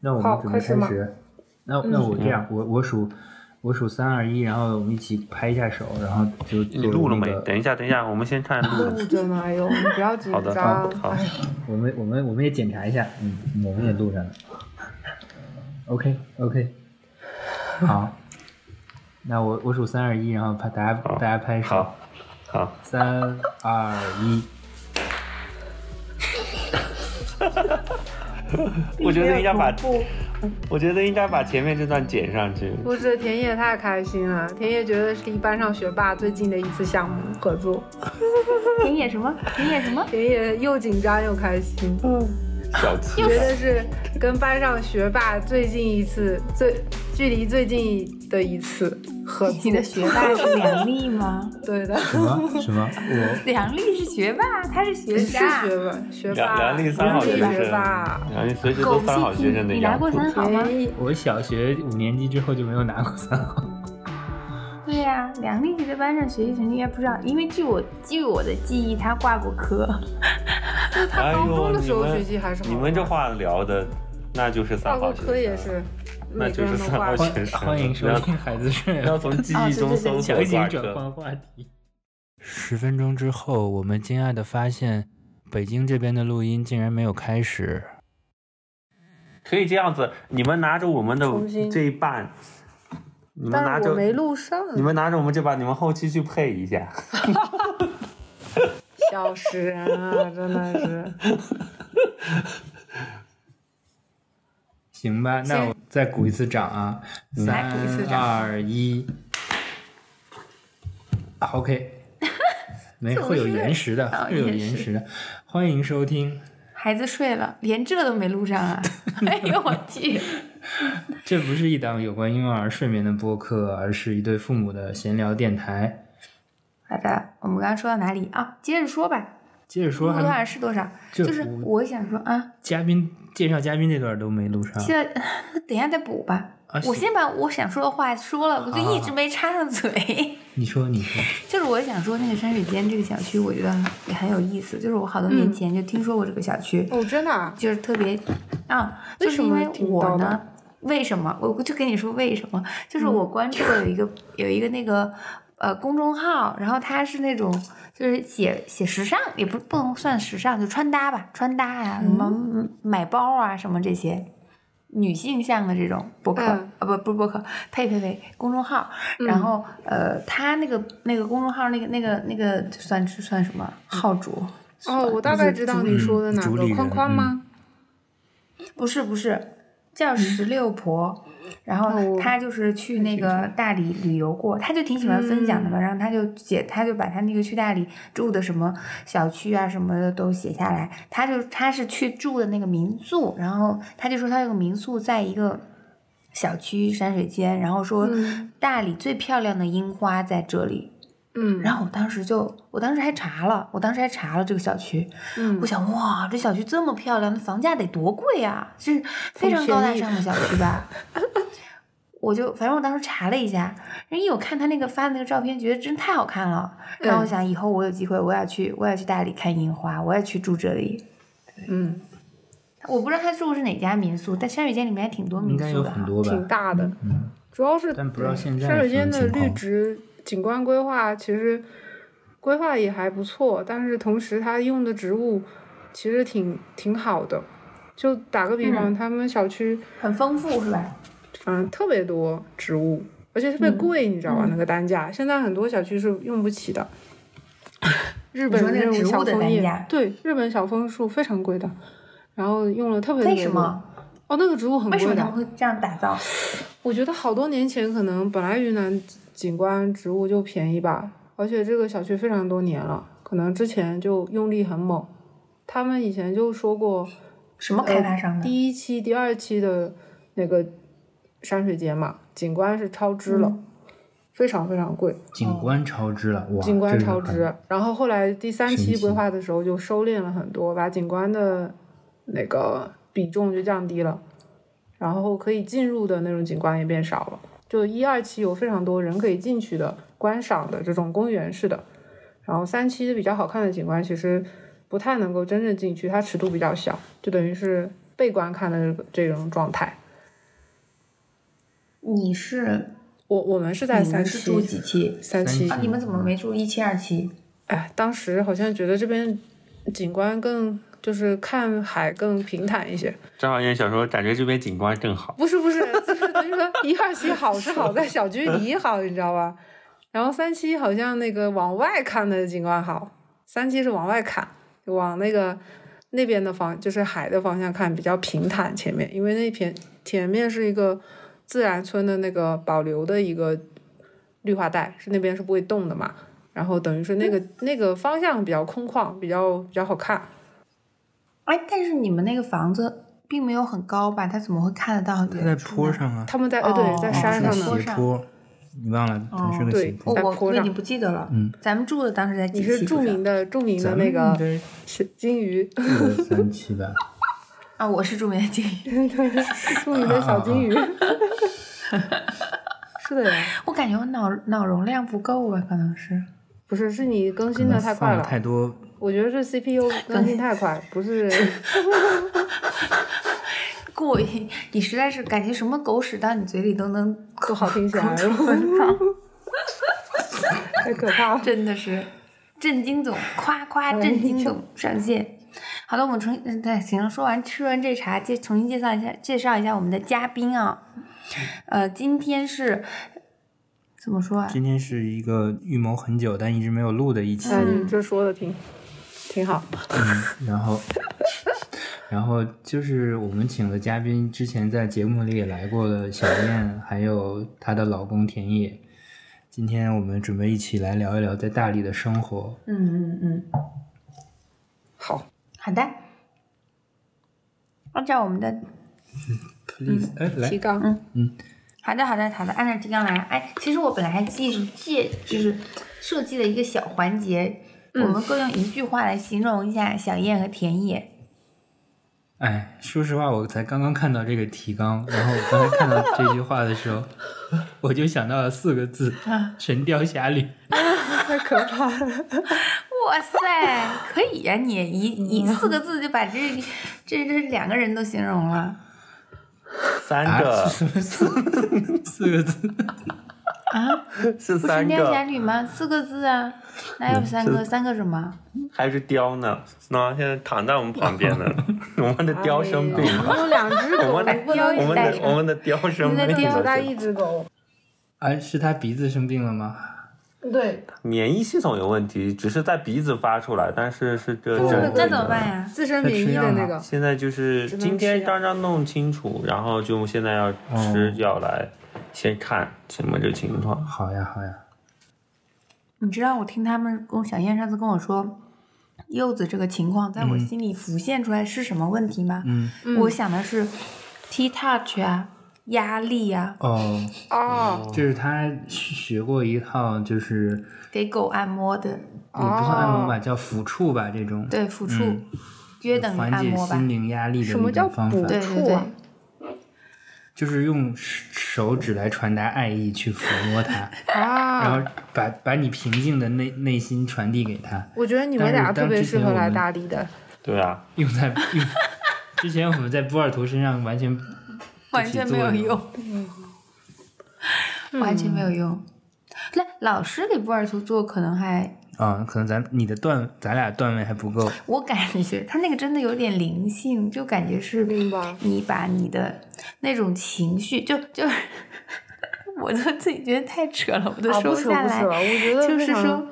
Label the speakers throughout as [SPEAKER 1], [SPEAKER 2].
[SPEAKER 1] 那我们
[SPEAKER 2] 好
[SPEAKER 1] 准备
[SPEAKER 2] 开始
[SPEAKER 1] 开
[SPEAKER 2] 吗
[SPEAKER 1] 始。那那
[SPEAKER 2] 嗯
[SPEAKER 1] 我这样，我我数我数三二一，然后我们一起拍一下手，然后就
[SPEAKER 3] 你录了没？
[SPEAKER 1] 做那个
[SPEAKER 3] 等一
[SPEAKER 2] 嗯
[SPEAKER 3] 下，等一下，我们先看录 了
[SPEAKER 2] 录着呢，哎呦，你不要紧
[SPEAKER 3] 好的
[SPEAKER 2] 张，
[SPEAKER 3] 好
[SPEAKER 2] 哎，
[SPEAKER 1] 我们我们我们也检查一下，嗯，我们也录上了。OK OK，好，那我我数三二一，然后拍大家
[SPEAKER 3] 好
[SPEAKER 1] 大家拍手，
[SPEAKER 3] 好，好，
[SPEAKER 2] 哎
[SPEAKER 1] 三二一，
[SPEAKER 3] 我觉得应该把
[SPEAKER 2] 并没有同步
[SPEAKER 3] 我觉得应该把前面这段剪上去。
[SPEAKER 2] 不是田野太开心了，田野觉得是一班上学霸最近的一次项目合作，
[SPEAKER 4] 田野什么？田野什么？
[SPEAKER 2] 田野又紧张又开心，
[SPEAKER 3] 小气
[SPEAKER 2] 觉得是跟班上学霸最近一次最距离最近的一次合
[SPEAKER 4] 你
[SPEAKER 2] 作，
[SPEAKER 4] 的学霸是梁丽吗？
[SPEAKER 2] 对的，
[SPEAKER 1] 什么什么？我
[SPEAKER 4] 梁丽是学霸，她是学
[SPEAKER 2] 是
[SPEAKER 4] 渣。
[SPEAKER 2] 学霸，学
[SPEAKER 3] 梁
[SPEAKER 2] 霸，
[SPEAKER 3] 梁丽三好学
[SPEAKER 2] 梁
[SPEAKER 3] 生
[SPEAKER 2] 丽学霸，，哎
[SPEAKER 3] 梁丽随时
[SPEAKER 4] 狗
[SPEAKER 3] 都
[SPEAKER 4] 屁
[SPEAKER 3] 三好学生的
[SPEAKER 4] 你拿
[SPEAKER 3] 样
[SPEAKER 4] 过
[SPEAKER 3] 子。
[SPEAKER 4] 三好吗？
[SPEAKER 2] 田野
[SPEAKER 1] 我小学五年级之后就没有拿过三好。
[SPEAKER 4] 对呀、梁丽这个班上学习成绩应该不知道，因为据我据我的记忆，她挂过科。
[SPEAKER 3] 哎
[SPEAKER 2] 高中
[SPEAKER 3] 呦，
[SPEAKER 2] 的
[SPEAKER 3] 你
[SPEAKER 2] 时候学习还
[SPEAKER 3] 们
[SPEAKER 2] 是好
[SPEAKER 3] 你们这话聊的，那就是
[SPEAKER 2] 挂
[SPEAKER 3] 三
[SPEAKER 2] 过
[SPEAKER 3] 好学生。
[SPEAKER 2] 科也是，每
[SPEAKER 3] 那
[SPEAKER 2] 个
[SPEAKER 3] 就是
[SPEAKER 2] 人都
[SPEAKER 3] 三
[SPEAKER 2] 挂啊
[SPEAKER 3] 好
[SPEAKER 2] 过。
[SPEAKER 3] 学
[SPEAKER 1] 欢
[SPEAKER 3] 生。
[SPEAKER 1] 欢迎收听孩子睡
[SPEAKER 3] 要，要从记忆中搜索
[SPEAKER 1] 强
[SPEAKER 3] 挂
[SPEAKER 1] 行转
[SPEAKER 3] 科。
[SPEAKER 1] 换话题。十分钟之后，我们惊讶的发现，北京这边的录音竟然没有开始。
[SPEAKER 3] 可以这样子，你们拿着我们的
[SPEAKER 2] 重新
[SPEAKER 3] 这一半，你们拿
[SPEAKER 2] 但是
[SPEAKER 3] 着
[SPEAKER 2] 我没录上，
[SPEAKER 3] 你们拿着我们这把，你们后期去配一下。
[SPEAKER 2] 笑死人了，真的是。
[SPEAKER 1] 行吧，那我再鼓一次掌啊！三
[SPEAKER 4] 嗯来鼓一次掌
[SPEAKER 1] 二一啊，OK，没
[SPEAKER 4] 总
[SPEAKER 1] 会有
[SPEAKER 4] 是
[SPEAKER 1] 延时的，
[SPEAKER 4] 哦
[SPEAKER 1] 会有
[SPEAKER 4] 延
[SPEAKER 1] 延
[SPEAKER 4] 时
[SPEAKER 1] 时的。欢迎收听，
[SPEAKER 4] 孩子睡了，连这都没录上 啊！哎呦我去！
[SPEAKER 1] 这不是一档有关婴幼儿睡眠的播客，而是一对父母的闲聊电台。
[SPEAKER 4] 好的，我们刚刚说到哪里啊？接着说吧，
[SPEAKER 1] 接着
[SPEAKER 4] 录
[SPEAKER 1] 说，
[SPEAKER 4] 多
[SPEAKER 1] 还
[SPEAKER 4] 少是多少。
[SPEAKER 1] 就
[SPEAKER 4] 就是
[SPEAKER 1] 我
[SPEAKER 4] 我想说啊，
[SPEAKER 1] 嘉宾介绍嘉宾这段都没录上。
[SPEAKER 4] 现在 等一下再补吧。
[SPEAKER 1] 啊
[SPEAKER 4] 我
[SPEAKER 1] 行
[SPEAKER 4] 先把我想说的话说了，我就一直没插上嘴。
[SPEAKER 1] 你说，你说，
[SPEAKER 4] 就是我想说那个山水间这个小区，我觉得也很有意思。就是我好多年前就听说过这个小区，
[SPEAKER 2] 哦，真的、啊，
[SPEAKER 4] 就是特别啊，
[SPEAKER 2] 为
[SPEAKER 4] 就是
[SPEAKER 2] 什
[SPEAKER 4] 因
[SPEAKER 2] 么
[SPEAKER 4] 为
[SPEAKER 2] 听
[SPEAKER 4] 我
[SPEAKER 2] 到
[SPEAKER 4] 呢
[SPEAKER 2] 的，
[SPEAKER 4] 为什么我就跟你说为什么？就是
[SPEAKER 2] 嗯
[SPEAKER 4] 我关注了有一个、有一个那个呃公众号，然后它是那种就是写写时尚，也不不能算时尚，就穿搭吧，穿搭呀、什
[SPEAKER 2] 嗯
[SPEAKER 4] 么买包啊，什么这些。女性向的这种博客、
[SPEAKER 2] 嗯
[SPEAKER 4] 啊，不不是博客，呸呸呸，公众号。然后呃，他那个那个公众号那个那个那个算是算什么
[SPEAKER 2] 嗯
[SPEAKER 4] 号主？
[SPEAKER 2] 哦，我大概知道你说的哪
[SPEAKER 1] 主理
[SPEAKER 2] 个
[SPEAKER 1] 人
[SPEAKER 2] 框框吗？
[SPEAKER 4] 不是不是，叫石榴婆。然后
[SPEAKER 2] 嗯哦
[SPEAKER 4] 她就是去那个大理旅游过，她就挺喜欢分享的
[SPEAKER 2] 嗯
[SPEAKER 4] 嘛。然后她就写，她就把她那个去大理住的什么小区啊什么的都写下来。她就她是去住的那个民宿，然后她就说她有个民宿在一个小区山水间，然后说
[SPEAKER 2] 嗯
[SPEAKER 4] 大理最漂亮的樱花在这里。
[SPEAKER 2] 嗯，
[SPEAKER 4] 然
[SPEAKER 2] 后
[SPEAKER 4] 后我当时就，我当时还查了，我当时还查了这个小区，
[SPEAKER 2] 嗯
[SPEAKER 4] 我想哇，这小区这么漂亮，那房价得多贵啊！是非常高大上的小区吧？ 我就反正我当时查了一下，因为我看他那个发的那个照片，觉得真太好看了。然后我想以后我有机会，我要去，我要去大理看樱花，我要去住这里。
[SPEAKER 2] 嗯，
[SPEAKER 4] 我不知道他住的是哪家民宿，但山水间里面还挺多
[SPEAKER 1] 应
[SPEAKER 4] 民
[SPEAKER 1] 该
[SPEAKER 4] 宿
[SPEAKER 1] 有
[SPEAKER 4] 的哈。
[SPEAKER 1] 很多吧？嗯
[SPEAKER 2] 挺大的，主要是
[SPEAKER 1] 但不知道现在
[SPEAKER 2] 山水间
[SPEAKER 1] 什
[SPEAKER 2] 的
[SPEAKER 1] 么情
[SPEAKER 2] 绿
[SPEAKER 1] 况
[SPEAKER 2] 植景观规划其实规划也还不错，但是同时它用的植物其实挺挺好的。就打个比方，
[SPEAKER 1] 嗯
[SPEAKER 2] 他们小区
[SPEAKER 4] 很丰富是吧？
[SPEAKER 2] 反正嗯特别多植物，而且特
[SPEAKER 4] 嗯
[SPEAKER 2] 别贵，你知道吧？那个单价，现在很多小区是用不起的。日本
[SPEAKER 4] 你说那
[SPEAKER 2] 那
[SPEAKER 4] 个
[SPEAKER 2] 种
[SPEAKER 4] 植物
[SPEAKER 2] 小
[SPEAKER 4] 的
[SPEAKER 2] 枫
[SPEAKER 4] 单
[SPEAKER 2] 叶
[SPEAKER 4] 价，
[SPEAKER 2] 对，日本小枫树非常贵的，然后用了特别特
[SPEAKER 4] 为
[SPEAKER 2] 别
[SPEAKER 4] 什
[SPEAKER 2] 多
[SPEAKER 4] 么？
[SPEAKER 2] 哦，那个植物很
[SPEAKER 4] 为什
[SPEAKER 2] 贵
[SPEAKER 4] 么他们
[SPEAKER 2] 的。
[SPEAKER 4] 会这样打造？
[SPEAKER 2] 我觉得好多年前可能本来云南景观植物就便宜吧，而且这个小区非常多年了，可能之前就用力很猛。他们以前就说过，
[SPEAKER 4] 什么开发商的？
[SPEAKER 2] 呃第一期、第二期的那个山水间嘛，景观是超支了，
[SPEAKER 4] 嗯
[SPEAKER 2] 非常非常贵，
[SPEAKER 1] 景观超支了，哇！
[SPEAKER 2] 哦景观
[SPEAKER 1] 啊这是
[SPEAKER 2] 超
[SPEAKER 1] 很
[SPEAKER 2] 支。然后后来第三
[SPEAKER 1] 神
[SPEAKER 2] 期
[SPEAKER 1] 奇
[SPEAKER 2] 规划的时候就收敛了很多，把景观的那个比重就降低了，然后可以进入的那种景观也变少了。就一二期有非常多人可以进去的观赏的这种公园式的，然后三期比较好看的景观其实不太能够真正进去，它尺度比较小，就等于是被观看的这个这种状态。
[SPEAKER 4] 你是
[SPEAKER 2] 我我们是在
[SPEAKER 4] 你
[SPEAKER 2] 三
[SPEAKER 4] 嗯们是住
[SPEAKER 2] 期，
[SPEAKER 4] 几期？
[SPEAKER 2] 三期
[SPEAKER 4] 啊，你们怎么没住一期、二期？
[SPEAKER 2] 哎，当时好像觉得这边景观更就是看海更平坦一些。
[SPEAKER 3] 张小燕小时候感觉这边景观更好，
[SPEAKER 2] 不是不是，就是就是说一二期好是好在小区里好，你知道吧？然后三期好像那个往外看的景观好，三期是往外看，往那个那边的方就是海的方向看比较平坦。前面因为那片前面是一个自然村的那个保留的一个绿化带，是那边是不会动的嘛。然后等于是那个那个方向比较空旷，比较比较好看。
[SPEAKER 4] 哎，但是你们那个房子并没有很高吧？它怎么会看得到
[SPEAKER 1] 它
[SPEAKER 4] 远
[SPEAKER 1] 在
[SPEAKER 4] 处
[SPEAKER 1] 坡
[SPEAKER 4] 呢？
[SPEAKER 1] 上啊，
[SPEAKER 2] 他们在呃对
[SPEAKER 4] 哦
[SPEAKER 2] 在
[SPEAKER 4] 哦
[SPEAKER 2] 山
[SPEAKER 4] 是
[SPEAKER 2] 上
[SPEAKER 4] 的
[SPEAKER 2] 呢，
[SPEAKER 1] 斜坡，你忘了它是个
[SPEAKER 2] 对
[SPEAKER 1] 斜
[SPEAKER 4] 哦，
[SPEAKER 1] 坡。
[SPEAKER 2] 在
[SPEAKER 4] 我
[SPEAKER 2] 坡
[SPEAKER 4] 我已
[SPEAKER 2] 上
[SPEAKER 4] 经不记得了。
[SPEAKER 1] 嗯，
[SPEAKER 4] 咱们住的当时在几
[SPEAKER 2] 你
[SPEAKER 4] 期不？
[SPEAKER 2] 是著名的著名的
[SPEAKER 1] 咱
[SPEAKER 2] 那
[SPEAKER 1] 们
[SPEAKER 2] 个
[SPEAKER 4] 嗯
[SPEAKER 1] 应该
[SPEAKER 2] 是金鱼，
[SPEAKER 1] 住了三期 吧？
[SPEAKER 4] 啊，我是著名的经理。
[SPEAKER 2] 著名的小金鱼。 是的呀，
[SPEAKER 4] 我感觉我脑脑容量不够吧，可能是。
[SPEAKER 2] 不是，是你更
[SPEAKER 1] 可
[SPEAKER 2] 新的
[SPEAKER 1] 能
[SPEAKER 2] 太
[SPEAKER 1] 放
[SPEAKER 2] 快
[SPEAKER 1] 了
[SPEAKER 2] 了。
[SPEAKER 1] 太多
[SPEAKER 2] 我觉得是 CPU 更新太快，不是
[SPEAKER 4] 过于，你实在是感觉什么狗屎到你嘴里都能
[SPEAKER 2] 不好听起 来了，
[SPEAKER 4] 分到，
[SPEAKER 2] 太可怕了。
[SPEAKER 4] 真的是震惊总夸夸震惊总上线。好的，我们重新嗯对行，说完吃完这茶，介重新介绍一下介绍一下我们的嘉宾啊，呃，今天是怎么说啊？
[SPEAKER 1] 今天是一个预谋很久但一直没有录的一期，
[SPEAKER 2] 哎，你这说的挺挺好，
[SPEAKER 1] 嗯，然 后，然后就是我们请的嘉宾，之前在节目里也来过的小燕，还有她的老公田野。今天我们准备一起来聊一聊在大理的生活。
[SPEAKER 4] 嗯嗯嗯，
[SPEAKER 2] 好，
[SPEAKER 4] 好的。按照我们的嗯
[SPEAKER 1] Please，哎、来
[SPEAKER 2] 提，纲。
[SPEAKER 4] 好的，好的，好的，按照提纲来。哎，其实我本来还记借就是设计了一个小环节，我们各用一句话来形容一下小燕和田野。
[SPEAKER 1] 哎，说实话，我才刚刚看到这个提纲，然后我刚才看到这句话的时候， 我就想到了四个字，
[SPEAKER 4] 啊
[SPEAKER 1] 《神雕侠侣》。
[SPEAKER 2] 太可怕了！
[SPEAKER 4] 哇塞，可以呀、你一
[SPEAKER 2] 嗯
[SPEAKER 4] 一四个字就把这 这这两个人都形容了
[SPEAKER 3] 三
[SPEAKER 1] 啊，
[SPEAKER 3] 个
[SPEAKER 1] 什么四四个字？
[SPEAKER 4] 啊？
[SPEAKER 3] 是
[SPEAKER 4] 不是《神
[SPEAKER 3] 三
[SPEAKER 4] 雕侠
[SPEAKER 3] 个
[SPEAKER 4] 侣》吗？四个字啊，哪
[SPEAKER 1] 嗯
[SPEAKER 4] 有三个？三个什么？
[SPEAKER 3] 还是雕呢？那现在躺在我们旁边呢，我们的雕生病
[SPEAKER 2] 我们
[SPEAKER 3] 了，
[SPEAKER 2] 有两只狗，
[SPEAKER 3] 我
[SPEAKER 2] 你
[SPEAKER 3] 们
[SPEAKER 2] 不
[SPEAKER 3] 的
[SPEAKER 2] 能
[SPEAKER 3] 我们
[SPEAKER 4] 带
[SPEAKER 3] 的
[SPEAKER 4] 上
[SPEAKER 3] 我们的雕生
[SPEAKER 4] 你们的
[SPEAKER 3] 病
[SPEAKER 4] 雕
[SPEAKER 2] 只带
[SPEAKER 3] 了，
[SPEAKER 2] 一只狗。
[SPEAKER 1] 啊，是他鼻子生病了吗？
[SPEAKER 2] 对，
[SPEAKER 3] 免疫系统有问题，只是在鼻子发出来，但是是个
[SPEAKER 2] 就是
[SPEAKER 3] 正
[SPEAKER 2] 那个
[SPEAKER 3] 规
[SPEAKER 4] 那
[SPEAKER 3] 的。
[SPEAKER 4] 怎么办呀？
[SPEAKER 2] 自身免疫的那个，
[SPEAKER 3] 现在就是
[SPEAKER 2] 只能
[SPEAKER 3] 今
[SPEAKER 2] 吃
[SPEAKER 3] 天
[SPEAKER 2] 药
[SPEAKER 3] 刚刚弄清楚，然后就现在要吃药来，先看什么这情况。
[SPEAKER 1] 好呀，好呀，嗯
[SPEAKER 4] 你知道我听他们跟小燕上次跟我说，柚子这个情况在我心里浮现出来是什么问题吗？
[SPEAKER 1] 嗯，
[SPEAKER 4] 我想的是 T touch 啊，压力啊，
[SPEAKER 1] 哦。
[SPEAKER 2] 哦
[SPEAKER 1] 就是他学过一套，就是也
[SPEAKER 4] 给狗按摩的，
[SPEAKER 1] 不算按摩
[SPEAKER 2] 哦
[SPEAKER 1] 吧，叫抚触吧，这种
[SPEAKER 4] 哦对，抚触，
[SPEAKER 1] 嗯
[SPEAKER 4] 约等于
[SPEAKER 1] 缓
[SPEAKER 4] 按
[SPEAKER 1] 解
[SPEAKER 4] 摩吧
[SPEAKER 1] 心。灵压力的
[SPEAKER 2] 什么
[SPEAKER 1] 一
[SPEAKER 2] 叫
[SPEAKER 1] 种方
[SPEAKER 2] 补
[SPEAKER 1] 法，
[SPEAKER 4] 对对
[SPEAKER 2] 触
[SPEAKER 4] 对
[SPEAKER 2] 啊？
[SPEAKER 1] 就是用手指来传达爱意，去抚摸 它，
[SPEAKER 2] 啊！
[SPEAKER 1] 然后把把你平静的内内心传递给它，
[SPEAKER 2] 我觉得你们俩特别适合来大理的。
[SPEAKER 3] 对啊，
[SPEAKER 1] 用在用。之前我们在波尔图身上完全
[SPEAKER 4] 完全没有用，
[SPEAKER 2] 嗯
[SPEAKER 4] 完全没有用。那老师给波尔图做，可能还
[SPEAKER 1] 啊、可能咱你的段咱俩段位还不够，
[SPEAKER 4] 我感觉他那个真的有点灵性，就感觉是
[SPEAKER 2] 明白
[SPEAKER 4] 你把你的那种情绪，就就 我都自己觉得太扯了，我都
[SPEAKER 2] 啊，
[SPEAKER 4] 说
[SPEAKER 2] 不扯
[SPEAKER 4] 下
[SPEAKER 2] 不
[SPEAKER 4] 来。
[SPEAKER 2] 扯，我觉得
[SPEAKER 4] 就
[SPEAKER 2] 嗯非
[SPEAKER 4] 是
[SPEAKER 2] 常
[SPEAKER 4] 说，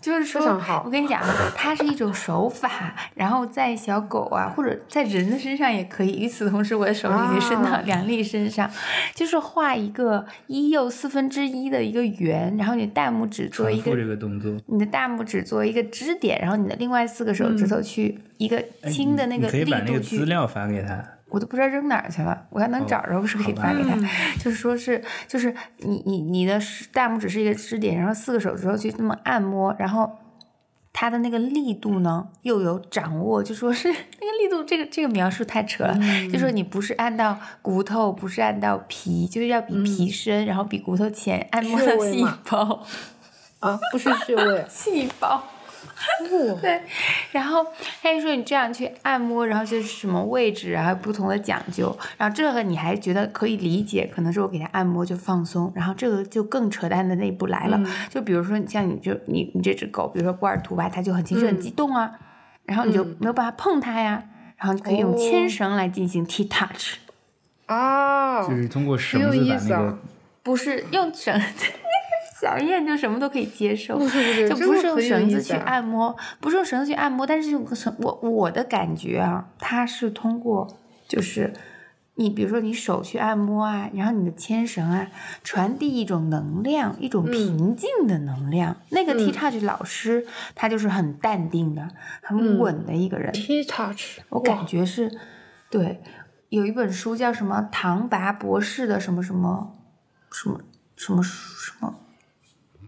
[SPEAKER 4] 就是
[SPEAKER 2] 非
[SPEAKER 4] 说
[SPEAKER 2] 常好，
[SPEAKER 4] 我跟你讲啊，它是一种手法，然后在小狗啊，或者在人的身上也可以。与此同时，我的手已经伸到
[SPEAKER 2] 啊
[SPEAKER 4] 梁丽身上，就是画一个一又四分之一的一个圆，然后你大拇指做
[SPEAKER 1] 重
[SPEAKER 4] 一
[SPEAKER 1] 复
[SPEAKER 4] 个，
[SPEAKER 1] 这个动作，
[SPEAKER 4] 你的大拇指做一个支点，然后你的另外四个手指
[SPEAKER 2] 嗯
[SPEAKER 4] 头去一个
[SPEAKER 1] 哎
[SPEAKER 4] 轻的那
[SPEAKER 1] 你
[SPEAKER 4] 个
[SPEAKER 1] 可
[SPEAKER 4] 力
[SPEAKER 1] 以把那
[SPEAKER 4] 度
[SPEAKER 1] 个
[SPEAKER 4] 去
[SPEAKER 1] 资料发给他，
[SPEAKER 4] 我都不知道扔哪儿去了。我要能
[SPEAKER 1] 哦
[SPEAKER 4] 找着，我是不是可以
[SPEAKER 1] 好
[SPEAKER 4] 发
[SPEAKER 1] 吧
[SPEAKER 4] 给他？ 就是说是，就是你你你的食大拇指是一个支点，然后四个手指头去那么按摩，然后它的那个力度呢又有掌握，就说是那个力度，这个这个描述太扯了。
[SPEAKER 1] 嗯
[SPEAKER 4] 就说你不是按到骨头，不是按到皮，就是要
[SPEAKER 1] 嗯
[SPEAKER 4] 比皮深，然后比骨头浅，按摩
[SPEAKER 2] 穴
[SPEAKER 4] 到
[SPEAKER 2] 位
[SPEAKER 4] 细
[SPEAKER 2] 嘛
[SPEAKER 4] 胞
[SPEAKER 2] 啊，不是穴位
[SPEAKER 4] 细胞。对，然后他就说你这样去按摩，然后就是什么位置啊，还有不同的讲究，然后这个你还觉得可以理解，可能是我给他按摩就放松，然后这个就更扯淡的那一步来了，就比如说你像你就你你这只狗，比如说波尔图吧，它就很情绪很激动啊，然后你就
[SPEAKER 2] 嗯
[SPEAKER 4] 没有办法碰它呀，然后就可以用牵绳来进行 T touch，、
[SPEAKER 2] 啊，
[SPEAKER 1] 哦就是通过绳
[SPEAKER 2] 有
[SPEAKER 1] 子
[SPEAKER 2] 意
[SPEAKER 1] 把
[SPEAKER 2] 思
[SPEAKER 1] 那个
[SPEAKER 2] 啊，
[SPEAKER 4] 不是用绳子。 小燕就什么都可以接受，
[SPEAKER 2] 不是不是，
[SPEAKER 4] 就
[SPEAKER 2] 真
[SPEAKER 4] 不
[SPEAKER 2] 的
[SPEAKER 4] 是用
[SPEAKER 2] 很有
[SPEAKER 4] 绳
[SPEAKER 2] 意
[SPEAKER 4] 子
[SPEAKER 2] 思
[SPEAKER 4] 去
[SPEAKER 2] 啊
[SPEAKER 4] 按摩，不是用绳子去按摩，但是用绳我我的感觉啊，它是通过就是你比如说你手去按摩啊，然后你的牵绳啊，传递一种能量，一种平静的能量。那个
[SPEAKER 2] 嗯
[SPEAKER 4] T touch 老师、他就是很淡定的、很
[SPEAKER 2] 嗯
[SPEAKER 4] 稳的一个人，
[SPEAKER 2] ，T touch，
[SPEAKER 4] 我感觉是对。有一本书叫什么唐拔博士的什么什么什么什么什么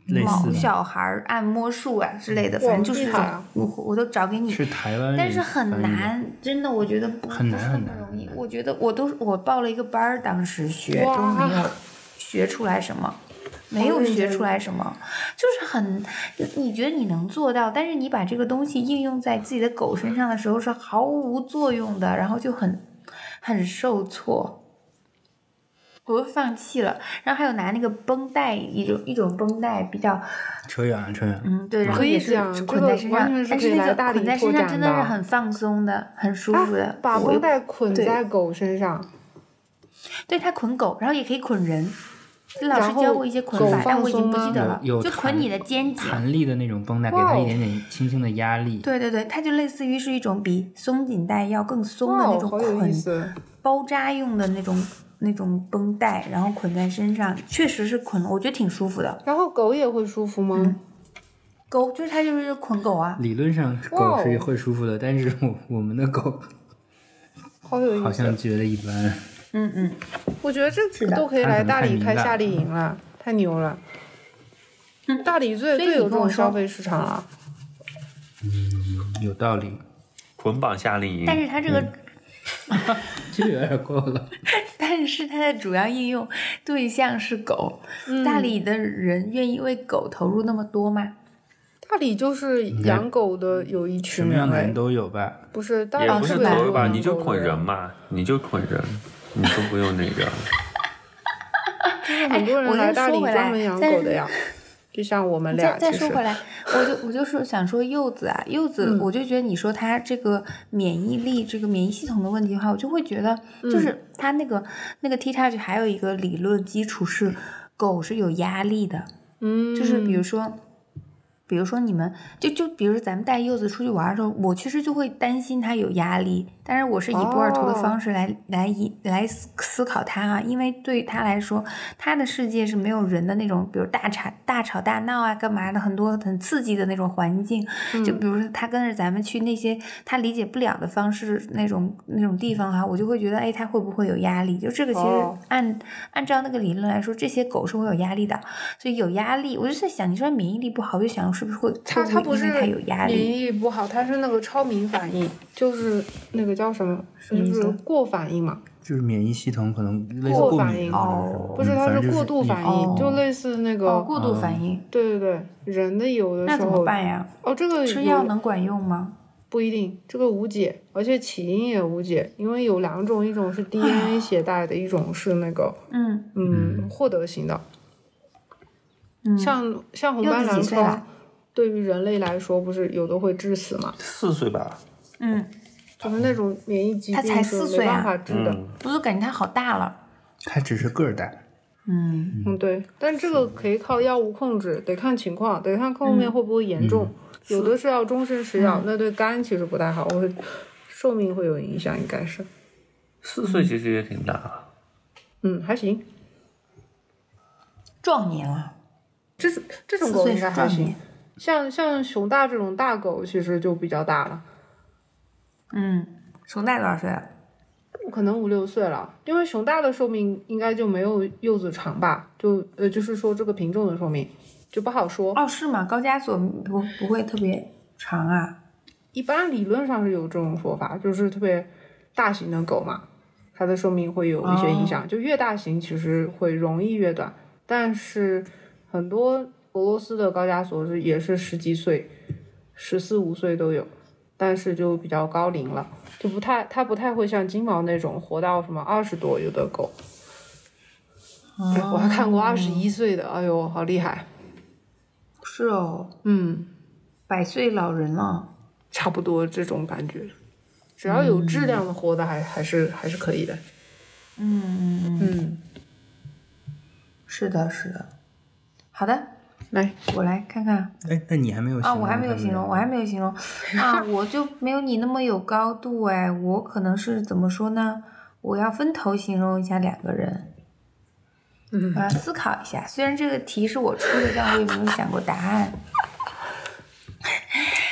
[SPEAKER 1] 类
[SPEAKER 4] 毛
[SPEAKER 1] 似的，
[SPEAKER 4] 小孩儿按摩术啊之类的，
[SPEAKER 2] 哇
[SPEAKER 4] 反正就是这
[SPEAKER 2] 厉害
[SPEAKER 4] 种
[SPEAKER 2] 啊，
[SPEAKER 4] 我我都找给你。
[SPEAKER 1] 是台湾人翻
[SPEAKER 4] 但
[SPEAKER 1] 译的，
[SPEAKER 4] 是很难，真的，我觉得不
[SPEAKER 1] 很难
[SPEAKER 4] 不是
[SPEAKER 1] 很
[SPEAKER 4] 那
[SPEAKER 1] 难
[SPEAKER 4] 么容易
[SPEAKER 1] 很。难
[SPEAKER 4] 我觉得我都我报了一个班儿，当时学都
[SPEAKER 2] 哇啊
[SPEAKER 4] 没 有学出来什么，没有学出来什么，就是很，你觉得你能做到，但是你把这个东西应用在自己的狗身上的时候是毫无作用的，然后就很很受挫。我就放弃了，然后还有拿那个绷带，一种一种绷带比较
[SPEAKER 1] 扯远了，扯远了。
[SPEAKER 4] 嗯，对，然后
[SPEAKER 2] 可以
[SPEAKER 4] 也是
[SPEAKER 2] 这样
[SPEAKER 4] 捆
[SPEAKER 2] 这
[SPEAKER 4] 在
[SPEAKER 2] 个
[SPEAKER 4] 身
[SPEAKER 2] 完
[SPEAKER 4] 上，
[SPEAKER 2] 全是
[SPEAKER 4] 但
[SPEAKER 2] 可以
[SPEAKER 4] 那
[SPEAKER 2] 来
[SPEAKER 4] 个
[SPEAKER 2] 大
[SPEAKER 4] 捆
[SPEAKER 2] 力
[SPEAKER 4] 在
[SPEAKER 2] 拓
[SPEAKER 4] 身上
[SPEAKER 2] 展
[SPEAKER 4] 真的是
[SPEAKER 2] 的
[SPEAKER 4] 很放松的，很舒
[SPEAKER 2] 啊
[SPEAKER 4] 服的。，
[SPEAKER 2] 把
[SPEAKER 4] 我
[SPEAKER 2] 绷带捆
[SPEAKER 4] 对
[SPEAKER 2] 在狗身上，
[SPEAKER 4] 对它捆狗，然后也可以捆人。老
[SPEAKER 2] 然
[SPEAKER 4] 师教
[SPEAKER 2] 后
[SPEAKER 4] 过一些
[SPEAKER 2] 狗
[SPEAKER 4] 捆法，但
[SPEAKER 2] 放
[SPEAKER 4] 我已经不
[SPEAKER 2] 松
[SPEAKER 4] 记
[SPEAKER 2] 吗
[SPEAKER 4] 得了，
[SPEAKER 1] 有有
[SPEAKER 4] 就捆
[SPEAKER 1] 弹
[SPEAKER 4] 你的肩颈。
[SPEAKER 1] 弹力的那种绷带，给
[SPEAKER 2] 哇
[SPEAKER 1] 它
[SPEAKER 2] 哦
[SPEAKER 1] 一点点轻轻的压力。
[SPEAKER 4] 对对对，它就类似于是一种比松紧带要更松
[SPEAKER 2] 哇
[SPEAKER 4] 的那
[SPEAKER 2] 哦
[SPEAKER 4] 种
[SPEAKER 2] 好有
[SPEAKER 4] 捆
[SPEAKER 2] 意思，
[SPEAKER 4] 包扎用的那种那种绷带，然后捆在身上，确实是捆，我觉得挺舒服的。
[SPEAKER 2] 然后狗也会舒服
[SPEAKER 4] 嗯
[SPEAKER 2] 吗？
[SPEAKER 4] 狗就是它就是捆狗啊，
[SPEAKER 1] 理论上
[SPEAKER 2] 哇
[SPEAKER 1] 狗
[SPEAKER 2] 哦
[SPEAKER 1] 是会舒服的，但是我我们的狗
[SPEAKER 2] 好有
[SPEAKER 1] 好
[SPEAKER 2] 意
[SPEAKER 1] 像
[SPEAKER 2] 思，
[SPEAKER 1] 觉得一般。
[SPEAKER 4] 嗯嗯。
[SPEAKER 2] 我觉得这
[SPEAKER 4] 是的
[SPEAKER 2] 都可以
[SPEAKER 1] 它
[SPEAKER 2] 来
[SPEAKER 1] 可能
[SPEAKER 2] 大
[SPEAKER 1] 太
[SPEAKER 2] 理
[SPEAKER 1] 糜
[SPEAKER 2] 开
[SPEAKER 1] 烂
[SPEAKER 2] 夏
[SPEAKER 1] 了
[SPEAKER 2] 令营了，太牛了。
[SPEAKER 4] 嗯
[SPEAKER 2] 大理最
[SPEAKER 4] 所以
[SPEAKER 2] 最
[SPEAKER 4] 你
[SPEAKER 2] 有这
[SPEAKER 4] 跟我
[SPEAKER 2] 种消
[SPEAKER 4] 说
[SPEAKER 2] 费市场了，
[SPEAKER 1] 有道理，
[SPEAKER 3] 捆绑夏令营。
[SPEAKER 4] 但是它这
[SPEAKER 1] 嗯
[SPEAKER 4] 个
[SPEAKER 1] 这个有点过了。
[SPEAKER 4] 但是它的主要应用对象是狗。
[SPEAKER 2] 嗯
[SPEAKER 4] 大理的人愿意为狗投入那么多吗？
[SPEAKER 2] 大理就是养狗的有一
[SPEAKER 1] 什
[SPEAKER 2] 群
[SPEAKER 1] 么样
[SPEAKER 2] 人
[SPEAKER 1] 的人
[SPEAKER 2] 哎，
[SPEAKER 1] 都有吧？
[SPEAKER 2] 不是大理
[SPEAKER 3] 也不
[SPEAKER 2] 特
[SPEAKER 3] 是
[SPEAKER 2] 别
[SPEAKER 4] 吧
[SPEAKER 2] 多
[SPEAKER 3] 狗吧，
[SPEAKER 2] 养
[SPEAKER 3] 你就
[SPEAKER 2] 狗的
[SPEAKER 3] 捆人
[SPEAKER 2] 人，
[SPEAKER 3] 嘛，你就捆人，你都不用那个。
[SPEAKER 2] 就是很多
[SPEAKER 4] 哎我
[SPEAKER 2] 人
[SPEAKER 4] 又
[SPEAKER 2] 来大
[SPEAKER 4] 说
[SPEAKER 2] 理
[SPEAKER 4] 回来
[SPEAKER 2] 专门养
[SPEAKER 4] 但
[SPEAKER 2] 狗
[SPEAKER 4] 是
[SPEAKER 2] 的呀，就像我们嗯俩
[SPEAKER 4] 再再
[SPEAKER 2] 其
[SPEAKER 4] 说
[SPEAKER 2] 实嗯
[SPEAKER 4] 回来，我就我就是想说柚子啊，柚子，我就觉得你说它这个免疫力、这个免疫系统的问题的话，我就会觉得，
[SPEAKER 2] 嗯
[SPEAKER 4] 就是它那个、那个 T touch 还有一个理论基础是，狗是有压力的。
[SPEAKER 2] 嗯，
[SPEAKER 4] 就是比如说，比如说你们就就比如咱们带柚子出去玩的时候，我其实就会担心它有压力，但是我是以波尔图的
[SPEAKER 2] 哦
[SPEAKER 4] 方式来、来以来思思考它啊，因为对于它来说，它的世界是没有人的那种，比如大吵大吵大闹啊，干嘛的，很多很刺激的那种环境，
[SPEAKER 2] 嗯
[SPEAKER 4] 就比如说他跟着咱们去那些他理解不了的方式那种那种地方哈、我就会觉得哎，他会不会有压力？就这个其实
[SPEAKER 2] 哦
[SPEAKER 4] 按、按照那个理论来说，这些狗是会有压力的，所以有压力，我就在想，你说免疫力不好，我就想是不是会
[SPEAKER 2] 它它
[SPEAKER 4] 会
[SPEAKER 2] 不
[SPEAKER 4] 会因
[SPEAKER 2] 是
[SPEAKER 4] 为它有压
[SPEAKER 2] 免
[SPEAKER 4] 力？
[SPEAKER 2] 疫力不好，它是那个超敏反应，就是那个叫什么，
[SPEAKER 4] 么意
[SPEAKER 2] 就
[SPEAKER 4] 思
[SPEAKER 2] 是过反应嘛，
[SPEAKER 1] 就是免疫系统可能类似
[SPEAKER 2] 过
[SPEAKER 1] 过
[SPEAKER 2] 反
[SPEAKER 1] 敏
[SPEAKER 2] 应
[SPEAKER 1] 或者什
[SPEAKER 4] 哦
[SPEAKER 1] 么，
[SPEAKER 2] 不是，它
[SPEAKER 1] 反正就是嗯
[SPEAKER 2] 过度
[SPEAKER 1] 你
[SPEAKER 2] 反
[SPEAKER 4] 哦
[SPEAKER 2] 应，就类似那
[SPEAKER 4] 哦，
[SPEAKER 2] 个，
[SPEAKER 4] 过度反应，
[SPEAKER 2] 对对对，人的嗯有的
[SPEAKER 4] 那
[SPEAKER 2] 时
[SPEAKER 4] 怎么
[SPEAKER 2] 候，
[SPEAKER 4] 办呀？
[SPEAKER 2] 哦，这个
[SPEAKER 4] 吃
[SPEAKER 2] 有
[SPEAKER 4] 药能管用吗？
[SPEAKER 2] 不一定，这个无解，而且起因也无解，因为有两种，一种是 DNA 携带的，一种是那个
[SPEAKER 4] 嗯
[SPEAKER 2] 嗯获得型的。
[SPEAKER 4] 嗯，
[SPEAKER 2] 像像红
[SPEAKER 4] 柚
[SPEAKER 2] 斑
[SPEAKER 4] 子
[SPEAKER 2] 狼
[SPEAKER 4] 几岁
[SPEAKER 2] 疮
[SPEAKER 4] 了，？
[SPEAKER 2] 对于人类来说，不是有的会致死嘛？
[SPEAKER 3] 四岁吧，
[SPEAKER 4] 嗯，
[SPEAKER 2] 就是那种免疫疾
[SPEAKER 4] 它才
[SPEAKER 2] 病是
[SPEAKER 4] 四
[SPEAKER 2] 没
[SPEAKER 4] 岁
[SPEAKER 2] 办
[SPEAKER 4] 啊
[SPEAKER 2] 法治的。
[SPEAKER 3] 嗯，
[SPEAKER 4] 我就感觉它好大了。
[SPEAKER 1] 它只是个儿大，
[SPEAKER 4] 嗯，
[SPEAKER 2] 嗯，对，但这个可以靠药物控制，得看情况，得看后面
[SPEAKER 4] 嗯
[SPEAKER 2] 会不会严重。有的是要终身吃药，那对肝其实不太好，会寿命会有影响，应该是。
[SPEAKER 3] 四岁其实也挺大啊了。
[SPEAKER 2] 嗯，还行，
[SPEAKER 4] 壮年了，
[SPEAKER 2] 这种这种
[SPEAKER 4] 四
[SPEAKER 2] 狗
[SPEAKER 4] 岁
[SPEAKER 2] 应该
[SPEAKER 4] 是
[SPEAKER 2] 还
[SPEAKER 4] 壮
[SPEAKER 2] 行
[SPEAKER 4] 年。。
[SPEAKER 2] 像像熊大这种大狗，其实就比较大了，
[SPEAKER 4] 嗯，熊大多少岁了？
[SPEAKER 2] 可能五六岁了。因为熊大的寿命应该就没有柚子长吧，就呃，就是说这个品种的寿命就不好说。
[SPEAKER 4] 哦，是吗？高加索不不会特别长啊？
[SPEAKER 2] 一般理论上是有这种说法，就是特别大型的狗嘛，它的寿命会有一些影响。就越大型其实会容易越短，但是很多俄罗斯的高加索是也是十几岁十四五岁都有，但是就比较高龄了，就不太它不太会像金毛那种活到什么二十多有的狗。哎我还看过二十一岁的，哎呦，好厉害！
[SPEAKER 4] 是哦，
[SPEAKER 2] 嗯，
[SPEAKER 4] 百岁老人了。
[SPEAKER 2] 差不多这种感觉，只要有质量的活的还还是还是可以的。
[SPEAKER 4] 嗯嗯嗯，
[SPEAKER 2] 嗯，
[SPEAKER 4] 是的，是的。好的，
[SPEAKER 2] 来，
[SPEAKER 4] 我来看看。
[SPEAKER 1] 哎，那你还没有
[SPEAKER 4] 啊，我还没有
[SPEAKER 1] 他们
[SPEAKER 4] 形容，
[SPEAKER 1] 的
[SPEAKER 4] 我还没有形 容啊，我就没有你那么有高度哎，我可能是怎么说呢？我要分头形容一下两个人，
[SPEAKER 2] 嗯
[SPEAKER 4] 我要思考一下。虽然这个题是我出的，但我也没有想过答案。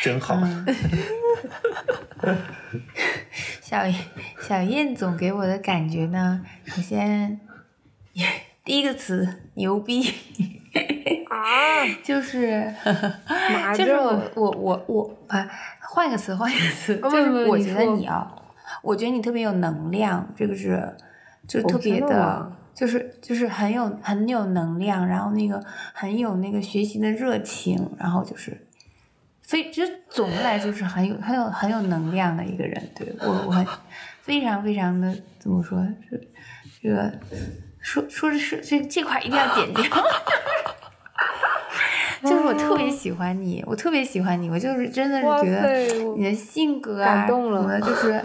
[SPEAKER 3] 真好。
[SPEAKER 4] 嗯小小燕总给我的感觉呢，首先 第一个词牛逼。
[SPEAKER 2] 啊，
[SPEAKER 4] 就是
[SPEAKER 2] 麻，
[SPEAKER 4] 就是
[SPEAKER 2] 将
[SPEAKER 4] 我我我我啊，换一个词，换一个词，
[SPEAKER 2] 哦不
[SPEAKER 4] 就是
[SPEAKER 2] 不
[SPEAKER 4] 我
[SPEAKER 2] 你
[SPEAKER 4] 觉得
[SPEAKER 2] 说
[SPEAKER 4] 你啊，我觉得你特别有能量，这个是，就是特别
[SPEAKER 2] 哦真的
[SPEAKER 4] 的
[SPEAKER 2] 吗，
[SPEAKER 4] 就是就是很有很有能量，然后那个很有那个学习的热情，然后就是。所以，就是总的来说是很有、很有、很有能量的一个人。对我，我很非常非常的怎么说？这这个说说是这这块一定要剪掉。 就是我特别喜欢你，我特别喜欢你，我就是真的
[SPEAKER 2] 哇
[SPEAKER 4] 是觉
[SPEAKER 2] 塞
[SPEAKER 4] 得
[SPEAKER 2] 我
[SPEAKER 4] 你的性格啊
[SPEAKER 2] 感
[SPEAKER 4] 什
[SPEAKER 2] 动了
[SPEAKER 4] 么，就是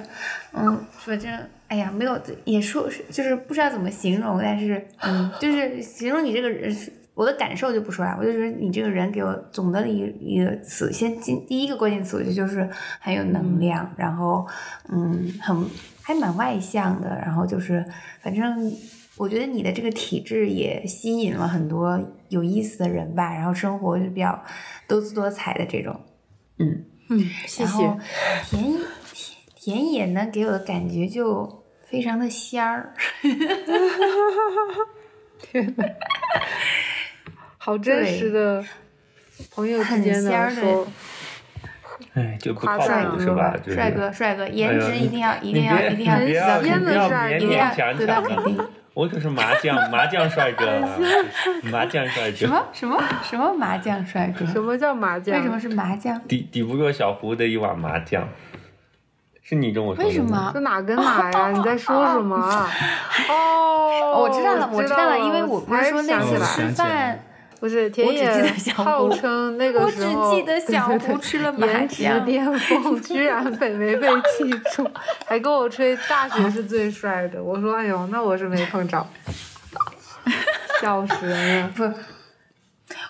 [SPEAKER 4] 嗯，反正哎呀，没有也说是就是不知道怎么形容，但是嗯，就是形容你这个人，我的感受就不说了，我就觉得你这个人给我总的一个一个词，先进第一个关键词，我觉得就是很有能量，然后嗯，很还蛮外向的，然后就是反正我觉得你的这个体质也吸引了很多有意思的人吧，然后生活就比较多姿多彩的这种，嗯。
[SPEAKER 2] 嗯，谢
[SPEAKER 4] 然
[SPEAKER 2] 谢
[SPEAKER 4] 后。田野田田野呢，给我的感觉就非常的仙儿，
[SPEAKER 2] 好真实的朋友之
[SPEAKER 4] 很
[SPEAKER 2] 间
[SPEAKER 4] 仙
[SPEAKER 2] 的
[SPEAKER 4] 儿的
[SPEAKER 2] 说，
[SPEAKER 3] 哎，就不
[SPEAKER 2] 夸
[SPEAKER 3] 靠
[SPEAKER 2] 赞
[SPEAKER 3] 谱
[SPEAKER 2] 了
[SPEAKER 3] 是吧？就是
[SPEAKER 4] 嗯帅哥帅哥，
[SPEAKER 3] 哎
[SPEAKER 4] 颜
[SPEAKER 3] 呦
[SPEAKER 4] 值一定要一
[SPEAKER 3] 你
[SPEAKER 4] 定要
[SPEAKER 3] 别啊
[SPEAKER 4] 一定要
[SPEAKER 3] 你不
[SPEAKER 4] 得到
[SPEAKER 3] 要
[SPEAKER 4] 肯
[SPEAKER 3] 你不要
[SPEAKER 2] 真的帅哥
[SPEAKER 3] 勉勉强
[SPEAKER 4] 定，一定要得到
[SPEAKER 3] 强，
[SPEAKER 4] 肯定。
[SPEAKER 3] 我可是麻将麻将帅哥 啊，麻将帅
[SPEAKER 4] 什
[SPEAKER 3] 哥，
[SPEAKER 4] 么什么什么麻将帅哥？
[SPEAKER 2] 什么叫麻将？
[SPEAKER 4] 为什么是麻将？
[SPEAKER 3] 抵抵不过小胡的一碗麻将。是你跟我说的
[SPEAKER 4] 为什
[SPEAKER 3] 吗
[SPEAKER 4] 么
[SPEAKER 2] 这？哪跟哪呀？你在说什么 啊？哦，
[SPEAKER 4] 我知道了，
[SPEAKER 2] 我
[SPEAKER 4] 我
[SPEAKER 2] 知
[SPEAKER 4] 知
[SPEAKER 2] 道
[SPEAKER 4] 道了，因为我不
[SPEAKER 2] 才
[SPEAKER 4] 是说那
[SPEAKER 2] 想起
[SPEAKER 4] 次
[SPEAKER 1] 哦
[SPEAKER 2] 来，
[SPEAKER 4] 吃
[SPEAKER 1] 想起来
[SPEAKER 4] 饭
[SPEAKER 1] 了，
[SPEAKER 2] 不是田野
[SPEAKER 4] 只记得小胡
[SPEAKER 2] 号称 那
[SPEAKER 4] 我
[SPEAKER 2] 个
[SPEAKER 4] 只
[SPEAKER 2] 时候
[SPEAKER 4] 记得小
[SPEAKER 2] 对对
[SPEAKER 4] 胡
[SPEAKER 2] 对
[SPEAKER 4] 吃了麻
[SPEAKER 2] 颜值
[SPEAKER 4] 将。
[SPEAKER 2] 巅峰，居然被没被记住，还跟我吹大学是最帅的。我说哎呦，那我是没碰着，笑死人了。
[SPEAKER 4] 不，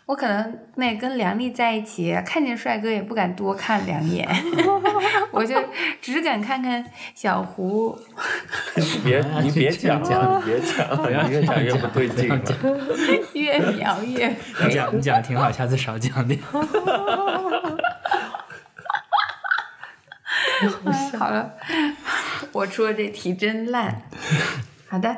[SPEAKER 4] 我可能那跟梁丽在一起，看见帅哥也不敢多看两眼， 我就只敢看看小胡。
[SPEAKER 3] 你 别你别讲了，你别讲
[SPEAKER 1] 不要
[SPEAKER 3] 了，你越讲越不对劲
[SPEAKER 1] 不要
[SPEAKER 3] 了。
[SPEAKER 1] 讲
[SPEAKER 4] 越描越
[SPEAKER 1] 你 讲你讲的挺好，下次少讲点。
[SPEAKER 4] 黑。好了， 我出的这题真烂。好的，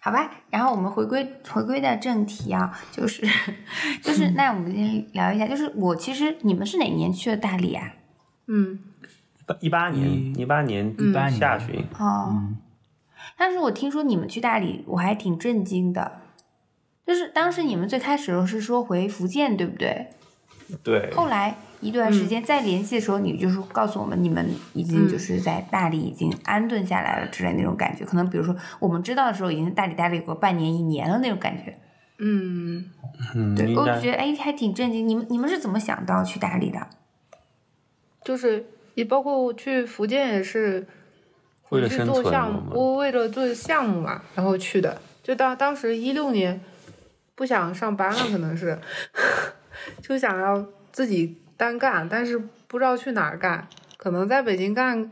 [SPEAKER 4] 好吧，然后我们回归回归到正题啊，就是 就是那我们先聊一下，就是我其实你们是哪年去的大理啊？
[SPEAKER 2] 嗯，
[SPEAKER 3] 一八年，嗯一八年
[SPEAKER 1] 18年
[SPEAKER 3] 下旬，
[SPEAKER 4] 哦，当时我听说你们去大理，我还挺震惊的。就是当时你们最开始的时候是说回福建，对不对？
[SPEAKER 3] 对，
[SPEAKER 4] 后来一段时间再联系的时候，你就是告诉我们你们已经就是在大理已经安顿下来了之类那种感觉。可能比如说我们知道的时候，已经在大理待了有个半年一年了那种感觉。
[SPEAKER 2] 嗯，
[SPEAKER 3] 嗯，
[SPEAKER 4] 对，
[SPEAKER 3] 应
[SPEAKER 4] 我
[SPEAKER 3] 该
[SPEAKER 4] 就觉得哎还挺震惊。你们你们是怎么想到去大理的？
[SPEAKER 2] 就是也包括我去福建也是，
[SPEAKER 3] 为了
[SPEAKER 2] 去
[SPEAKER 3] 生
[SPEAKER 2] 做
[SPEAKER 3] 存
[SPEAKER 2] 项目，
[SPEAKER 3] 我们
[SPEAKER 2] 我为了做项目嘛，然后去的。就当当时一六年不想上班了，可能是 就想要自己单干，但是不知道去哪儿干，可能在北京干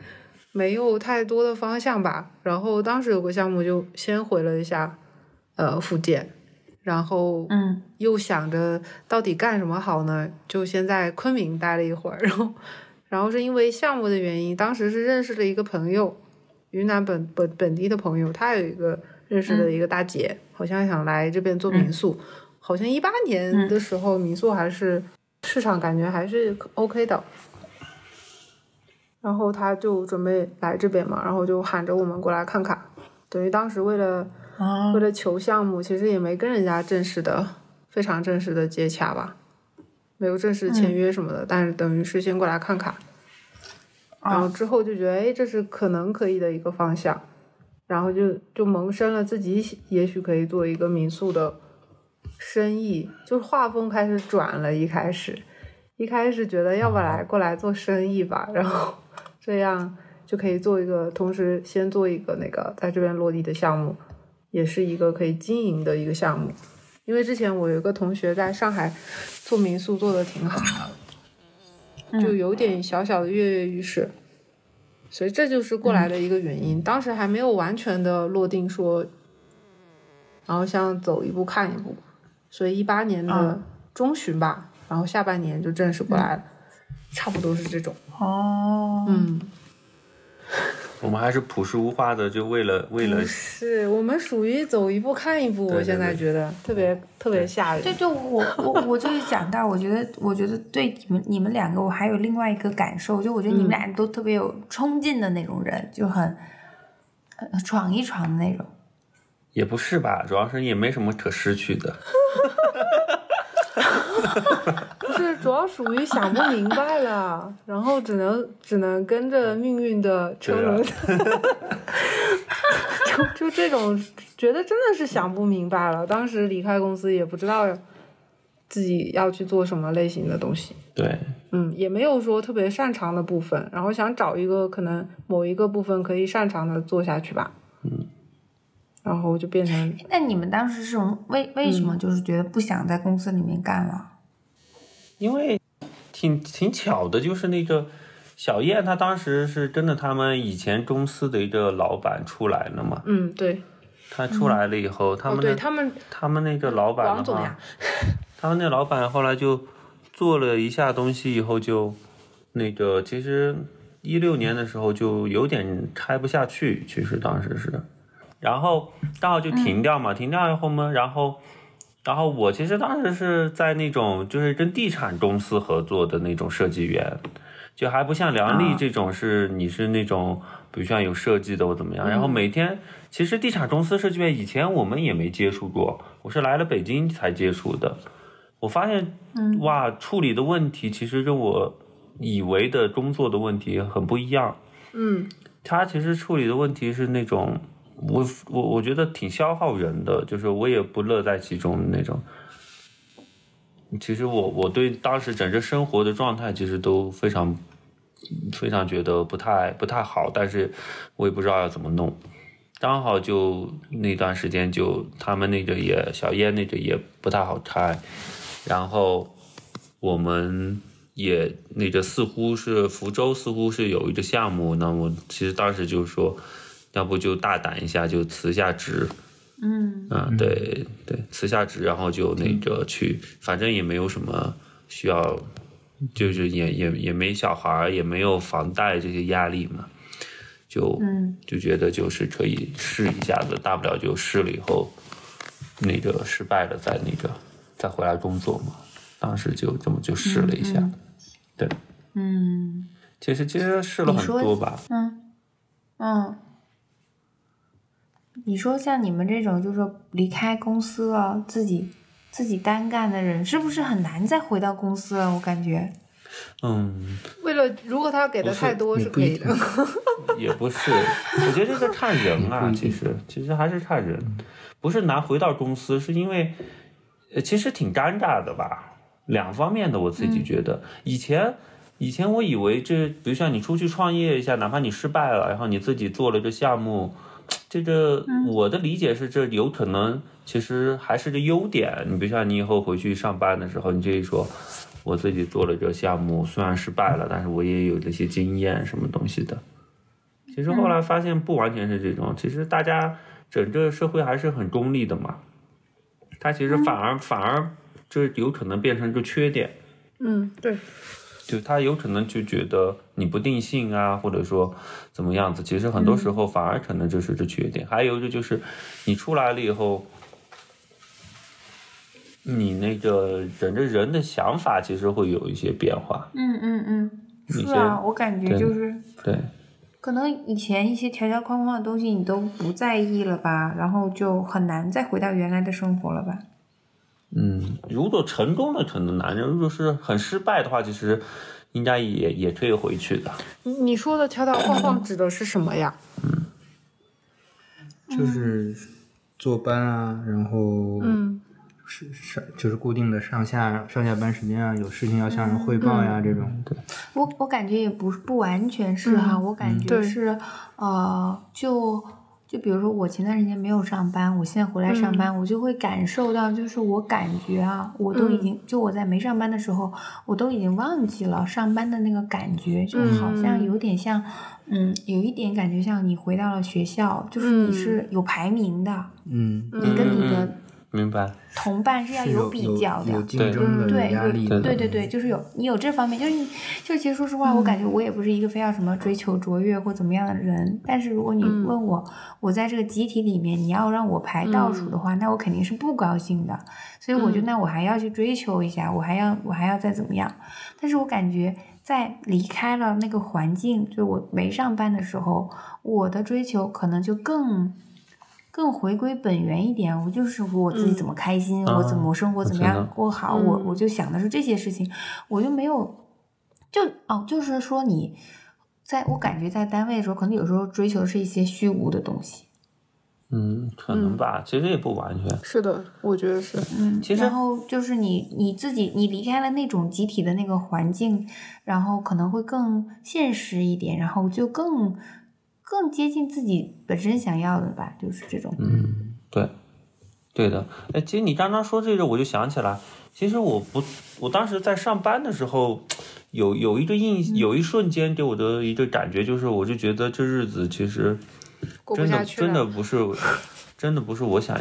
[SPEAKER 2] 没有太多的方向吧。然后当时有个项目就先回了一下，呃，福建，然后
[SPEAKER 4] 嗯，
[SPEAKER 2] 又想着到底干什么好呢，就先在昆明待了一会儿， 然后，然后是因为项目的原因，当时是认识了一个朋友，云南本本本地的朋友，他有一个认识的一个大姐，好像想来这边做民宿，好像一八年的时候民宿还是、市场感觉还是 OK 的，然后他就准备来这边嘛，然后就喊着我们过来看看，等于当时为了。
[SPEAKER 4] 哦
[SPEAKER 2] 为了求项目，其实也没跟人家正式的、非常正式的接洽吧，没有正式签约什么的，但是等于是先过来看看，然后之后就觉得哎，这是可能可以的一个方向，然后就就萌生了自己也许可以做一个民宿的生意，就是画风开始转了。一开始，一开始觉得要不来过来做生意吧，然后这样就可以做一个，同时先做一个那个在这边落地的项目，也是一个可以经营的一个项目。因为之前我有一个同学在上海做民宿做的挺好
[SPEAKER 4] 嗯
[SPEAKER 2] 的，就有点小小的跃跃欲试，所以这就是过来的一个原
[SPEAKER 4] 嗯
[SPEAKER 2] 因。当时还没有完全的落定说，然后想走一步看一步，所以一八年的
[SPEAKER 4] 嗯
[SPEAKER 2] 中旬吧，然后下半年就正式过来了，差不多是这种。
[SPEAKER 4] 哦，
[SPEAKER 2] 嗯，
[SPEAKER 3] 我们还是朴实无华的，就为了为了
[SPEAKER 4] 嗯
[SPEAKER 2] 不是，我们属于走一步看一步。
[SPEAKER 3] 对
[SPEAKER 2] 我现在
[SPEAKER 3] 对对
[SPEAKER 2] 觉得特别特别吓人。
[SPEAKER 4] 对对，我我我就是讲到，我觉得我觉得对你们你们两个，我还有另外一个感受，就我觉得你们俩都特别有冲劲的那种人，就很很闯一闯的那种。
[SPEAKER 3] 也不是吧，主要是也没什么可失去的。
[SPEAKER 2] 是主要属于想不明白了，然后只能只能跟着命运的车轮，
[SPEAKER 3] 啊
[SPEAKER 2] 就就这种觉得真的是想不明白了。当时离开公司也不知道自己要去做什么类型的东西，
[SPEAKER 3] 对，
[SPEAKER 2] 嗯，也没有说特别擅长的部分，然后想找一个可能某一个部分可以擅长的做下去吧，
[SPEAKER 3] 嗯，
[SPEAKER 2] 然后就变成
[SPEAKER 4] 那你们当时是从为为什么就是觉得不想在公司里面干了？
[SPEAKER 3] 因为挺挺巧的，就是那个小燕，她当时是跟着他们以前公司的一个老板出来了嘛。
[SPEAKER 2] 嗯对，
[SPEAKER 3] 她出来了以后，他
[SPEAKER 2] 哦
[SPEAKER 3] 们
[SPEAKER 2] 对
[SPEAKER 3] 的
[SPEAKER 2] 他们
[SPEAKER 3] 他们那个老板
[SPEAKER 2] 王
[SPEAKER 3] 的
[SPEAKER 2] 总
[SPEAKER 3] 话
[SPEAKER 2] 呀，，
[SPEAKER 3] 他们那老板后来就做了一下东西以后就，那个其实一六年的时候就有点开不下去，其实当时是，然后刚好就停掉嘛，停掉以后嘛，然后然后我其实当时是在那种就是跟地产公司合作的那种设计员，就还不像梁丽这种是你是那种。比如像有设计的或怎么样，然后每天其实地产公司设计院以前我们也没接触过，我是来了北京才接触的。我发现，哇，处理的问题其实跟我以为的工作的问题很不一样。
[SPEAKER 2] 嗯
[SPEAKER 3] 他其实处理的问题是那种，我我我觉得挺消耗人的，就是我也不乐在其中的那种。其实我我对当时整个生活的状态其实都非常非常觉得不太不太好，但是我也不知道要怎么弄。刚好就那段时间就他们那个也小燕那个也不太好开，然后我们也那个似乎是福州似乎是有一个项目，那我其实当时就说，要不就大胆一下，就辞一下职，
[SPEAKER 4] 嗯，
[SPEAKER 3] 嗯，对对，辞下职，然后就那个去，反正也没有什么需要，就是也也也没小孩儿，也没有房贷这些压力嘛，就
[SPEAKER 4] 嗯
[SPEAKER 3] 就觉得就是可以试一下子，大不了就试了以后，那个失败了再那个再回来工作嘛。当时就这么就试了一下，对，
[SPEAKER 4] 嗯
[SPEAKER 3] 其实其实试了
[SPEAKER 4] 你
[SPEAKER 3] 很
[SPEAKER 4] 说
[SPEAKER 3] 多吧，
[SPEAKER 4] 嗯嗯。你说像你们这种，就是说离开公司了，自己自己单干的人，是不是很难再回到公司了？我感觉，
[SPEAKER 3] 嗯。
[SPEAKER 2] 为了如果他给的
[SPEAKER 3] 不是
[SPEAKER 2] 太多
[SPEAKER 1] 也
[SPEAKER 2] 是
[SPEAKER 1] 不
[SPEAKER 2] 可
[SPEAKER 1] 一
[SPEAKER 2] 以
[SPEAKER 1] 定
[SPEAKER 2] 的。
[SPEAKER 3] 也不是，我觉得这个看人啊，其实其实还是看人，不是难回到公司，是因为呃其实挺尴尬的吧，两方面的我自己觉得，以前。以前我以为这，比如像你出去创业一下，哪怕你失败了，然后你自己做了个项目，这个我的理解是，这有可能其实还是个优点。你比如像你以后回去上班的时候，你可以说，我自己做了这个项目，虽然失败了，但是我也有这些经验什么东西的。其实后来发现不完全是这种，其实大家整个社会还是很功利的嘛，它其实反而、反而就是有可能变成一个缺点，
[SPEAKER 2] 嗯，对，
[SPEAKER 3] 就他有可能就觉得你不定性啊，或者说怎么样子，其实很多时候反而可能就是这缺点。还有一个就是你出来了以后，你那个整个人的想法其实会有一些变化，
[SPEAKER 4] 嗯嗯嗯，
[SPEAKER 3] 你
[SPEAKER 4] 是
[SPEAKER 3] 先
[SPEAKER 4] 啊，我感觉
[SPEAKER 3] 对
[SPEAKER 4] 就是
[SPEAKER 3] 对。
[SPEAKER 4] 可能以前一些条条框框的东西你都不在意了吧，然后就很难再回到原来的生活了吧。
[SPEAKER 3] 嗯，如果成功的可能难，如果是很失败的话，其实应该也也可以回去的。
[SPEAKER 2] 你你说的条条框框指的是什么呀？
[SPEAKER 4] 嗯
[SPEAKER 1] 就是坐班啊，然后
[SPEAKER 2] 嗯
[SPEAKER 1] 是上就是固定的上下上下班时间啊，有事情要向人汇报
[SPEAKER 4] 嗯
[SPEAKER 1] 呀、这种。对，
[SPEAKER 4] 我我感觉也不是不完全是哈，我感觉
[SPEAKER 2] 对
[SPEAKER 4] 是，呃，就就比如说我前段时间没有上班，我现在回来上班，我就会感受到，就是我感觉啊，我都已经、就我在没上班的时候，我都已经忘记了上班的那个感觉，就好像
[SPEAKER 2] 嗯
[SPEAKER 4] 有点像，嗯，有一点感觉像你回到了学校，就是你
[SPEAKER 2] 嗯
[SPEAKER 4] 是有排名的，
[SPEAKER 1] 嗯，
[SPEAKER 4] 你跟你的
[SPEAKER 3] 嗯明白。
[SPEAKER 4] 同伴是要
[SPEAKER 1] 是有
[SPEAKER 4] 比较的，
[SPEAKER 1] 有竞争的，
[SPEAKER 4] 对，
[SPEAKER 1] 有压力
[SPEAKER 4] 有
[SPEAKER 1] 的，
[SPEAKER 4] 对对对，就是有你有这方面，就是你就是其实说实话，我感觉我也不是一个非要什么追求卓越或怎么样的人，但是如果你
[SPEAKER 2] 嗯
[SPEAKER 4] 问我，我在这个集体里面，你要让我排倒数的话，那我肯定是不高兴的，所以我就
[SPEAKER 2] 嗯
[SPEAKER 4] 那我还要去追求一下，我还要我还要再怎么样，但是我感觉。在离开了那个环境，就我没上班的时候，我的追求可能就更更回归本源一点。我就是我自己怎么开心，
[SPEAKER 3] 啊
[SPEAKER 4] 我怎么我生活
[SPEAKER 3] 我
[SPEAKER 4] 怎么
[SPEAKER 3] 知
[SPEAKER 4] 样
[SPEAKER 3] 道
[SPEAKER 4] 过好，我
[SPEAKER 2] 嗯
[SPEAKER 4] 我就想的是这些事情，我就没有就哦，就是说你在我感觉在单位的时候，可能有时候追求的是一些虚无的东西。
[SPEAKER 3] 嗯，可能吧，其实也不完全。
[SPEAKER 2] 是的，我觉得是。
[SPEAKER 4] 嗯，
[SPEAKER 3] 其实
[SPEAKER 4] 然后就是你你自己，你离开了那种集体的那个环境，然后可能会更现实一点，然后就更更接近自己本身想要的吧，就是这种。
[SPEAKER 3] 嗯，对，对的。哎，其实你刚刚说这个，我就想起来，其实我不，我当时在上班的时候，有有一个印，有一瞬间给我的一个感觉就是，我就觉得这日子其实
[SPEAKER 2] 过不
[SPEAKER 3] 真
[SPEAKER 2] 下
[SPEAKER 3] 的
[SPEAKER 2] 去
[SPEAKER 3] 真的不是， 真的不是我想，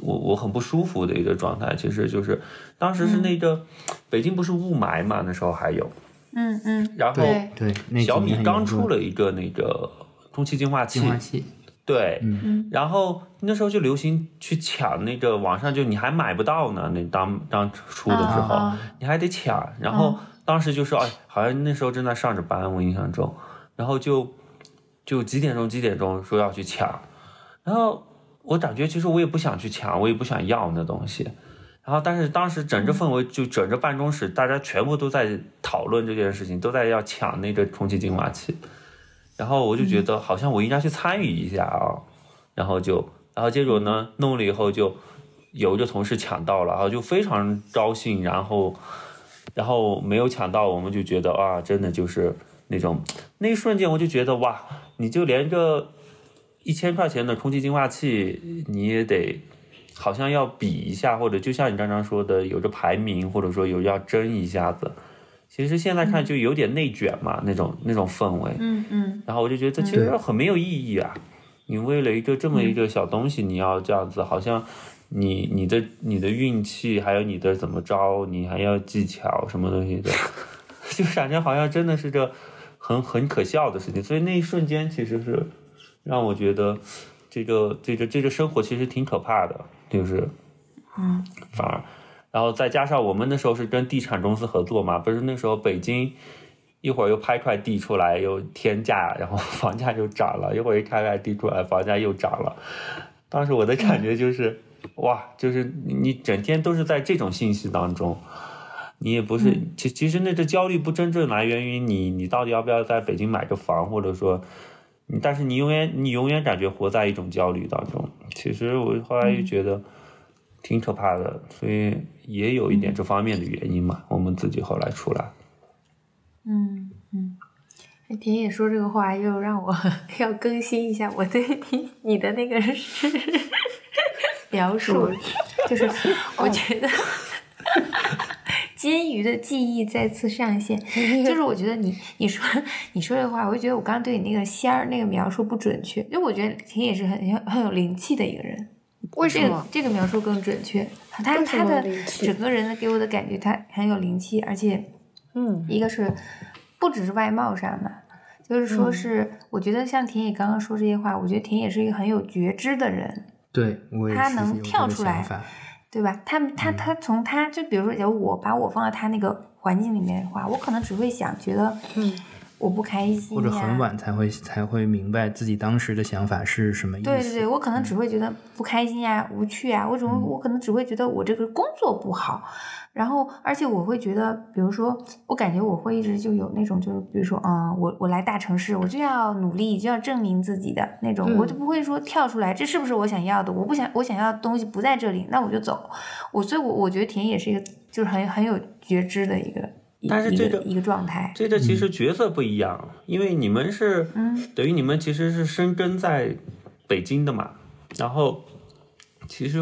[SPEAKER 3] 我我很不舒服的一个状态。其实就是当时是
[SPEAKER 2] 嗯
[SPEAKER 3] 那个、北京不是雾霾嘛，那时候还有，
[SPEAKER 4] 嗯嗯，
[SPEAKER 3] 然后
[SPEAKER 4] 对
[SPEAKER 1] 对那
[SPEAKER 3] 小
[SPEAKER 1] 几年
[SPEAKER 3] 米
[SPEAKER 1] 很
[SPEAKER 3] 刚
[SPEAKER 1] 严重
[SPEAKER 3] 出了一个那个空气净化器
[SPEAKER 1] 净，化器，
[SPEAKER 3] 对，
[SPEAKER 4] 嗯
[SPEAKER 3] 然后那时候就流行去抢那个网上就你还买不到呢，那当当出的时候、
[SPEAKER 4] 啊
[SPEAKER 3] 你还得抢，然后当时就说哎，好像那时候正在上着班，我印象中，然后就就几点钟几点钟说要去抢，然后我感觉其实我也不想去抢，我也不想要那东西。然后，但是当时整个氛围就整个办公室，大家全部都在讨论这件事情，都在要抢那个空气净化器。然后我就觉得好像我应该去参与一下啊，然后就，然后结果呢，弄了以后就有一个同事抢到了，然后就非常高兴，然后，然后没有抢到，我们就觉得啊，真的就是那种那一瞬间，我就觉得哇，你就连个一千块钱的空气净化器，你也得好像要比一下，或者就像你刚刚说的，有个排名，或者说有要争一下子。其实现在看就有点内卷嘛，那种那种氛围。
[SPEAKER 4] 嗯嗯，
[SPEAKER 3] 然后我就觉得这其实很没有意义啊！你为了一个这么一个
[SPEAKER 4] 嗯
[SPEAKER 3] 小东西，你要这样子，好像你你的你的运气，还有你的怎么着，你还要技巧什么东西的， 就感觉好像真的是个很很可笑的事情。所以那一瞬间其实是让我觉得这个这个这个生活其实挺可怕的，就是
[SPEAKER 4] 嗯，
[SPEAKER 3] 反而。然后再加上我们那时候是跟地产公司合作嘛，不是那时候北京一会儿又拍块地出来又天价，然后 房价又涨了，一会儿又开块地出来房价又涨了。当时我的感觉就是，哇，就是你你整天都是在这种信息当中，你也不是，其其实那个焦虑不真正来源于你，你到底要不要在北京买个房，或者说你，但是你永远你永远感觉活在一种焦虑当中。其实我后来又觉得挺可怕的，所以也有一点这方面的原因嘛。我们自己后来出来，
[SPEAKER 4] 嗯嗯，田野说这个话又让我 要更新一下我对你你的那个是描述，就是我觉 得金鱼的记忆再次上线，就是我觉得你你说你说这话，我就觉得我刚刚对你那个仙儿那个描述不准确，因为我觉得田野是很很很有灵气的一个人。
[SPEAKER 2] 为什
[SPEAKER 4] 这个
[SPEAKER 2] 么？
[SPEAKER 4] 这个描述更准确，他
[SPEAKER 2] 为什
[SPEAKER 4] 他
[SPEAKER 2] 么
[SPEAKER 4] 的
[SPEAKER 2] 灵气
[SPEAKER 4] 整个人的给我的感觉，他很有灵气，而且
[SPEAKER 2] 嗯
[SPEAKER 4] 一个是不只是外貌上的，就是
[SPEAKER 2] 嗯
[SPEAKER 4] 说是、我觉得像田野刚刚说这些话，我觉得田野是一个很有觉知的人，
[SPEAKER 1] 对我也
[SPEAKER 4] 它
[SPEAKER 1] 是
[SPEAKER 4] 能
[SPEAKER 1] 有这
[SPEAKER 4] 跳
[SPEAKER 1] 个
[SPEAKER 4] 出
[SPEAKER 1] 想
[SPEAKER 4] 来
[SPEAKER 1] 法
[SPEAKER 4] 对吧？他
[SPEAKER 2] 嗯
[SPEAKER 4] 他他从他就比如说，假如我把我放到他那个环境里面的话，我可能只会想觉得，
[SPEAKER 2] 嗯
[SPEAKER 4] 我不开心、
[SPEAKER 1] 或
[SPEAKER 4] 呀。
[SPEAKER 1] 者很晚才会才会明白自己当时的想法是什么意思。
[SPEAKER 4] 对对对，我可能只
[SPEAKER 3] 嗯
[SPEAKER 4] 会觉得不开心呀、无趣呀，我只会我可能只会觉得我这个工作不好，然后而且我会觉得，比如说，我感觉我会一直就有那种就是，比如说，啊、我我来大城市，我就要努力，就要证明自己的那种，
[SPEAKER 3] 嗯
[SPEAKER 4] 我就不会说跳出来，这是不是我想要的？我不想我想要的东西不在这里，那我就走。我所以我，我觉得田野是一个就是很很有觉知的一个。一
[SPEAKER 3] 但是
[SPEAKER 4] 一
[SPEAKER 3] 这个
[SPEAKER 4] 一个状态，
[SPEAKER 3] 这个其实角色不一样，因为你们是，
[SPEAKER 2] 嗯
[SPEAKER 3] 等于你们其实是生根在北京的嘛。然后，其实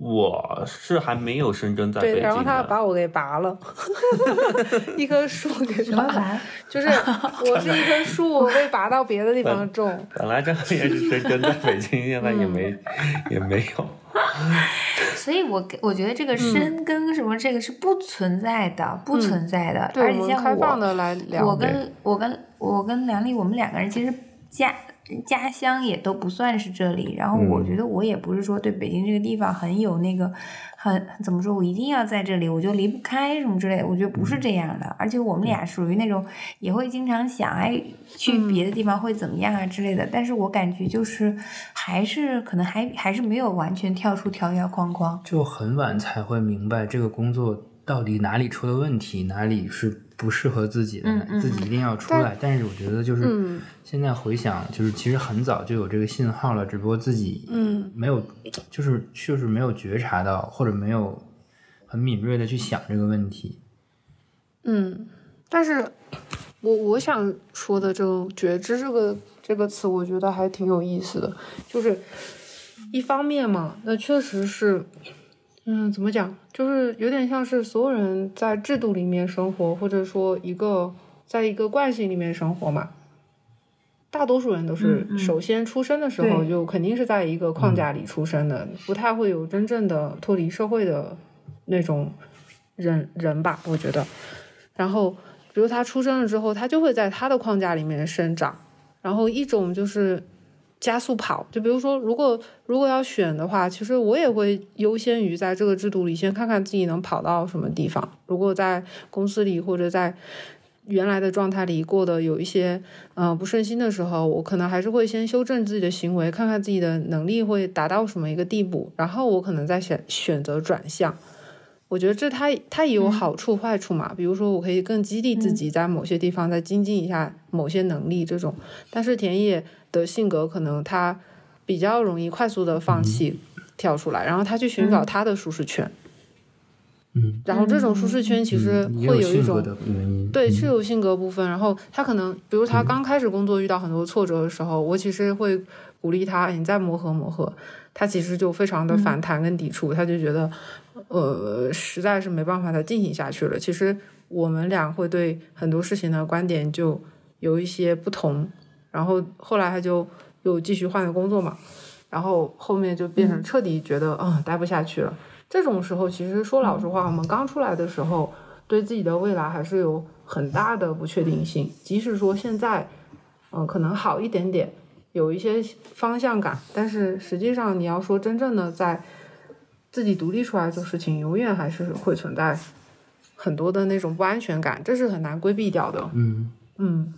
[SPEAKER 3] 我是还没有生根在北京
[SPEAKER 2] 对，
[SPEAKER 3] 的。
[SPEAKER 2] 然后他把我给拔了， 一棵
[SPEAKER 3] 嗯
[SPEAKER 2] 树给
[SPEAKER 4] 什
[SPEAKER 2] 拔
[SPEAKER 4] 么
[SPEAKER 3] 啊
[SPEAKER 2] 了，
[SPEAKER 4] 玩意
[SPEAKER 2] 就是我是一棵 树，我被拔到别的地方种。
[SPEAKER 3] 本来这样也是生根在北京，现在也没、
[SPEAKER 2] 嗯
[SPEAKER 3] 也没有。
[SPEAKER 4] 所以我给，我觉得这
[SPEAKER 2] 嗯
[SPEAKER 4] 个深耕什么这个是不存在的，不存在的。
[SPEAKER 2] 对，
[SPEAKER 4] 而
[SPEAKER 2] 我
[SPEAKER 4] 且
[SPEAKER 2] 们
[SPEAKER 4] 像
[SPEAKER 2] 开放
[SPEAKER 4] 我，
[SPEAKER 2] 的来
[SPEAKER 4] 我
[SPEAKER 2] 聊。
[SPEAKER 4] 跟我跟我跟梁丽，我们两个人其实家家乡也都不算是这里。然后我
[SPEAKER 2] 嗯
[SPEAKER 4] 觉得我也不是说对北京这个地方很有那个很怎么说，我一定要在这里，我就离不开什么之类的。我觉得不
[SPEAKER 2] 嗯
[SPEAKER 4] 是这样的。而且我们俩属于那种也会经常想，哎，去
[SPEAKER 2] 嗯
[SPEAKER 4] 别的地方会怎么样啊之类的。但是我感觉就是还是可能还还是没有完全跳出条条框框。
[SPEAKER 1] 就很晚才会明白这个工作到底哪里出了问题，哪里是不适合自己的，
[SPEAKER 4] 嗯嗯
[SPEAKER 1] 自己一定要出来。但是我觉得就是
[SPEAKER 2] 嗯
[SPEAKER 1] 现在回想，就是其实很早就有这个信号了，只不过自己
[SPEAKER 2] 嗯
[SPEAKER 1] 没有，就是就是没有觉察到，或者没有很敏锐的去想这个问题。
[SPEAKER 2] 嗯，但是我我想说的这种觉知这个这个词，我觉得还挺有意思的。就是一方面嘛，那确实是，嗯，怎么讲，就是有点像是所有人在制度里面生活，或者说一个在一个惯性里面生活嘛。大多数人都是
[SPEAKER 4] 嗯嗯
[SPEAKER 2] 首先出生的时候
[SPEAKER 4] 对嗯
[SPEAKER 2] 就肯定是在一个框架里出生的，不太会有真正的脱离社会的那种人人吧，我觉得。然后，比如他出生了之后，他就会在他的框架里面生长。然后一种就是加速跑，就比如说，如果如果要选的话，其实我也会优先于在这个制度里先看看自己能跑到什么地方。如果在公司里或者在原来的状态里过得有一些呃不顺心的时候，我可能还是会先修正自己的行为，看看自己的能力会达到什么一个地步，然后我可能再选选择转向。我觉得这它它也有好处坏处嘛，比如说我可以更激励自
[SPEAKER 1] 嗯
[SPEAKER 2] 己在某些地方再精进一下某些能力这种，但是田野的性格可能他比较容易快速的放弃跳出来，然后他去寻找他的舒适圈，
[SPEAKER 1] 嗯，
[SPEAKER 2] 然后这种舒适圈其实
[SPEAKER 1] 嗯也
[SPEAKER 2] 会有一
[SPEAKER 1] 性
[SPEAKER 2] 种
[SPEAKER 1] 格的原因。
[SPEAKER 2] 对，
[SPEAKER 1] 嗯
[SPEAKER 2] 是有性格部分。然后他可能，比如他刚开始工作遇到很多挫折的时候，我其实会鼓励他，哎你再磨合磨合。他其实就非常的反弹跟抵触，他就觉得，呃，实在是没办法再进行下去了。其实我们俩会对很多事情的观点就有一些不同，然后后来他就又继续换了工作嘛，然后后面就变成彻底觉得，嗯，待不下去了。这种时候，其实说老实话，我们刚出来的时候，对自己的未来还是有很大的不确定性。即使说现在，嗯、可能好一点点，有一些方向感，但是实际上你要说真正的在自己独立出来做事情，永远还是会存在很多的那种不安全感，这是很难规避掉的。
[SPEAKER 1] 嗯，
[SPEAKER 2] 嗯，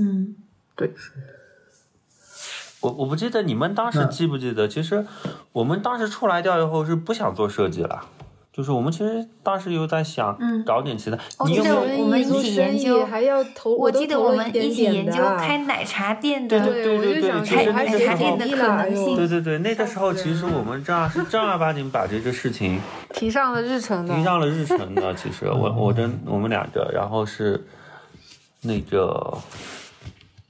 [SPEAKER 4] 嗯，
[SPEAKER 2] 对，
[SPEAKER 3] 我我不记得你们当时记不记得，其实我们当时出来调以后是不想做设计了，就是我们其实当时有在想
[SPEAKER 4] 嗯
[SPEAKER 3] 搞点其他。
[SPEAKER 2] 哦
[SPEAKER 4] 我
[SPEAKER 3] 你
[SPEAKER 4] 记
[SPEAKER 3] 有
[SPEAKER 4] 得
[SPEAKER 3] 没有？
[SPEAKER 4] 我们一
[SPEAKER 2] 做
[SPEAKER 4] 起
[SPEAKER 2] 生
[SPEAKER 4] 研
[SPEAKER 2] 意
[SPEAKER 4] 究
[SPEAKER 2] 还要投，
[SPEAKER 4] 我
[SPEAKER 2] 都
[SPEAKER 4] 记得
[SPEAKER 2] 投
[SPEAKER 4] 我
[SPEAKER 2] 了
[SPEAKER 4] 们
[SPEAKER 2] 点
[SPEAKER 4] 一起
[SPEAKER 2] 点
[SPEAKER 4] 研
[SPEAKER 2] 的啊
[SPEAKER 4] 究开奶茶店的，
[SPEAKER 3] 对
[SPEAKER 2] 对，我
[SPEAKER 3] 对
[SPEAKER 2] 就
[SPEAKER 3] 对
[SPEAKER 2] 想
[SPEAKER 3] 其实
[SPEAKER 2] 说，
[SPEAKER 3] 那
[SPEAKER 2] 还
[SPEAKER 3] 个时候
[SPEAKER 2] 挺低了，哎呦
[SPEAKER 3] 对对对，那个时候
[SPEAKER 2] 吓死
[SPEAKER 3] 其
[SPEAKER 2] 人
[SPEAKER 3] 实
[SPEAKER 2] 了
[SPEAKER 3] 我们正儿是正儿八经把这个事情
[SPEAKER 2] 提上了日程的
[SPEAKER 3] 提，上了日程的。其实我我跟我们两个，然后是那个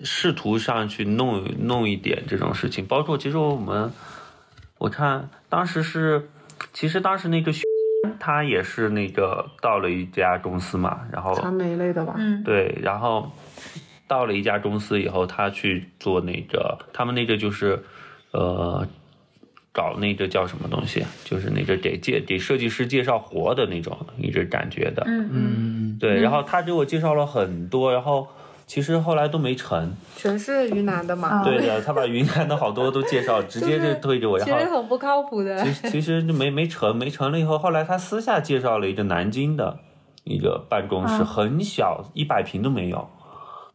[SPEAKER 3] 试图上去弄弄一点这种事情，包括其实我们我看当时是，其实当时那个徐他也是那个到了一家公司嘛，然后
[SPEAKER 2] 传媒类的吧，
[SPEAKER 4] 嗯，
[SPEAKER 3] 对，然后到了一家公司以后，他去做那个，他们那个就是，呃，搞那个叫什么东西，就是那个给介给设计师介绍活的那种一直感觉的，
[SPEAKER 4] 嗯嗯，
[SPEAKER 1] 嗯，
[SPEAKER 3] 对，然后他给我介绍了很多，然后其实后来都没成，
[SPEAKER 2] 全是云南的嘛，
[SPEAKER 4] 啊
[SPEAKER 3] 对的，他把云南的好多都介绍，直接就推给我，然
[SPEAKER 2] 其
[SPEAKER 3] 后
[SPEAKER 2] 实很不靠谱的
[SPEAKER 3] 其。实其实就没没成，没成了以后，后来他私下介绍了一个南京的，一个办公室，
[SPEAKER 4] 啊
[SPEAKER 3] 很小，一百平都没有。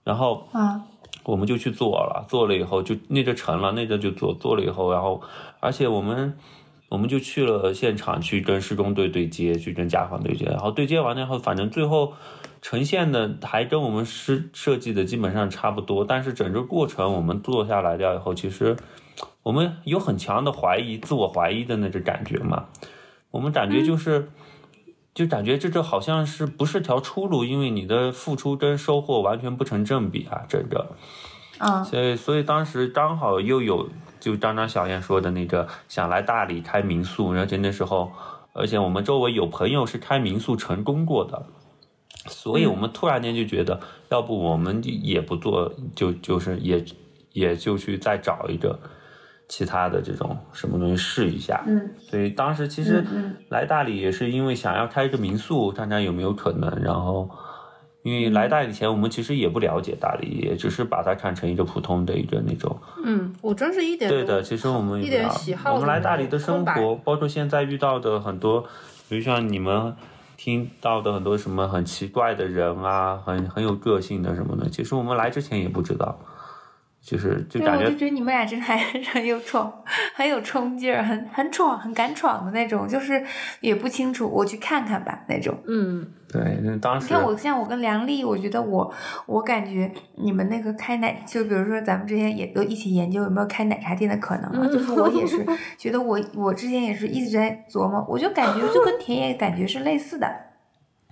[SPEAKER 3] 然后
[SPEAKER 4] 啊，
[SPEAKER 3] 我们就去做了，做了以后就那就成了，那个就做做了以后，然后而且我们我们就去了现场去跟施工队对接，去跟甲方对接，然后对接完了以后，反正最后呈现的还跟我们设设计的基本上差不多，但是整个过程我们做下来掉以后，其实我们有很强的怀疑、自我怀疑的那种感觉嘛，我们感觉就是。就感觉这个好像是不是条出路，因为你的付出跟收获完全不成正比啊，整个。
[SPEAKER 4] 啊，
[SPEAKER 3] 所以，所以当时刚好又有就刚刚小燕说的那个想来大理开民宿，然后那时候，而且我们周围有朋友是开民宿成功过的，所
[SPEAKER 4] 嗯
[SPEAKER 3] 以我们突然间就觉得，要不我们也不做，就就是也也就去再找一个其他的这种什么东西试一下。
[SPEAKER 4] 嗯
[SPEAKER 3] 所以当时其实
[SPEAKER 4] 嗯嗯
[SPEAKER 3] 来大理也是因为想要开一个民宿，看看有没有可能。然后，因为来大理前我们其实也不了解大理，也只是把它看成一个普通的一个那种。
[SPEAKER 2] 嗯，我真是一点
[SPEAKER 3] 对
[SPEAKER 2] 都
[SPEAKER 3] 的，其实我们也
[SPEAKER 2] 一
[SPEAKER 3] 不
[SPEAKER 2] 点
[SPEAKER 3] 了
[SPEAKER 2] 喜
[SPEAKER 3] 解
[SPEAKER 2] 好
[SPEAKER 3] 我们
[SPEAKER 2] 都
[SPEAKER 3] 来
[SPEAKER 2] 没
[SPEAKER 3] 大
[SPEAKER 2] 有
[SPEAKER 3] 理的生
[SPEAKER 2] 空白
[SPEAKER 3] 活，包括现在遇到的很多，比如像你们听到的很多什么很奇怪的人啊，很很有个性的什么的，其实我们来之前也不知道，就是就
[SPEAKER 4] 对，
[SPEAKER 3] 感
[SPEAKER 4] 我
[SPEAKER 3] 觉
[SPEAKER 4] 就觉得你们俩真的还 很有闯，很有冲劲儿，很很闯，很敢闯的那种，就是也不清楚，我去看看吧那种。
[SPEAKER 2] 嗯，
[SPEAKER 3] 对，那当
[SPEAKER 4] 你
[SPEAKER 3] 时
[SPEAKER 4] 看我像我跟梁丽，我觉得我我感觉你们那个开奶，就比如说咱们之前也都一起研究有没有开奶茶店的可能嘛，啊就是我也是觉得我我之前也是一直在琢磨，我就感觉就跟田野感觉是类似的。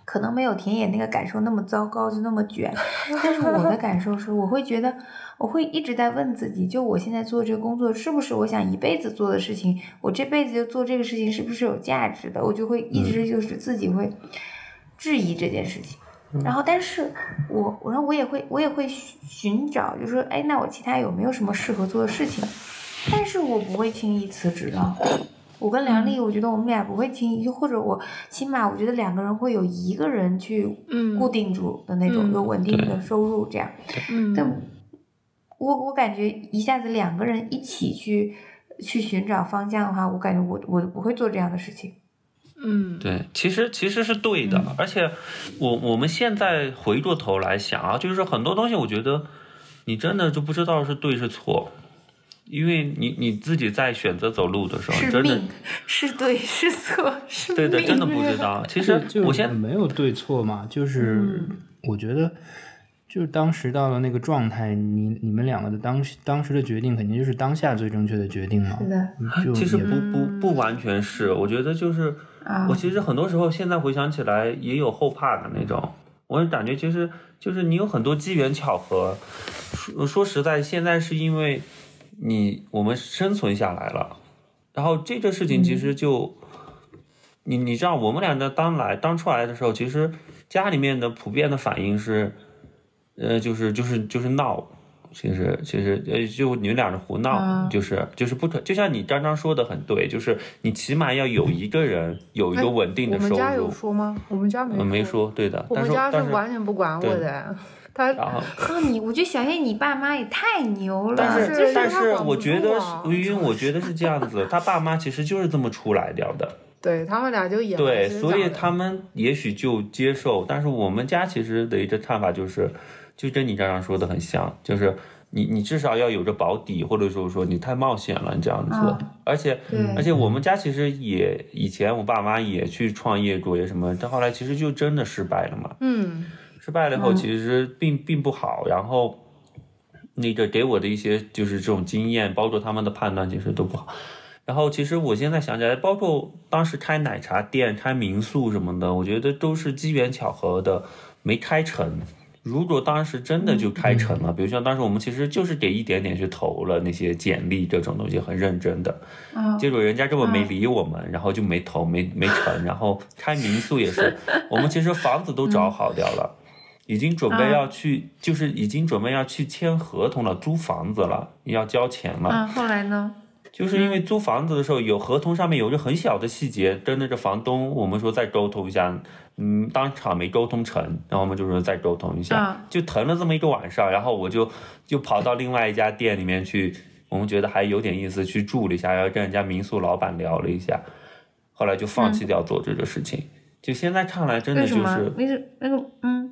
[SPEAKER 4] 可能没有田野那个感受那么糟糕，就那么卷。但是我的感受是，我会觉得，我会一直在问自己，就我现在做这个工作，是不是我想一辈子做的事情？我这辈子就做这个事情，是不是有价值的？我就会一直就是自己会质疑这件事情。然后，但是我，我然后我也会，我也会寻寻找，就说，哎，那我其他有没有什么适合做的事情？但是我不会轻易辞职的。我跟梁丽，我觉得我们俩不会轻易，就或者我起码我觉得两个人会有一个人去
[SPEAKER 2] 嗯
[SPEAKER 4] 固定住的那种，
[SPEAKER 2] 嗯
[SPEAKER 4] 有稳定的收入这样。
[SPEAKER 2] 嗯
[SPEAKER 4] 但我我感觉一下子两个人一起去去寻找方向的话，我感觉我我不会做这样的事情。
[SPEAKER 2] 嗯，
[SPEAKER 3] 对，其实其实是对的，
[SPEAKER 4] 嗯
[SPEAKER 3] 而且我我们现在回过头来想啊，就是很多东西，我觉得你真的就不知道是对是错，因为你你自己在选择走路的时候，你
[SPEAKER 4] 是
[SPEAKER 3] 哦真的
[SPEAKER 4] 命，是对，是错，是
[SPEAKER 3] 对的，
[SPEAKER 4] 命
[SPEAKER 3] 真的不知道。其实
[SPEAKER 1] 就
[SPEAKER 3] 我先
[SPEAKER 1] 没有对错嘛，就是我觉得，就是当时到了那个状态，你你们两个的当时当时的决定，肯定就是当下最正确的决定嘛。
[SPEAKER 4] 是的
[SPEAKER 1] 嗯就
[SPEAKER 3] 啊 其实
[SPEAKER 1] 也
[SPEAKER 3] 不不不完全是，我觉得就是
[SPEAKER 4] 啊
[SPEAKER 3] 我，其实很多时候现在回想起来也有后怕的那种，我感觉其实就是你有很多机缘巧合。说说实在，现在是因为你我们生存下来了，然后这个事情其
[SPEAKER 2] 嗯
[SPEAKER 3] 实就、你你知道，我们俩的当来当出来的时候，其实家里面的普遍的反应是，呃，就是就是就是闹。其实，其实，呃，就你们俩人胡闹，
[SPEAKER 4] 啊
[SPEAKER 3] 就是就是不可，就像你刚刚说的很对，就是你起码要有一个人有一
[SPEAKER 2] 哎
[SPEAKER 3] 个稳定
[SPEAKER 2] 我
[SPEAKER 3] 的收
[SPEAKER 2] 们家有
[SPEAKER 3] 入。
[SPEAKER 2] 说吗？我们家没
[SPEAKER 3] 嗯，没
[SPEAKER 2] 说，
[SPEAKER 3] 说，对的。
[SPEAKER 2] 我
[SPEAKER 3] 但
[SPEAKER 2] 们
[SPEAKER 3] 是
[SPEAKER 2] 家
[SPEAKER 3] 但是
[SPEAKER 2] 完全不管我
[SPEAKER 3] 对
[SPEAKER 2] 的，他
[SPEAKER 3] 然后，
[SPEAKER 4] 啊你我觉得小燕你爸妈也太牛了，
[SPEAKER 3] 但
[SPEAKER 2] 是就是
[SPEAKER 3] 但
[SPEAKER 2] 他
[SPEAKER 3] 是
[SPEAKER 2] 管
[SPEAKER 3] 我
[SPEAKER 2] 不
[SPEAKER 3] 觉
[SPEAKER 2] 住
[SPEAKER 3] 得
[SPEAKER 2] 啊
[SPEAKER 3] 是，因为我觉得是这样子，他爸妈其实就是这么出来掉的。
[SPEAKER 2] 对他们俩就演
[SPEAKER 3] 对，
[SPEAKER 2] 完其实
[SPEAKER 3] 所
[SPEAKER 2] 长
[SPEAKER 3] 以
[SPEAKER 2] 得
[SPEAKER 3] 他们也许就接受，但是我们家其实的一个看法就是，就跟你刚刚说的很像，就是你你至少要有个保底，或者说说你太冒险了你这样子，
[SPEAKER 4] 啊
[SPEAKER 3] 而且
[SPEAKER 4] 对
[SPEAKER 3] 而且我们家其实也以前我爸妈也去创业过，也什么，但后来其实就真的失败了嘛，
[SPEAKER 2] 嗯
[SPEAKER 3] 失败了以后其实并、并不好，然后。那个给我的一些就是这种经验，包括他们的判断，其实都不好。然后其实我现在想起来，包括当时开奶茶店、开民宿什么的，我觉得都是机缘巧合的，没开成。如果当时真的就开成了，比如像当时我们其实就是给一点点去投了那些简历这种东西，很认真的，结果人家根本没理我们，然后就没投，没没成。然后开民宿也是，我们其实房子都找好掉了，已经准备要去，就是已经准备要去签合同了，租房子了，要交钱了。
[SPEAKER 4] 啊，后来呢？
[SPEAKER 3] 就是
[SPEAKER 4] 嗯
[SPEAKER 3] 因为租房子的时候，有合同上面有一个很小的细节，跟那个房东我们说再沟通一下，嗯，当场没沟通成，然后我们就说再沟通一下，
[SPEAKER 4] 啊
[SPEAKER 3] 就疼了这么一个晚上，然后我就就跑到另外一家店里面去，我们觉得还有点意思，去住了一下，然后跟人家民宿老板聊了一下，后来就放弃掉做这个事情。就现在看来，真的
[SPEAKER 4] 嗯为什
[SPEAKER 3] 就
[SPEAKER 4] 么
[SPEAKER 3] 是？
[SPEAKER 4] 那是那个嗯，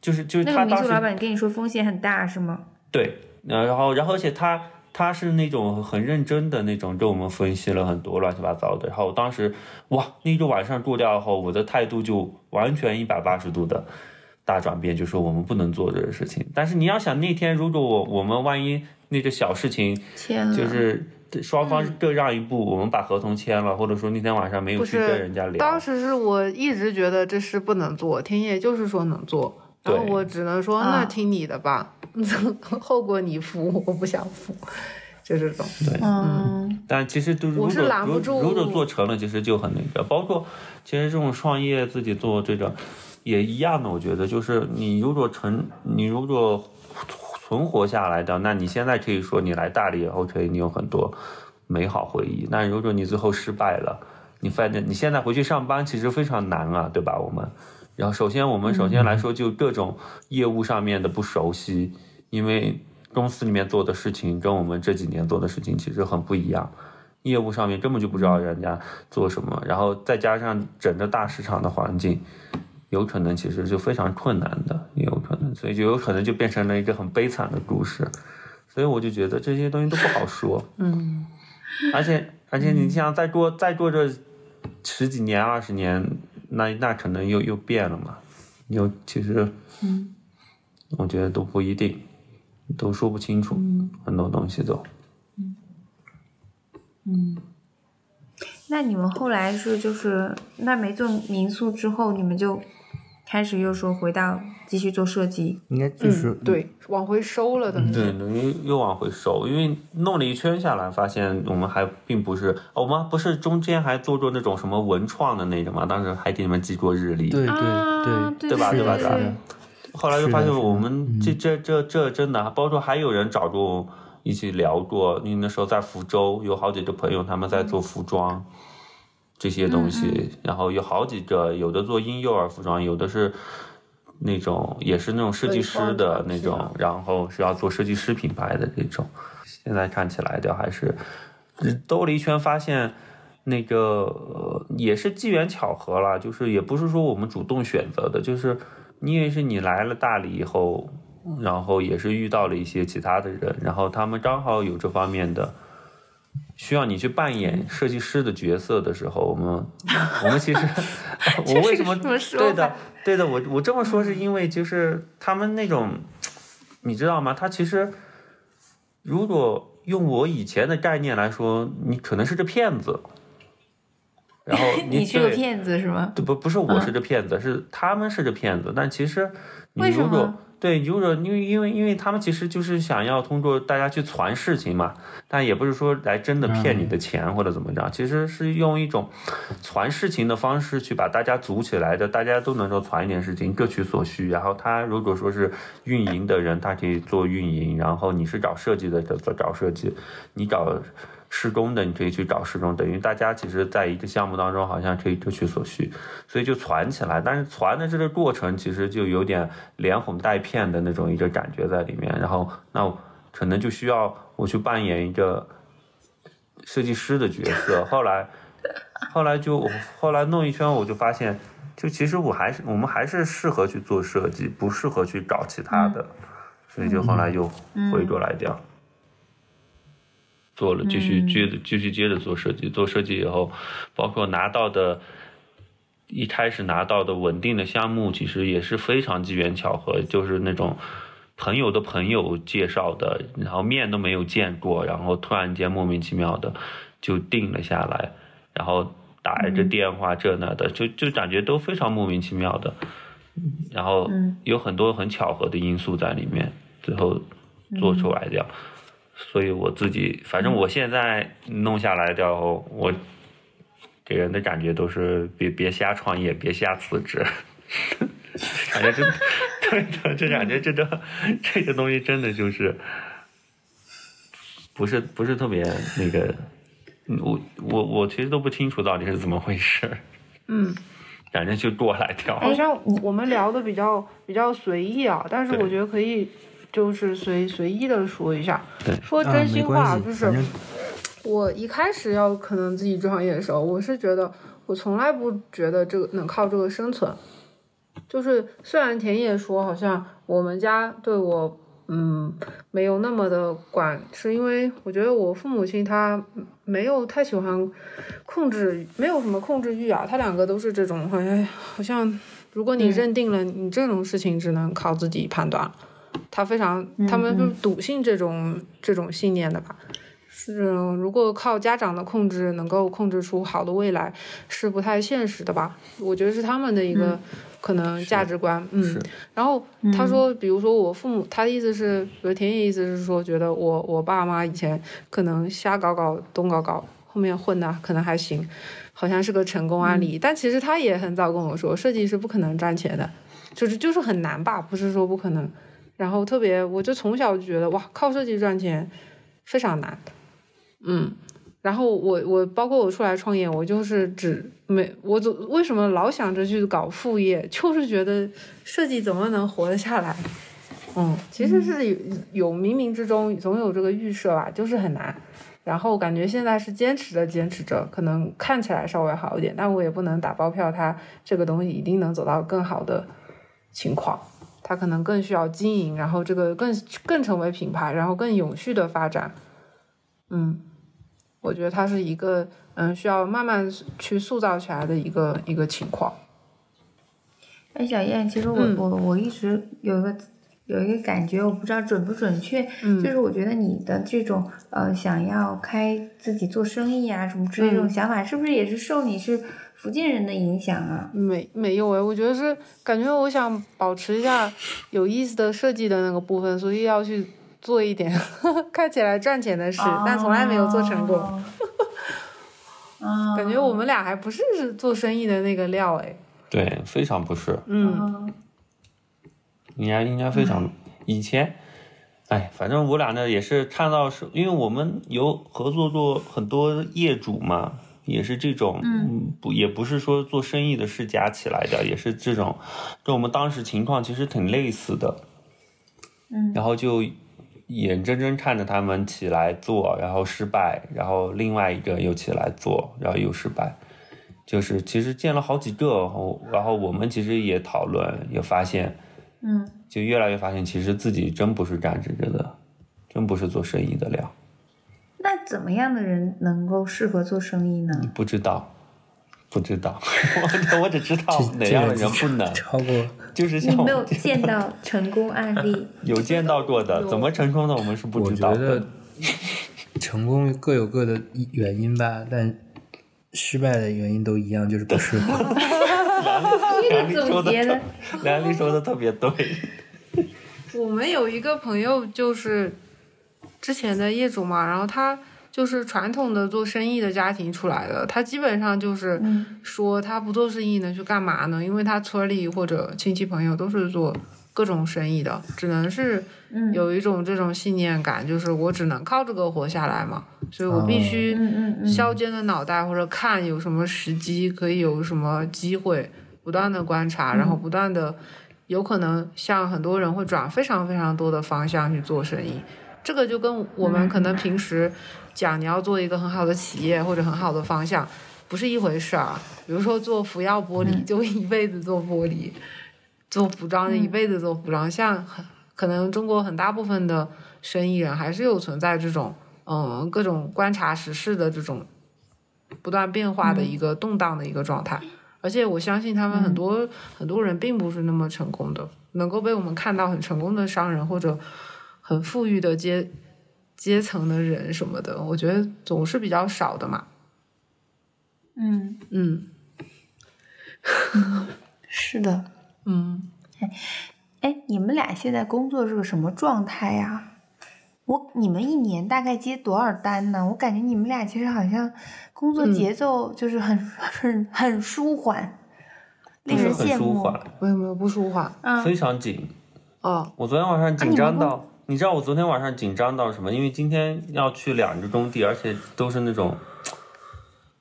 [SPEAKER 3] 就是就是
[SPEAKER 4] 那个
[SPEAKER 3] 他
[SPEAKER 4] 民
[SPEAKER 3] 当
[SPEAKER 4] 宿
[SPEAKER 3] 时
[SPEAKER 4] 老板跟你说风险很大是吗？
[SPEAKER 3] 对，呃，然后然后而且他他是那种很认真的那种，跟我们分析了很多乱七八糟的。然后我当时哇，那个晚上过掉后，我的态度就完全一百八十度的大转变，就说我们不能做这个事情。但是你要想那天如果我我们万一那个小事情
[SPEAKER 4] 天
[SPEAKER 2] 嗯
[SPEAKER 4] 啊！
[SPEAKER 3] 就是。双方各让一步，我们把合同签了，或者说那天晚上没有
[SPEAKER 2] 不
[SPEAKER 3] 去
[SPEAKER 2] 是
[SPEAKER 3] 跟人家聊。
[SPEAKER 2] 当时是我一直觉得这事不能做，天野就是说能做，然后
[SPEAKER 3] 对
[SPEAKER 2] 我只能说、
[SPEAKER 4] 啊
[SPEAKER 2] 那听你的吧， 后果你负，我不想负，就这种。
[SPEAKER 4] 嗯，
[SPEAKER 3] 但其实就是如
[SPEAKER 2] 我
[SPEAKER 3] 果
[SPEAKER 2] 是拦不住
[SPEAKER 3] 如如果做成了，其实就很那个。包括其实这种创业自己做这个也一样的，我觉得就是你如果成，你如果存活下来的，那你现在可以说你来大理，OK，你有很多美好回忆。那如果你最后失败了，你反正你现在回去上班其实非常难啊，对吧？我们，然后首先我们首先
[SPEAKER 2] 嗯
[SPEAKER 3] 来说就各种业务上面的不熟悉，因为公司里面做的事情跟我们这几年做的事情其实很不一样。业务上面根本就不知道人家做什么，然后再加上整个大市场的环境，有可能其实就非常困难的，也有可能，所以就有可能就变成了一个很悲惨的故事。所以我就觉得这些东西都不好说，
[SPEAKER 2] 嗯，
[SPEAKER 3] 而且而且你想再过再过这十几年二十年，那那可能又又变了嘛，又其实，我觉得都不一定，都说不清楚，很多东西都。
[SPEAKER 4] 那你们后来是就是那没做民宿之后，你们就开始又说回到继续做设计，
[SPEAKER 1] 应该就是、
[SPEAKER 2] 嗯、对，往回收了的那
[SPEAKER 3] 嗯对
[SPEAKER 2] 种。，
[SPEAKER 3] 又又往回收，因为弄了一圈下来，发现我们还并不是，哦我们不是中间还做过那种什么文创的那个嘛，当时还给你们寄过日历，
[SPEAKER 1] 对对
[SPEAKER 4] 啊
[SPEAKER 1] 对
[SPEAKER 4] 对
[SPEAKER 3] 吧
[SPEAKER 1] 是
[SPEAKER 3] 对吧
[SPEAKER 1] 的
[SPEAKER 3] 对吧
[SPEAKER 1] 是的
[SPEAKER 3] 后来就是发
[SPEAKER 1] 的
[SPEAKER 3] 现
[SPEAKER 1] 是的嗯
[SPEAKER 3] 我们这这这这真的，啊包括还有人找过我一起聊过，因为那时候在福州有好几个朋友他们在做服装这些东西，然后有好几个，有的做婴幼儿服装，有的是那种也是那种设计师的那
[SPEAKER 2] 对
[SPEAKER 3] 种，然后是要做设计师品牌的这种。现在看起来的还是兜了一圈，发现那个、呃也是机缘巧合啦，就是也不是说我们主动选择的，就是因为是你来了大理以后，然后也是遇到了一些其他的人，然后他们刚好有这方面的。需要你去扮
[SPEAKER 4] 嗯
[SPEAKER 3] 演设计师的角色的时候，我 们我们其实我为什么
[SPEAKER 4] 这是个什么说
[SPEAKER 3] 对的
[SPEAKER 4] 法
[SPEAKER 3] 对的，我我这么说是因为就是他们那种，你知道吗？他其实如果用我以前的概念来说，你可能是个骗子，然后你
[SPEAKER 4] 你是个
[SPEAKER 3] 对
[SPEAKER 4] 骗子是吗？嗯
[SPEAKER 3] 对不不是我是个骗子，是他们是个骗子。但其实你
[SPEAKER 4] 为什
[SPEAKER 3] 如果
[SPEAKER 4] 么
[SPEAKER 3] 对，如果因为因为因为他们其实就是想要通过大家去传事情嘛，但也不是说来真的骗
[SPEAKER 4] 嗯
[SPEAKER 3] 你的钱或者怎么着，其实是用一种传事情的方式去把大家组起来的，大家都能够传一点事情，各取所需。然后他如果说是运营的人，他可以做运营；然后你是搞设计的，找找找设计；你搞施工的，你可以去找施工。等于大家其实在一个项目当中，好像可以各取所需，所以就传起来。但是传的这个过程，其实就有点连哄带骗的那种一个感觉在里面。然后那我可能就需要我去扮演一个设计师的角色。后来。后来就我后来弄一圈，我就发现，就其实我还是我们还是适合去做设计，不适合去搞其他的，所以就后来又回过来掉，做了继续接着继续接着做设计，做设计以后，包括拿到的。一开始拿到的稳定的项目，其实也是非常机缘巧合，就是那种朋友的朋友介绍的，然后面都没有见过，然后突然间莫名其妙的就定了下来，然后打一个电话这那的，就就感觉都非常莫名其妙的，然后有很多很巧合的因素在里面，最后做出来掉。所以我自己，反正我现在弄下来掉后，我给人的感觉都是别别瞎创业，别瞎辞职。 感觉真的， 对的，这感觉真的，这个东西真的就是，不是不是特别那个，嗯我我我其实都不清楚到底是怎么回事，
[SPEAKER 2] 嗯，哎
[SPEAKER 3] 感觉就过来跳。
[SPEAKER 2] 好像我们聊的比较比较随意啊，但是
[SPEAKER 3] 对
[SPEAKER 2] 我觉得可以就是随随意的说一下
[SPEAKER 3] 对，
[SPEAKER 2] 说
[SPEAKER 1] 啊
[SPEAKER 2] 真
[SPEAKER 1] 没
[SPEAKER 2] 心话，
[SPEAKER 1] 关
[SPEAKER 3] 哦
[SPEAKER 1] 系，
[SPEAKER 2] 就是
[SPEAKER 1] 反正
[SPEAKER 2] 我一开始要可能自己创业的时候，我是觉得我从来不觉得这个能靠这个生存。就是虽然田野说好像我们家对我嗯没有那么的管，是因为我觉得我父母亲他没有太喜欢控制，没有什么控制欲啊。他两个都是这种，好像好像如果你认定了你这种事情只能靠自己判断，他非常他们就是笃信这种这种信念的吧。是，嗯如果靠家长的控制能够控制出好的未来，是不太现实的吧？我觉得是他们的一个可能价值观，嗯。
[SPEAKER 3] 嗯是
[SPEAKER 2] 然后他说，比如说我父母，他的意思是，比如田野意思是说，觉得我我爸妈以前可能瞎搞搞东搞搞，后面混的可能还行，好像是个成功案
[SPEAKER 3] 嗯
[SPEAKER 2] 例。但其实他也很早跟我说，设计是不可能赚钱的，就是就是很难吧，不是说不可能。然后特别，我就从小就觉得哇，靠设计赚钱非常难。嗯，然后我我包括我出来创业，我就是只没我总为什么老想着去搞副业，就是觉得设计怎么能活得下来？嗯，其实是有有冥冥之中总有这个预设吧，就是很难。然后感觉现在是坚持着坚持着，可能看起来稍微好一点，但我也不能打包票，它这个东西一定能走到更好的情况。它可能更需要经营，然后这个更更成为品牌，然后更永续的发展。嗯，我觉得它是一个嗯需要慢慢去塑造起来的一个一个情况。
[SPEAKER 4] 哎，小燕，其实我、
[SPEAKER 2] 嗯
[SPEAKER 4] 我我一直有一个有一个感觉，我不知道准不准确，
[SPEAKER 2] 嗯
[SPEAKER 4] 就是我觉得你的这种呃想要开自己做生意啊什么之类
[SPEAKER 2] 嗯
[SPEAKER 4] 这种想法，是不是也是受你是福建人的影响啊？
[SPEAKER 2] 没没有哎，我觉得是感觉我想保持一下有意思的设计的那个部分，所以要去做一点 看起来赚钱的事，但从来没有做成过。
[SPEAKER 4] 哦。 啊
[SPEAKER 2] 感觉我们俩还不是做生意的那个料哎。
[SPEAKER 3] 对，非常不是，
[SPEAKER 2] 嗯，
[SPEAKER 3] 应该应该非常。以前，哎，反正我俩呢也是看到是，因为我们有合作过很多业主嘛，也是这种，嗯，不也不是说做生意的世家起来的，也是这种，跟我们当时情况其实挺类似的。嗯，然后就眼睁睁看着他们起来做，然后失败，然后另外一个又起来做，然后又失败。就是其实见了好几个，然后然后我们其实也讨论，也发现，
[SPEAKER 4] 嗯，
[SPEAKER 3] 就越来越发现，其实自己真不是干这个的，真不是做生意的料。
[SPEAKER 4] 那怎么样的人能够适合做 生意呢？
[SPEAKER 3] 不知道，不知道，我我只知道哪样的人不能，
[SPEAKER 1] 超过
[SPEAKER 3] 就是
[SPEAKER 4] 你
[SPEAKER 3] 像我
[SPEAKER 4] 没有见到成功案 例，
[SPEAKER 3] 有见到过的，怎么成功的我们是不
[SPEAKER 1] 我
[SPEAKER 3] 知
[SPEAKER 1] 觉
[SPEAKER 3] 道
[SPEAKER 1] 得
[SPEAKER 3] 的。
[SPEAKER 1] 成功各有各的原因吧，但失败的原因都一样，就是不适 合。
[SPEAKER 3] 梁丽
[SPEAKER 4] 这个
[SPEAKER 3] 说
[SPEAKER 4] 总
[SPEAKER 3] 的
[SPEAKER 4] 结的
[SPEAKER 3] 特， 梁丽说的特别对，
[SPEAKER 2] 我们有一个朋友就是之前的业主嘛，然后他就是传统的做生意的家庭出来的，他基本上就是说他不做生意能去干嘛呢？因为他村里或者亲戚朋友都是做各种生意的，只能是有一种这种信念感，就是我只能靠这个活下来嘛，所以我必须
[SPEAKER 4] 嗯嗯嗯，
[SPEAKER 2] 削尖的脑袋或者看有什么时机可以有什么机会，不断的观察，然后不断的，有可能像很多人会转非常非常多的方向去做生意，这个就跟我们可能平时讲你要做一个很好的企业或者很好的方向不是一回事儿啊。比如说做服药玻璃，就一辈子做玻璃，做服装的一辈子做服装，像很可能中国很大部分的生意人还是有存在这种。嗯，各种观察时事的这种不断变化的一个动荡的一个状态。而且我相信他们很多、很多人并不是那么成功的，能够被我们看到很成功的商人或者很富裕的阶阶层的人什么的，我觉得总是比较少的嘛。
[SPEAKER 4] 嗯，
[SPEAKER 2] 嗯
[SPEAKER 4] 是的。
[SPEAKER 2] 嗯，
[SPEAKER 4] 哎，你们俩现在工作是个什么状态呀、我你们一年大概接多少单呢？我感觉你们俩其实好像工
[SPEAKER 3] 嗯
[SPEAKER 4] 作节奏就是很、很很舒缓，
[SPEAKER 3] 不
[SPEAKER 4] 令
[SPEAKER 3] 是
[SPEAKER 4] 人
[SPEAKER 3] 很
[SPEAKER 4] 羡
[SPEAKER 3] 舒
[SPEAKER 4] 慕。
[SPEAKER 3] 缓，
[SPEAKER 2] 为什么不舒缓？
[SPEAKER 4] 嗯
[SPEAKER 3] 非常紧。
[SPEAKER 2] 哦，
[SPEAKER 3] 我昨天晚上紧张
[SPEAKER 4] 啊
[SPEAKER 3] 到，哎你知道我昨天晚上紧张到什么？因为今天要去两个工地，而且都是那种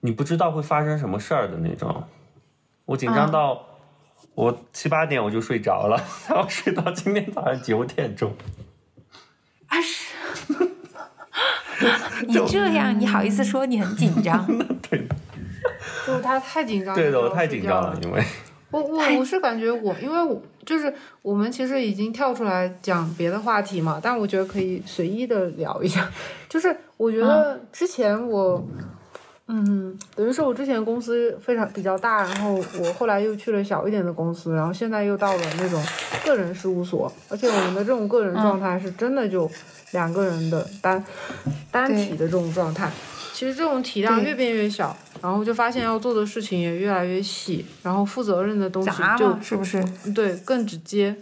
[SPEAKER 3] 你不知道会发生什么事儿的那种。我紧张到、我七八点我就睡着了， 然后睡到今天早上九点钟。
[SPEAKER 4] 啊是， 你这样你好意思说你很紧张？
[SPEAKER 3] 对，
[SPEAKER 2] 就是他太紧张，
[SPEAKER 3] 对的，
[SPEAKER 2] 他
[SPEAKER 3] 啊我
[SPEAKER 2] 就
[SPEAKER 3] 太
[SPEAKER 2] 睡
[SPEAKER 3] 紧
[SPEAKER 2] 觉
[SPEAKER 3] 张了，因为
[SPEAKER 2] 我我我是感觉我，因为我就是我们其实已经跳出来讲别的话题嘛，但我觉得可以随意的聊一下。就是我觉得之前我，嗯，等于是我之前公司非常比较大，然后我后来又去了小一点的公司，然后现在又到了那种个人事务所，而且我们的这种个人状态是真的就两个人的单单体的这种状态。其实这种体量
[SPEAKER 4] 对
[SPEAKER 2] 越变越小，然后就发现要做的事情也越来越细，然后负责任的东西
[SPEAKER 4] 杂
[SPEAKER 2] 就
[SPEAKER 4] 嘛，啊是不是？
[SPEAKER 2] 对更直接。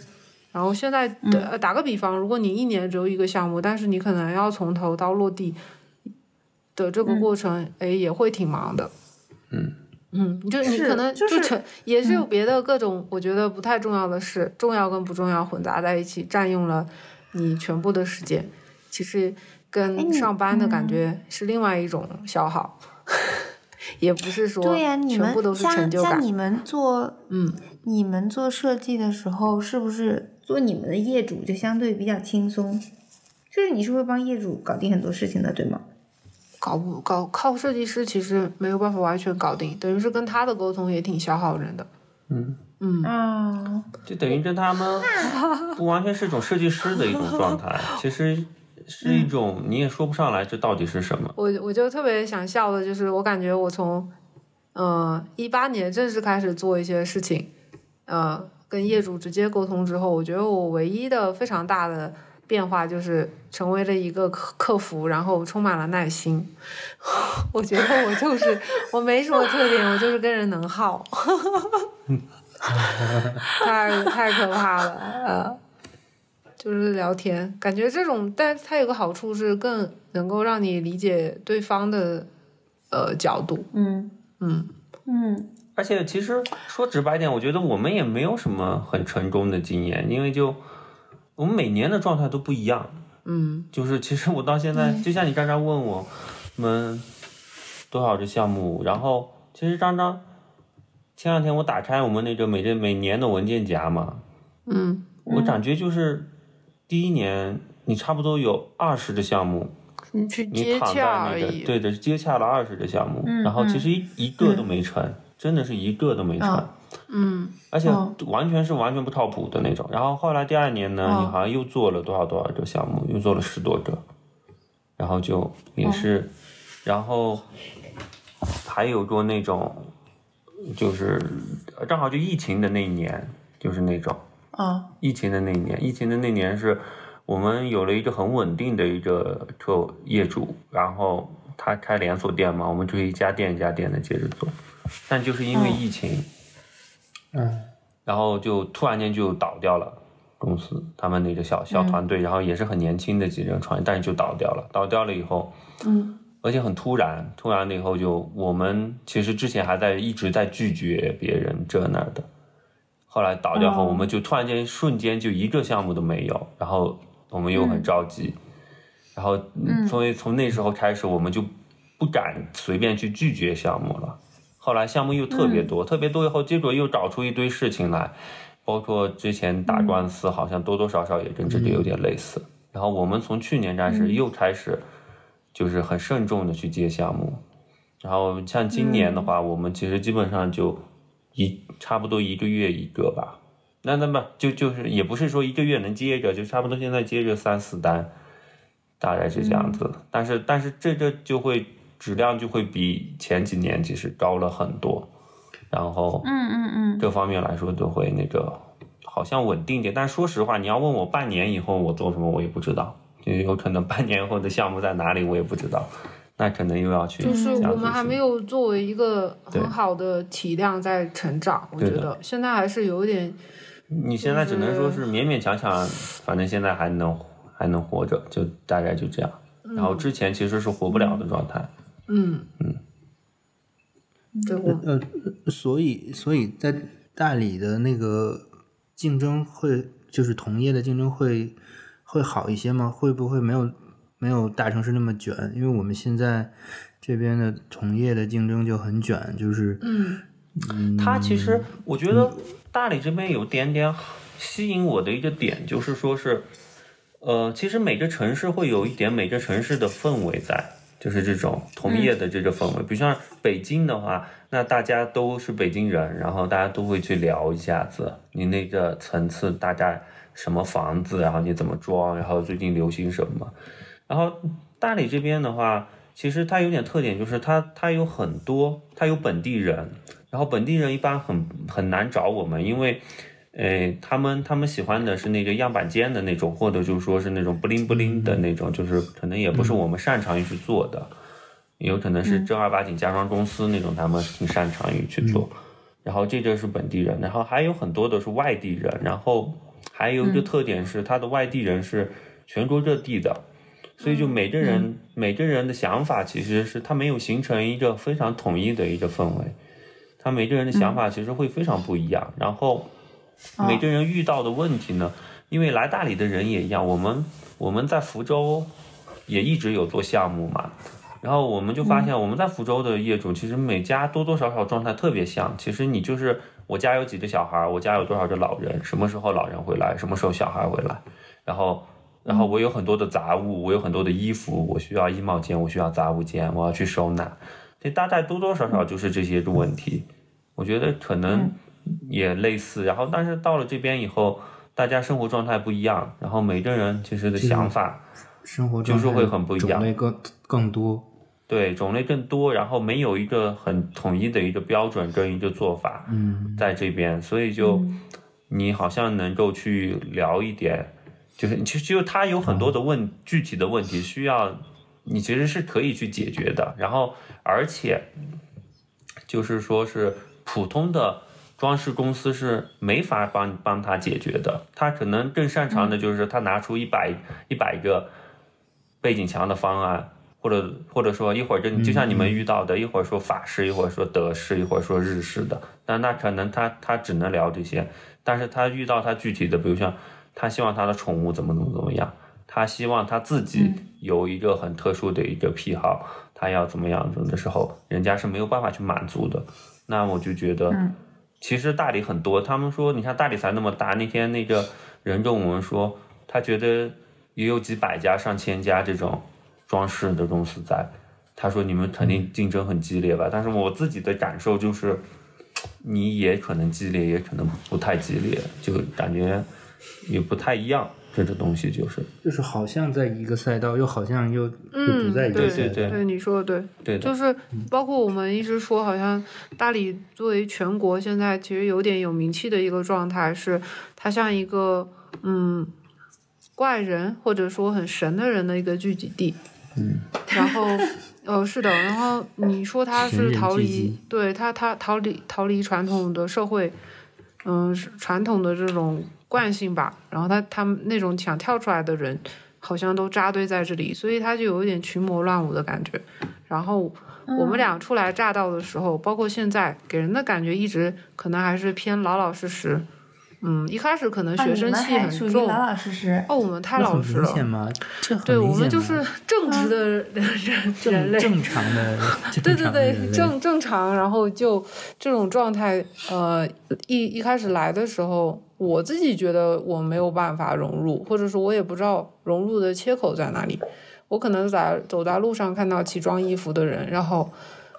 [SPEAKER 2] 然后现在
[SPEAKER 4] 嗯
[SPEAKER 2] 打、呃打个比方，如果你一年只有一个项目，但是你可能要从头到落地的这
[SPEAKER 4] 嗯
[SPEAKER 2] 个过程，哎、也会挺忙的。
[SPEAKER 3] 嗯
[SPEAKER 2] 嗯，你就你
[SPEAKER 4] 是
[SPEAKER 2] 可能
[SPEAKER 4] 就是嗯
[SPEAKER 2] 成也是有别的各种我觉得不太重要的事，重要跟不重要混杂在一起，占用了你全部的时间。其实
[SPEAKER 4] 哎
[SPEAKER 2] 跟
[SPEAKER 4] 你
[SPEAKER 2] 上班的感觉是另外一种消耗， 也不是说
[SPEAKER 4] 对呀、你
[SPEAKER 2] 全
[SPEAKER 4] 们
[SPEAKER 2] 部都是成
[SPEAKER 4] 像
[SPEAKER 2] 就
[SPEAKER 4] 像
[SPEAKER 2] 感。
[SPEAKER 4] 你们做
[SPEAKER 2] 嗯，
[SPEAKER 4] 你们做设计的时候，是不是做你们的业主就相对比较轻松？就是你是会帮业主搞定很多事情的，对吗？
[SPEAKER 2] 搞不搞靠设计师其实没有办法完全搞定，等于是跟他的沟通也挺消耗人的。
[SPEAKER 3] 嗯，
[SPEAKER 2] 嗯，
[SPEAKER 4] 啊，
[SPEAKER 3] 就等于跟他 们不完全是一种设计师的一种状态，其实是一种你也说不上来这到底是什么。
[SPEAKER 2] 我我就特别想笑的就是，我感觉我从嗯一八年正式开始做一些事情，呃，跟业主直接沟通之后，我觉得我唯一的非常大的变化就是成为了一个客客服，然后充满了耐心。 我觉得我就是我没什么特点，我就是跟人能耗， 太太可怕了，呃，就是聊天，感觉这种，但它有个好处是更能够让你理解对方的呃角度，
[SPEAKER 4] 嗯
[SPEAKER 2] 嗯，
[SPEAKER 4] 嗯，
[SPEAKER 3] 而且其实说直白点，我觉得我们也没有什么很成功的经验，因为就我们每年的状态都不一样。
[SPEAKER 2] 嗯，
[SPEAKER 3] 就是其实我到现在，就像你刚刚问我们多少个项目，然后其实张张前两天我打开我们那个每这每年的文件夹嘛，
[SPEAKER 2] 嗯，
[SPEAKER 3] 我感觉就是第一年你差不多有二十个项目，
[SPEAKER 2] 你去
[SPEAKER 3] 你
[SPEAKER 2] 接
[SPEAKER 3] 躺在
[SPEAKER 2] 洽
[SPEAKER 3] 那
[SPEAKER 2] 而
[SPEAKER 3] 个
[SPEAKER 2] 已，
[SPEAKER 3] 对的接洽了二十个项目，
[SPEAKER 4] 嗯
[SPEAKER 3] 然后其实一一个都没成，真的是一个都没成。
[SPEAKER 4] 哦
[SPEAKER 2] 嗯
[SPEAKER 3] 而且
[SPEAKER 4] 哦
[SPEAKER 3] 完全是完全不靠谱的那种。然后后来第二年呢，
[SPEAKER 2] 哦
[SPEAKER 3] 你好像又做了多少多少个项目，又做了十多个，然后就也是，
[SPEAKER 4] 哦
[SPEAKER 3] 然后还有过那种，就是呃正好就疫情的那一年，就是那种
[SPEAKER 2] 哦
[SPEAKER 4] 啊，
[SPEAKER 3] 疫情的那一年，疫情的那年是我们有了一个很稳定的一个客业主，然后他开连锁店嘛，我们就一家店一家店的接着做，但就是因为疫情。
[SPEAKER 1] 嗯，
[SPEAKER 3] 然后就突然间就倒掉了。公司他们那个
[SPEAKER 4] 嗯
[SPEAKER 3] 小小团队，然后也是很年轻的几个人创业，但是就倒掉了。倒掉了以后，
[SPEAKER 4] 嗯，
[SPEAKER 3] 而且很突然，突然了以后就我们其实之前还在一直在拒绝别人这那的，后来倒掉后，
[SPEAKER 4] 哦
[SPEAKER 3] 我们就突然间瞬间就一个项目都没有，然后我们又
[SPEAKER 4] 嗯
[SPEAKER 3] 很着急，然后所以从那时候开始，我们就不敢随便去拒绝项目了。后来项目又特别多，特别多以后，结果又找出一堆事情来，包括之前打官司，好像多多少少也跟这个有点类似。然后我们从去年开始又开始，就是很慎重的去接项目。然后像今年的
[SPEAKER 4] 嗯
[SPEAKER 3] 话，我们其实基本上就一差不多一个月一个吧。那那么就就是也不是说一个月能接着，就差不多现在接着三四单，大概是这样子。
[SPEAKER 4] 嗯
[SPEAKER 3] 但是但是这个就会质量就会比前几年其实高了很多，然后
[SPEAKER 4] 嗯嗯嗯，
[SPEAKER 3] 各方面来说都会那个好像稳定点。但说实话，你要问我半年以后我做什么，我也不知道，就有可能半年后的项目在哪里我也不知道，那可能又要去
[SPEAKER 2] 就是
[SPEAKER 3] 想
[SPEAKER 2] 我
[SPEAKER 3] 出
[SPEAKER 2] 们还
[SPEAKER 3] 去
[SPEAKER 2] 没有作为一个
[SPEAKER 3] 对
[SPEAKER 2] 很好的体量在成长，我觉
[SPEAKER 3] 对的
[SPEAKER 2] 得现在还是有点
[SPEAKER 3] 你现在只能说是勉勉强强，反正现在还能还能活着，就大概就这样。然后之前其实是活不了的状态，
[SPEAKER 2] 嗯嗯，对我
[SPEAKER 1] 呃，所以所以在大理的那个竞争会，就是同业的竞争会会好一些吗？会不会没有没有大城市那么卷？因为我们现在这边的同业的竞争就很卷，就是
[SPEAKER 2] 嗯
[SPEAKER 3] 它其实我觉得大理这边有点点吸引我的一个点，就是说是，呃，其实每个城市会有一点每个城市的氛围在，就是这种同业的这个氛围。比如像北京的话，那大家都是北京人，然后大家都会去聊一下子你那个层次，大家什么房子，然后你怎么装，然后最近流行什么。然后大理这边的话，其实它有点特点，就是它它有很多，它有本地人，然后本地人一般很很难找我们，因为。诶，他们他们喜欢的是那个样板间的那种，或者就是说是那种不灵不灵的那种，就是可能也不是我们擅长于去做的，有可能是正儿八经家装公司那种，他们挺擅长于去做。然后这就是本地人，然后还有很多的是外地人，然后还有一个特点是，他的外地人是全国各地的，所以就每个人、每个人的想法其实是他没有形成一个非常统一的一个氛围，他每个人的想法其实会非常不一样，然后。每个人遇到的问题呢，因为来大理的人也一样，我们我们在福州也一直有做项目嘛，然后我们就发现我们在福州的业主其实每家多多少少状态特别像，其实你就是我家有几个小孩，我家有多少个老人，什么时候老人回来，什么时候小孩回来，然后。然后我有很多的杂物，我有很多的衣服，我需要衣帽间，我需要杂物间，我要去收纳，所以大概多多少少就是这些个问题。我觉得可能也类似。然后，但是到了这边以后，大家生活状态不一样，然后每个人其实的想法，
[SPEAKER 1] 生活状
[SPEAKER 3] 就是
[SPEAKER 1] 态
[SPEAKER 3] 会很不一样
[SPEAKER 1] 种类更更多。
[SPEAKER 3] 对种类更多，然后没有一个很统一的一个标准跟一个做法，
[SPEAKER 1] 嗯，
[SPEAKER 3] 在这边，所以就你好像能够去聊一点，就是其实就他有很多的问具体的问题需要你其实是可以去解决的，然后而且就是说是普通的装饰公司是没法帮帮他解决的，他可能更擅长的就是他拿出一百一百个背景墙的方案。或者或者说一会儿跟就像你们遇到的，一会儿说法式，一会儿说德式，一会儿说日式的，那那可能他他只能聊这些，但是他遇到他具体的，比如像他希望他的宠物怎么怎么怎么样，他希望他自己有一个很特殊的一个癖好，他要怎么样子的时候，人家是没有办法去满足的。那我就觉得，其实大理很多，他们说，你看大理才那么大，那天那个人跟我们说，他觉得也有几百家、上千家这种装饰的公司在。他说：“你们肯定竞争很激烈吧？”但是我自己的感受就是，你也可能激烈，也可能不太激烈，就感觉也不太一样。这个东西就是，
[SPEAKER 1] 就是好像在一个赛道，又好像又、又
[SPEAKER 2] 嗯，
[SPEAKER 1] 不在
[SPEAKER 2] 对
[SPEAKER 1] 一个赛
[SPEAKER 3] 对
[SPEAKER 1] 道。
[SPEAKER 3] 对
[SPEAKER 2] 对，你说的对。
[SPEAKER 3] 对的，
[SPEAKER 2] 就是包括我们一直说，好像大理作为全国现在其实有点有名气的一个状态，是它像一个嗯怪人或者说很神的人的一个聚集地。嗯，然后呃是的，然后你说它
[SPEAKER 1] 神
[SPEAKER 2] 是
[SPEAKER 1] 人
[SPEAKER 2] 逃
[SPEAKER 1] 聚
[SPEAKER 2] 离
[SPEAKER 1] 集，
[SPEAKER 2] 对它它逃离逃离传统的社会，嗯、是传统的这种惯性吧，然后他他们那种想跳出来的人。好像都扎堆在这里，所以它就有一点群魔乱舞的感觉。然后我
[SPEAKER 4] 嗯
[SPEAKER 2] 们俩初来乍到的时候，包括现在，给人的感觉一直可能还是偏老老实实。嗯，一开始可能
[SPEAKER 4] 啊
[SPEAKER 2] 学
[SPEAKER 4] 你
[SPEAKER 2] 生
[SPEAKER 4] 们
[SPEAKER 2] 气
[SPEAKER 4] 还属
[SPEAKER 2] 很
[SPEAKER 4] 于
[SPEAKER 2] 重。
[SPEAKER 4] 老老 实实，
[SPEAKER 2] 哦，我们太
[SPEAKER 1] 那很
[SPEAKER 2] 老实
[SPEAKER 1] 明显
[SPEAKER 2] 了。
[SPEAKER 1] 吗？这很
[SPEAKER 2] 对
[SPEAKER 1] 明
[SPEAKER 2] 我
[SPEAKER 1] 显
[SPEAKER 2] 们就
[SPEAKER 1] 吗
[SPEAKER 2] 是正直的人、 人人
[SPEAKER 1] 正
[SPEAKER 2] 类，
[SPEAKER 1] 正常 的，
[SPEAKER 2] 对
[SPEAKER 1] 正常
[SPEAKER 2] 对
[SPEAKER 1] 的人
[SPEAKER 2] 对，
[SPEAKER 1] 类
[SPEAKER 2] 正正常。然后就这种状态，呃，一一开始来的时候，我自己觉得我没有办法融入，或者说我也不知道融入的切口在哪里。我可能在走在路上看到奇装异服的人，然后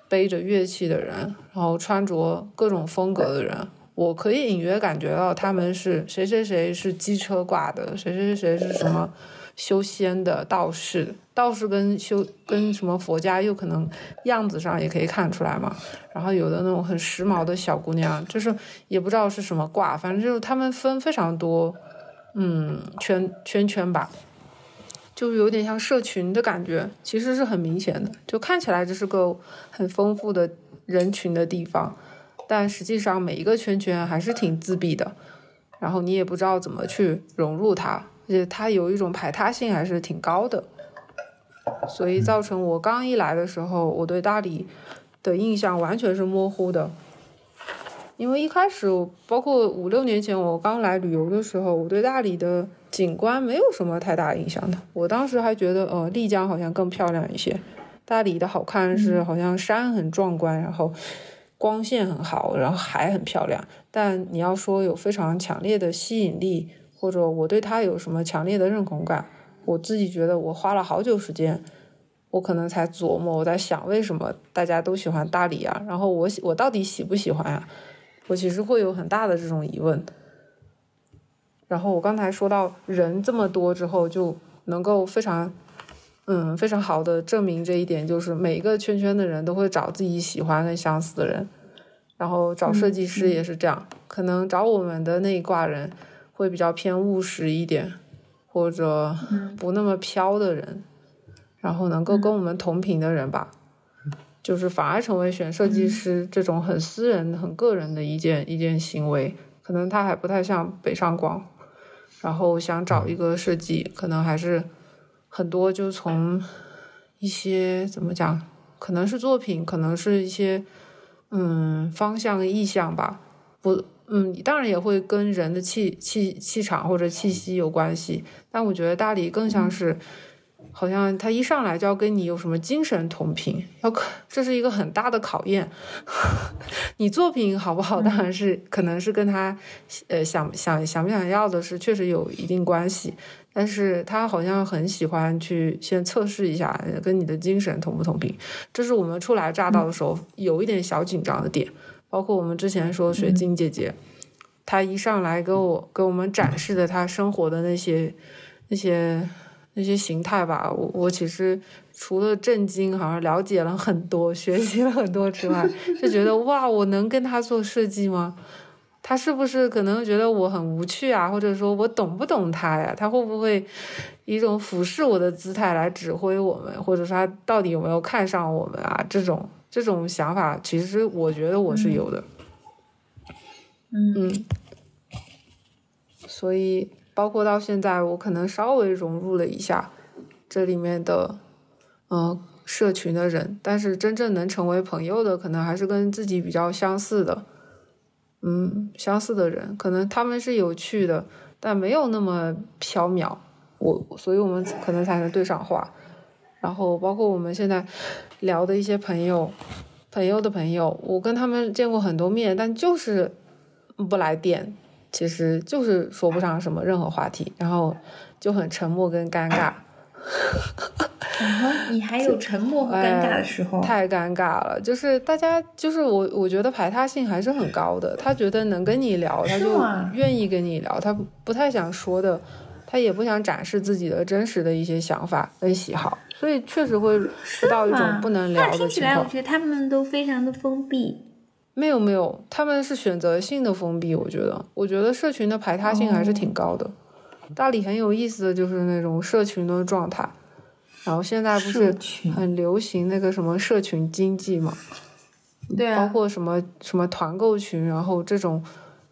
[SPEAKER 2] 背着乐器的人，然后穿着各种风格的人，我可以隐约感觉到他们是谁谁谁是机车挂的，谁谁谁是什么修仙的道士，道士跟修跟什么佛家又可能样子上也可以看出来嘛。然后有的那种很时髦的小姑娘，就是也不知道是什么挂，反正就是他们分非常多，嗯，圈圈圈吧。就是有点像社群的感觉，其实是很明显的，就看起来这是个很丰富的人群的地方，但实际上每一个圈圈还是挺自闭的，然后你也不知道怎么去融入它，而且它有一种排他性还是挺高的，所以造成我刚一来的时候，我对大理的印象完全是模糊的。因为一开始，包括五六年前我刚来旅游的时候，我对大理的景观没有什么太大印象的。我当时还觉得，呃，丽江好像更漂亮一些。大理的好看是好像山很壮观，然后光线很好，然后海很漂亮。但你要说有非常强烈的吸引力，或者我对它有什么强烈的认同感，我自己觉得我花了好久时间我可能才琢磨，我在想为什么大家都喜欢大理啊，然后我喜我到底喜不喜欢呀、我其实会有很大的这种疑问。然后我刚才说到人这么多之后，就能够非常，嗯，非常好的证明这一点，就是每一个圈圈的人都会找自己喜欢跟相似的人，然后找设计师也是这样，可能找我们的那一挂人会比较偏务实一点，或者不那么飘的人，然后能够跟我们同频的人吧，就是反而成为选设计师这种很私人、很个人的一件一件行为，可能他还不太像北上广，然后想找一个设计，可能还是很多就从一些怎么讲，可能是作品，可能是一些嗯方向意向吧，不。嗯，当然也会跟人的气气气场或者气息有关系，但我觉得大理更像是，好像他一上来就要跟你有什么精神同频，要可 这是一个很大的考验。 你作品好不好，当然是可能是跟他呃想想想不想要的是确实有一定关系，但是他好像很喜欢去先测试一下呃跟你的精神同不同频，这是我们初来乍到的时候有一点小紧张的点。包括我们之前说水晶姐姐，她一上来给我给我们展示的她生活的那些那些那些形态吧，我我其实除了震惊，好像了解了很多， 学习了很多之外，就觉得哇，我能跟她做设计吗？她是不是可能觉得我很无趣啊，或者说我懂不懂她呀？她会不会以一种俯视我的姿态来指挥我们，或者说她到底有没有看上我们啊？这种这种想法，其实我觉得我是有的。
[SPEAKER 4] 嗯
[SPEAKER 2] 嗯，所以包括到现在，我可能稍微融入了一下这里面的呃社群的人，但是真正能成为朋友的，可能还是跟自己比较相似的，嗯，相似的人，可能他们是有趣的，但没有那么缥缈，我，所以我们可能才能对上话。然后包括我们现在聊的一些朋友，朋友的朋友，我跟他们见过很多面，但就是不来电，其实就是说不上什么任何话题，然后就很沉默跟尴尬，
[SPEAKER 4] 嗯你还有沉默和尴尬的时候，
[SPEAKER 2] 呃太尴尬了。就是大家就是我，我觉得排他性还是很高的。他觉得能跟你聊，他
[SPEAKER 4] 是
[SPEAKER 2] 就
[SPEAKER 4] 吗
[SPEAKER 2] 愿意跟你聊，他不不太想说的，他也不想展示自己的真实的一些想法跟喜好，所以确实会
[SPEAKER 4] 是
[SPEAKER 2] 遇到一种
[SPEAKER 4] 吗
[SPEAKER 2] 不能聊
[SPEAKER 4] 那
[SPEAKER 2] 的
[SPEAKER 4] 听起
[SPEAKER 2] 情
[SPEAKER 4] 来，我
[SPEAKER 2] 况。
[SPEAKER 4] 觉得他们都非常的封闭。
[SPEAKER 2] 没有没有，他们是选择性的封闭。我觉得，我觉得社群的排他性还是
[SPEAKER 4] 哦
[SPEAKER 2] 挺高的。大理很有意思的就是那种社群的状态，然后现在不
[SPEAKER 4] 社
[SPEAKER 2] 是
[SPEAKER 4] 群
[SPEAKER 2] 很流行那个什么社群经济嘛，
[SPEAKER 4] 对
[SPEAKER 2] 包括什么什么团购群，然后这种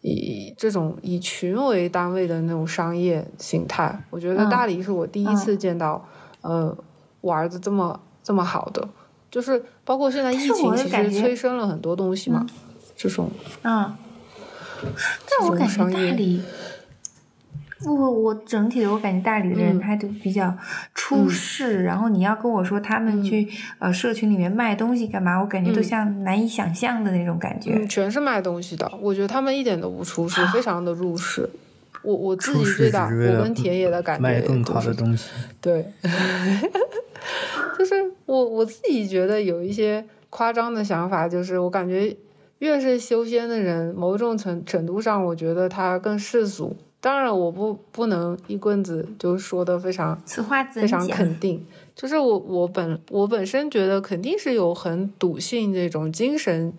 [SPEAKER 2] 以这种以群为单位的那种商业形态，我觉得
[SPEAKER 4] 嗯
[SPEAKER 2] 大理是我第一次见到，呃，玩的这么这么好的，就是包括现在疫
[SPEAKER 4] 但是
[SPEAKER 2] 情
[SPEAKER 4] 我也
[SPEAKER 2] 其
[SPEAKER 4] 感
[SPEAKER 2] 实
[SPEAKER 4] 觉
[SPEAKER 2] 催生了很多东西嘛，这种
[SPEAKER 4] 嗯，但
[SPEAKER 2] 这
[SPEAKER 4] 我
[SPEAKER 2] 种
[SPEAKER 4] 感觉
[SPEAKER 2] 商业
[SPEAKER 4] 大理，我我整体的我感觉大理的人
[SPEAKER 2] 嗯
[SPEAKER 4] 他就比较出世，然后你要跟我说他们去、呃社群里面卖东西干嘛，我感觉都
[SPEAKER 2] 嗯
[SPEAKER 4] 像难以想象的那种感觉。
[SPEAKER 2] 嗯，全是卖东西的，我觉得他们一点都不
[SPEAKER 4] 啊
[SPEAKER 2] 出世，非常的入世。我我自
[SPEAKER 1] 出
[SPEAKER 2] 己
[SPEAKER 1] 世
[SPEAKER 2] 最大，
[SPEAKER 1] 只是为
[SPEAKER 2] 我
[SPEAKER 1] 了
[SPEAKER 2] 跟田野的感嗯觉
[SPEAKER 1] 卖更
[SPEAKER 2] 都
[SPEAKER 1] 好
[SPEAKER 2] 是
[SPEAKER 1] 的东西。
[SPEAKER 2] 对， 就是我我自己觉得有一些夸张的想法，就是我感觉越是修仙的人，某种程程度上，我觉得他更世俗。当然，我不不能一棍子就说的非常
[SPEAKER 4] 此话怎
[SPEAKER 2] 非常
[SPEAKER 4] 讲？
[SPEAKER 2] 肯定，就是我我本我本身觉得肯定是有很笃信这种精神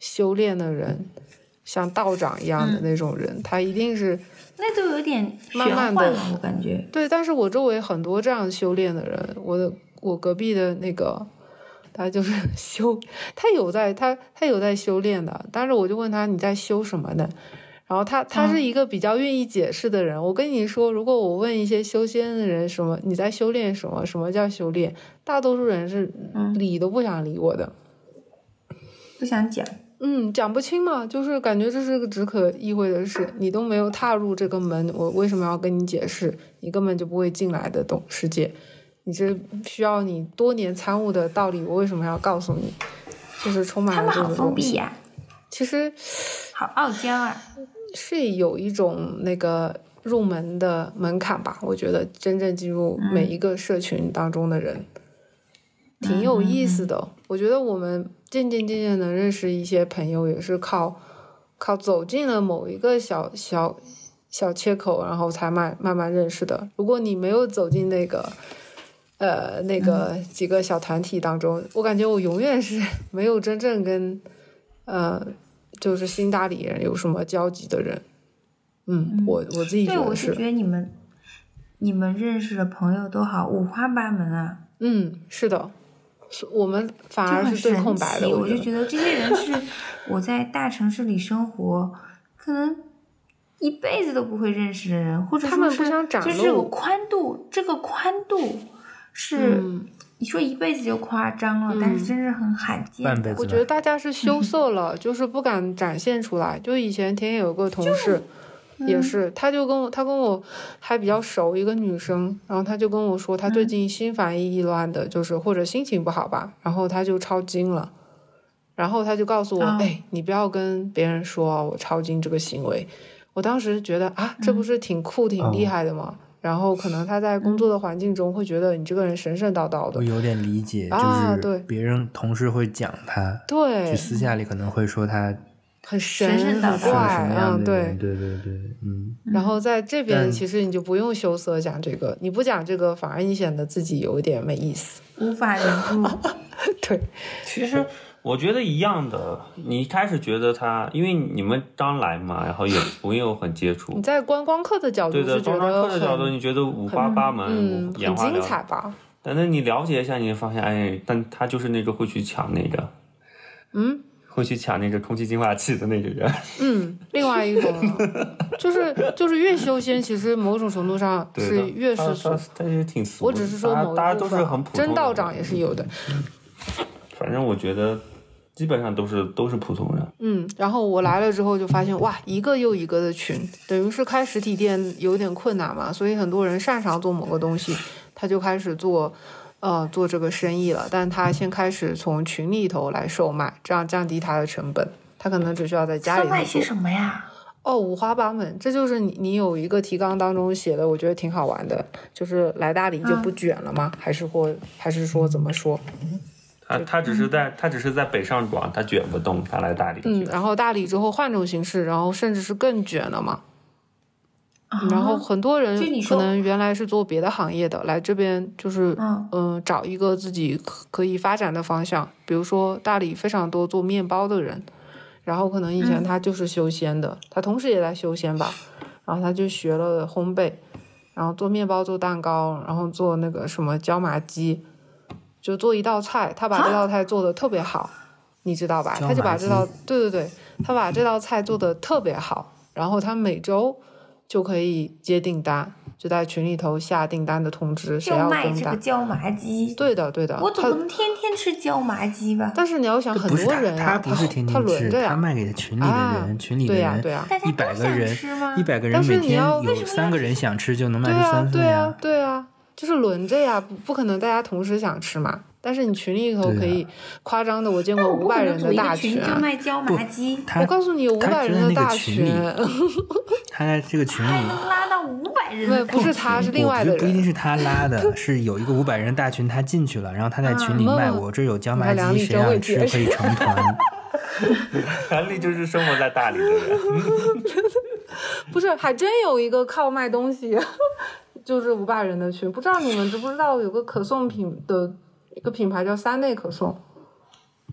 [SPEAKER 2] 修炼的人，像道长一样的那种人，他一定是
[SPEAKER 4] 那都有点玄
[SPEAKER 2] 嗯慢慢
[SPEAKER 4] 幻
[SPEAKER 2] 地
[SPEAKER 4] 了，我感觉。
[SPEAKER 2] 对，但是我周围很多这样修炼的人，我的我隔壁的那个，他就是 修，他有在他他有在修炼的，但是我就问他你在修什么呢？然后他他是一个比较愿意解释的人。我跟你说，如果我问一些修仙的人什么你在修炼什么，什么叫修炼，大多数人是
[SPEAKER 4] 嗯
[SPEAKER 2] 理都不想理我的。
[SPEAKER 4] 不想讲，
[SPEAKER 2] 嗯，讲不清嘛，就是感觉这是个只可意会的事，你都没有踏入这个门，我为什么要跟你解释？你根本就不会进来的懂世界，你这需要你多年参悟的道理，我为什么要告诉你？就是充
[SPEAKER 4] 他
[SPEAKER 2] 满了
[SPEAKER 4] 们
[SPEAKER 2] 这
[SPEAKER 4] 好
[SPEAKER 2] 种
[SPEAKER 4] 封
[SPEAKER 2] 东
[SPEAKER 4] 闭
[SPEAKER 2] 西。
[SPEAKER 4] 呀、
[SPEAKER 2] 其实
[SPEAKER 4] 好傲娇啊！
[SPEAKER 2] 是有一种那个入门
[SPEAKER 4] 嗯
[SPEAKER 2] 的门槛吧，我觉得真正进入每一个社群当中的人，挺有
[SPEAKER 4] 嗯
[SPEAKER 2] 意思的。我觉得我们渐渐渐渐能认识一些朋友，也是靠靠走进了某一个小小小切口，然后才慢慢慢认识的。如果你没有走进那个呃那个
[SPEAKER 4] 嗯
[SPEAKER 2] 几个小团体当中，我感觉我永远是 没有真正跟呃就是新大理人有什么交集的人。嗯，我我自己觉
[SPEAKER 4] 对，我
[SPEAKER 2] 得
[SPEAKER 4] 是觉得你们你们认识的朋友都好五花八门啊。
[SPEAKER 2] 嗯，是的，是我们反
[SPEAKER 4] 就
[SPEAKER 2] 而
[SPEAKER 4] 很
[SPEAKER 2] 是最
[SPEAKER 4] 神
[SPEAKER 2] 空白
[SPEAKER 4] 奇
[SPEAKER 2] 的。
[SPEAKER 4] 我
[SPEAKER 2] 觉得
[SPEAKER 4] 就觉得这些人是我在大城市里生活，可能一辈子都不会认识的人，或者
[SPEAKER 2] 他
[SPEAKER 4] 说
[SPEAKER 2] 们
[SPEAKER 4] 是
[SPEAKER 2] 不想展
[SPEAKER 4] 就是这个
[SPEAKER 2] 露
[SPEAKER 4] 宽度，这个宽度是、
[SPEAKER 2] 嗯
[SPEAKER 4] 你说一辈子就夸张了，但
[SPEAKER 2] 嗯
[SPEAKER 4] 是真是很罕见
[SPEAKER 1] 半
[SPEAKER 4] 的。
[SPEAKER 1] 辈子
[SPEAKER 2] 我
[SPEAKER 1] 吧
[SPEAKER 2] 觉得大家是
[SPEAKER 1] 嗯
[SPEAKER 2] 羞涩了，就是不敢展现出来。就以前田野有个同事，也
[SPEAKER 1] 嗯
[SPEAKER 2] 是，她就跟我，她跟我还比较熟，一个女生，然后她就跟我说，她
[SPEAKER 1] 嗯
[SPEAKER 2] 最近心烦意乱的，就是或者心情不好吧，然后她就抄经了。然后她就告诉我：“
[SPEAKER 4] 哦
[SPEAKER 2] 哎，你不要跟别人说啊我抄经这个行为。”我当时觉得啊，这
[SPEAKER 1] 嗯
[SPEAKER 2] 不是挺酷、挺
[SPEAKER 1] 哦
[SPEAKER 2] 厉害的吗？然后可能她在工作的环境中会觉得你这个人神神叨叨的
[SPEAKER 1] 嗯我，有点理解，
[SPEAKER 2] 啊
[SPEAKER 1] 就
[SPEAKER 2] 对
[SPEAKER 1] 是别人同事会讲他，
[SPEAKER 2] 对
[SPEAKER 1] 就，私下里可能会说他
[SPEAKER 2] 很
[SPEAKER 4] 神
[SPEAKER 2] 神
[SPEAKER 4] 神叨
[SPEAKER 2] 很
[SPEAKER 4] 叨
[SPEAKER 1] 是个什
[SPEAKER 2] 怪
[SPEAKER 1] 么，样
[SPEAKER 2] 嗯，
[SPEAKER 1] 的
[SPEAKER 2] 对
[SPEAKER 1] 人，。对对对，嗯，
[SPEAKER 2] 然后在这边，
[SPEAKER 3] 嗯
[SPEAKER 1] 但
[SPEAKER 2] 其实你就不用羞涩讲这个，你不讲这个，反而你显得自己有一点没意思。
[SPEAKER 4] 无法融入，
[SPEAKER 2] 对，
[SPEAKER 3] 其实我觉得一样的，你一开始觉得他，因为你们刚来嘛，然后也没有很接触
[SPEAKER 2] 你，在观光客的角度
[SPEAKER 3] 对的，
[SPEAKER 2] 是觉
[SPEAKER 3] 从观
[SPEAKER 2] 得
[SPEAKER 3] 客的角度，
[SPEAKER 2] 很
[SPEAKER 3] 你觉得五花八门
[SPEAKER 2] 嗯，
[SPEAKER 3] 眼
[SPEAKER 2] 很
[SPEAKER 3] 花
[SPEAKER 2] 精
[SPEAKER 3] 缭
[SPEAKER 2] 彩
[SPEAKER 3] 乱。
[SPEAKER 2] 吧？
[SPEAKER 3] 但是你了解一下，你会发现，哎，但他就是那个会去抢那个，
[SPEAKER 2] 嗯，
[SPEAKER 3] 会去抢那个空气净化器的那个人。
[SPEAKER 2] 嗯，另外一种呢就是就是越修仙，其实某种程度上
[SPEAKER 3] 对
[SPEAKER 2] 是
[SPEAKER 3] 的
[SPEAKER 2] 越
[SPEAKER 3] 他
[SPEAKER 2] 世俗
[SPEAKER 3] 他。他也挺俗的。
[SPEAKER 2] 我只是说
[SPEAKER 3] 大家
[SPEAKER 2] 某
[SPEAKER 3] 大
[SPEAKER 2] 一
[SPEAKER 3] 家
[SPEAKER 2] 部
[SPEAKER 3] 都是
[SPEAKER 2] 分
[SPEAKER 3] 很
[SPEAKER 2] 啊
[SPEAKER 3] 普，通的
[SPEAKER 2] 真
[SPEAKER 3] 人
[SPEAKER 2] 道长也是有的。
[SPEAKER 3] 反正我觉得基本上都是都是普通人。
[SPEAKER 2] 嗯，然后我来了之后就发现，哇，一个又一个的群，等于是开实体店有点困难嘛，所以很多人擅长做某个东西，他就开始做，呃，做这个生意了。但他先开始从群里头来售卖，这样降低他的成本。他可能只需要在家
[SPEAKER 4] 售
[SPEAKER 2] 里头
[SPEAKER 4] 卖些
[SPEAKER 2] 做。
[SPEAKER 4] 什么呀？
[SPEAKER 2] 哦，五花八门，这就是你你有一个提纲当中写的，我觉得挺好玩的，就是来大理就
[SPEAKER 4] 嗯
[SPEAKER 2] 不卷了吗？还是或还是说怎么说？
[SPEAKER 3] 他他只是在他只是在北上广，他卷不动，他来大理
[SPEAKER 2] 嗯，
[SPEAKER 3] 卷。
[SPEAKER 2] 然后大理之后换种形式，然后甚至是更卷了嘛。然后
[SPEAKER 4] 啊
[SPEAKER 2] 很多人
[SPEAKER 4] 就你
[SPEAKER 2] 可
[SPEAKER 4] 说
[SPEAKER 2] 能原来是做别的行业的，来这边就是
[SPEAKER 4] 嗯
[SPEAKER 2] 嗯、呃找一个自己可可以发展的方向。比如说大理非常多做面包的人，然后可能以
[SPEAKER 4] 嗯
[SPEAKER 2] 前他就是修仙的，他同时也在修仙吧，然后他就学了烘焙，然后做面包、做蛋糕，然后做那个什么椒麻鸡，就做一道菜，他把这道菜做的特别好，你知道吧？
[SPEAKER 1] 椒
[SPEAKER 2] 他就
[SPEAKER 1] 麻
[SPEAKER 2] 把这
[SPEAKER 1] 鸡
[SPEAKER 2] 道对对对，他把这道菜做的特别好，然后他每周就可以接订单，就在群里头下订单的通知，谁
[SPEAKER 4] 就
[SPEAKER 2] 要
[SPEAKER 4] 卖
[SPEAKER 2] 跟
[SPEAKER 4] 这个
[SPEAKER 2] 单。
[SPEAKER 4] 椒麻鸡，
[SPEAKER 2] 对的，对的，
[SPEAKER 4] 我总不
[SPEAKER 2] 他
[SPEAKER 4] 能天天吃椒麻鸡吧？
[SPEAKER 2] 但是你要想，很
[SPEAKER 1] 不是
[SPEAKER 2] 多
[SPEAKER 1] 他，
[SPEAKER 2] 人啊，
[SPEAKER 1] 他不是天
[SPEAKER 2] 他
[SPEAKER 1] 天
[SPEAKER 2] 轮
[SPEAKER 1] 吃，
[SPEAKER 2] 着呀
[SPEAKER 1] 他，卖给群里的
[SPEAKER 2] 啊
[SPEAKER 1] 人，群里的
[SPEAKER 2] 对呀
[SPEAKER 1] 人
[SPEAKER 2] 对呀
[SPEAKER 4] 大家，
[SPEAKER 1] 一
[SPEAKER 4] 都
[SPEAKER 1] 百个
[SPEAKER 4] 想
[SPEAKER 1] 人
[SPEAKER 4] 吃吗，
[SPEAKER 1] 一百个人
[SPEAKER 2] 但是
[SPEAKER 1] 每
[SPEAKER 2] 你
[SPEAKER 1] 天
[SPEAKER 2] 要
[SPEAKER 4] 为
[SPEAKER 1] 有
[SPEAKER 4] 什么
[SPEAKER 1] 三
[SPEAKER 4] 要
[SPEAKER 1] 个
[SPEAKER 4] 吃
[SPEAKER 1] 人想吃就能卖
[SPEAKER 2] 对
[SPEAKER 1] 出
[SPEAKER 2] 啊
[SPEAKER 1] 三，份
[SPEAKER 2] 对啊
[SPEAKER 1] 呀，，
[SPEAKER 2] 对啊，就是轮着呀，不不可能大家同时想吃嘛。但是你群里头
[SPEAKER 1] 对啊
[SPEAKER 2] 可以夸张的，我见
[SPEAKER 4] 那
[SPEAKER 2] 过
[SPEAKER 4] 我
[SPEAKER 2] 五
[SPEAKER 4] 不可
[SPEAKER 2] 百
[SPEAKER 4] 能
[SPEAKER 2] 人
[SPEAKER 4] 组
[SPEAKER 2] 的
[SPEAKER 4] 一
[SPEAKER 2] 大
[SPEAKER 4] 个群
[SPEAKER 2] 群啊，
[SPEAKER 4] 就卖椒麻鸡，
[SPEAKER 1] 他
[SPEAKER 2] 我告诉你有五
[SPEAKER 1] 他
[SPEAKER 2] 百
[SPEAKER 1] 就
[SPEAKER 2] 人
[SPEAKER 1] 在
[SPEAKER 2] 的
[SPEAKER 1] 那个
[SPEAKER 2] 大
[SPEAKER 1] 群
[SPEAKER 2] 群
[SPEAKER 1] 里， 他在这个群
[SPEAKER 4] 还
[SPEAKER 1] 里。
[SPEAKER 4] 能拉到五百人的
[SPEAKER 2] 对，
[SPEAKER 4] 大
[SPEAKER 2] 不是他，是 另
[SPEAKER 1] 我
[SPEAKER 2] 外
[SPEAKER 1] 觉
[SPEAKER 2] 的
[SPEAKER 1] 得不一定
[SPEAKER 2] 人。
[SPEAKER 1] 是他拉 的，是有一个五百人大群，他进去了，然后他在群里
[SPEAKER 2] 啊
[SPEAKER 1] 卖，
[SPEAKER 2] 嗯
[SPEAKER 1] 我这有椒
[SPEAKER 2] 你看
[SPEAKER 1] 麻
[SPEAKER 2] 梁
[SPEAKER 1] 鸡，
[SPEAKER 2] 丽
[SPEAKER 1] 谁
[SPEAKER 2] 真会
[SPEAKER 1] 想吃
[SPEAKER 2] 解
[SPEAKER 1] 可以成团。
[SPEAKER 3] 韩丽就是生活在大理 的人，
[SPEAKER 2] 不是，还真有一个靠卖东西， 就是五百人的群。不知道你们知不知道，有个可颂品的一个品牌叫三内可颂。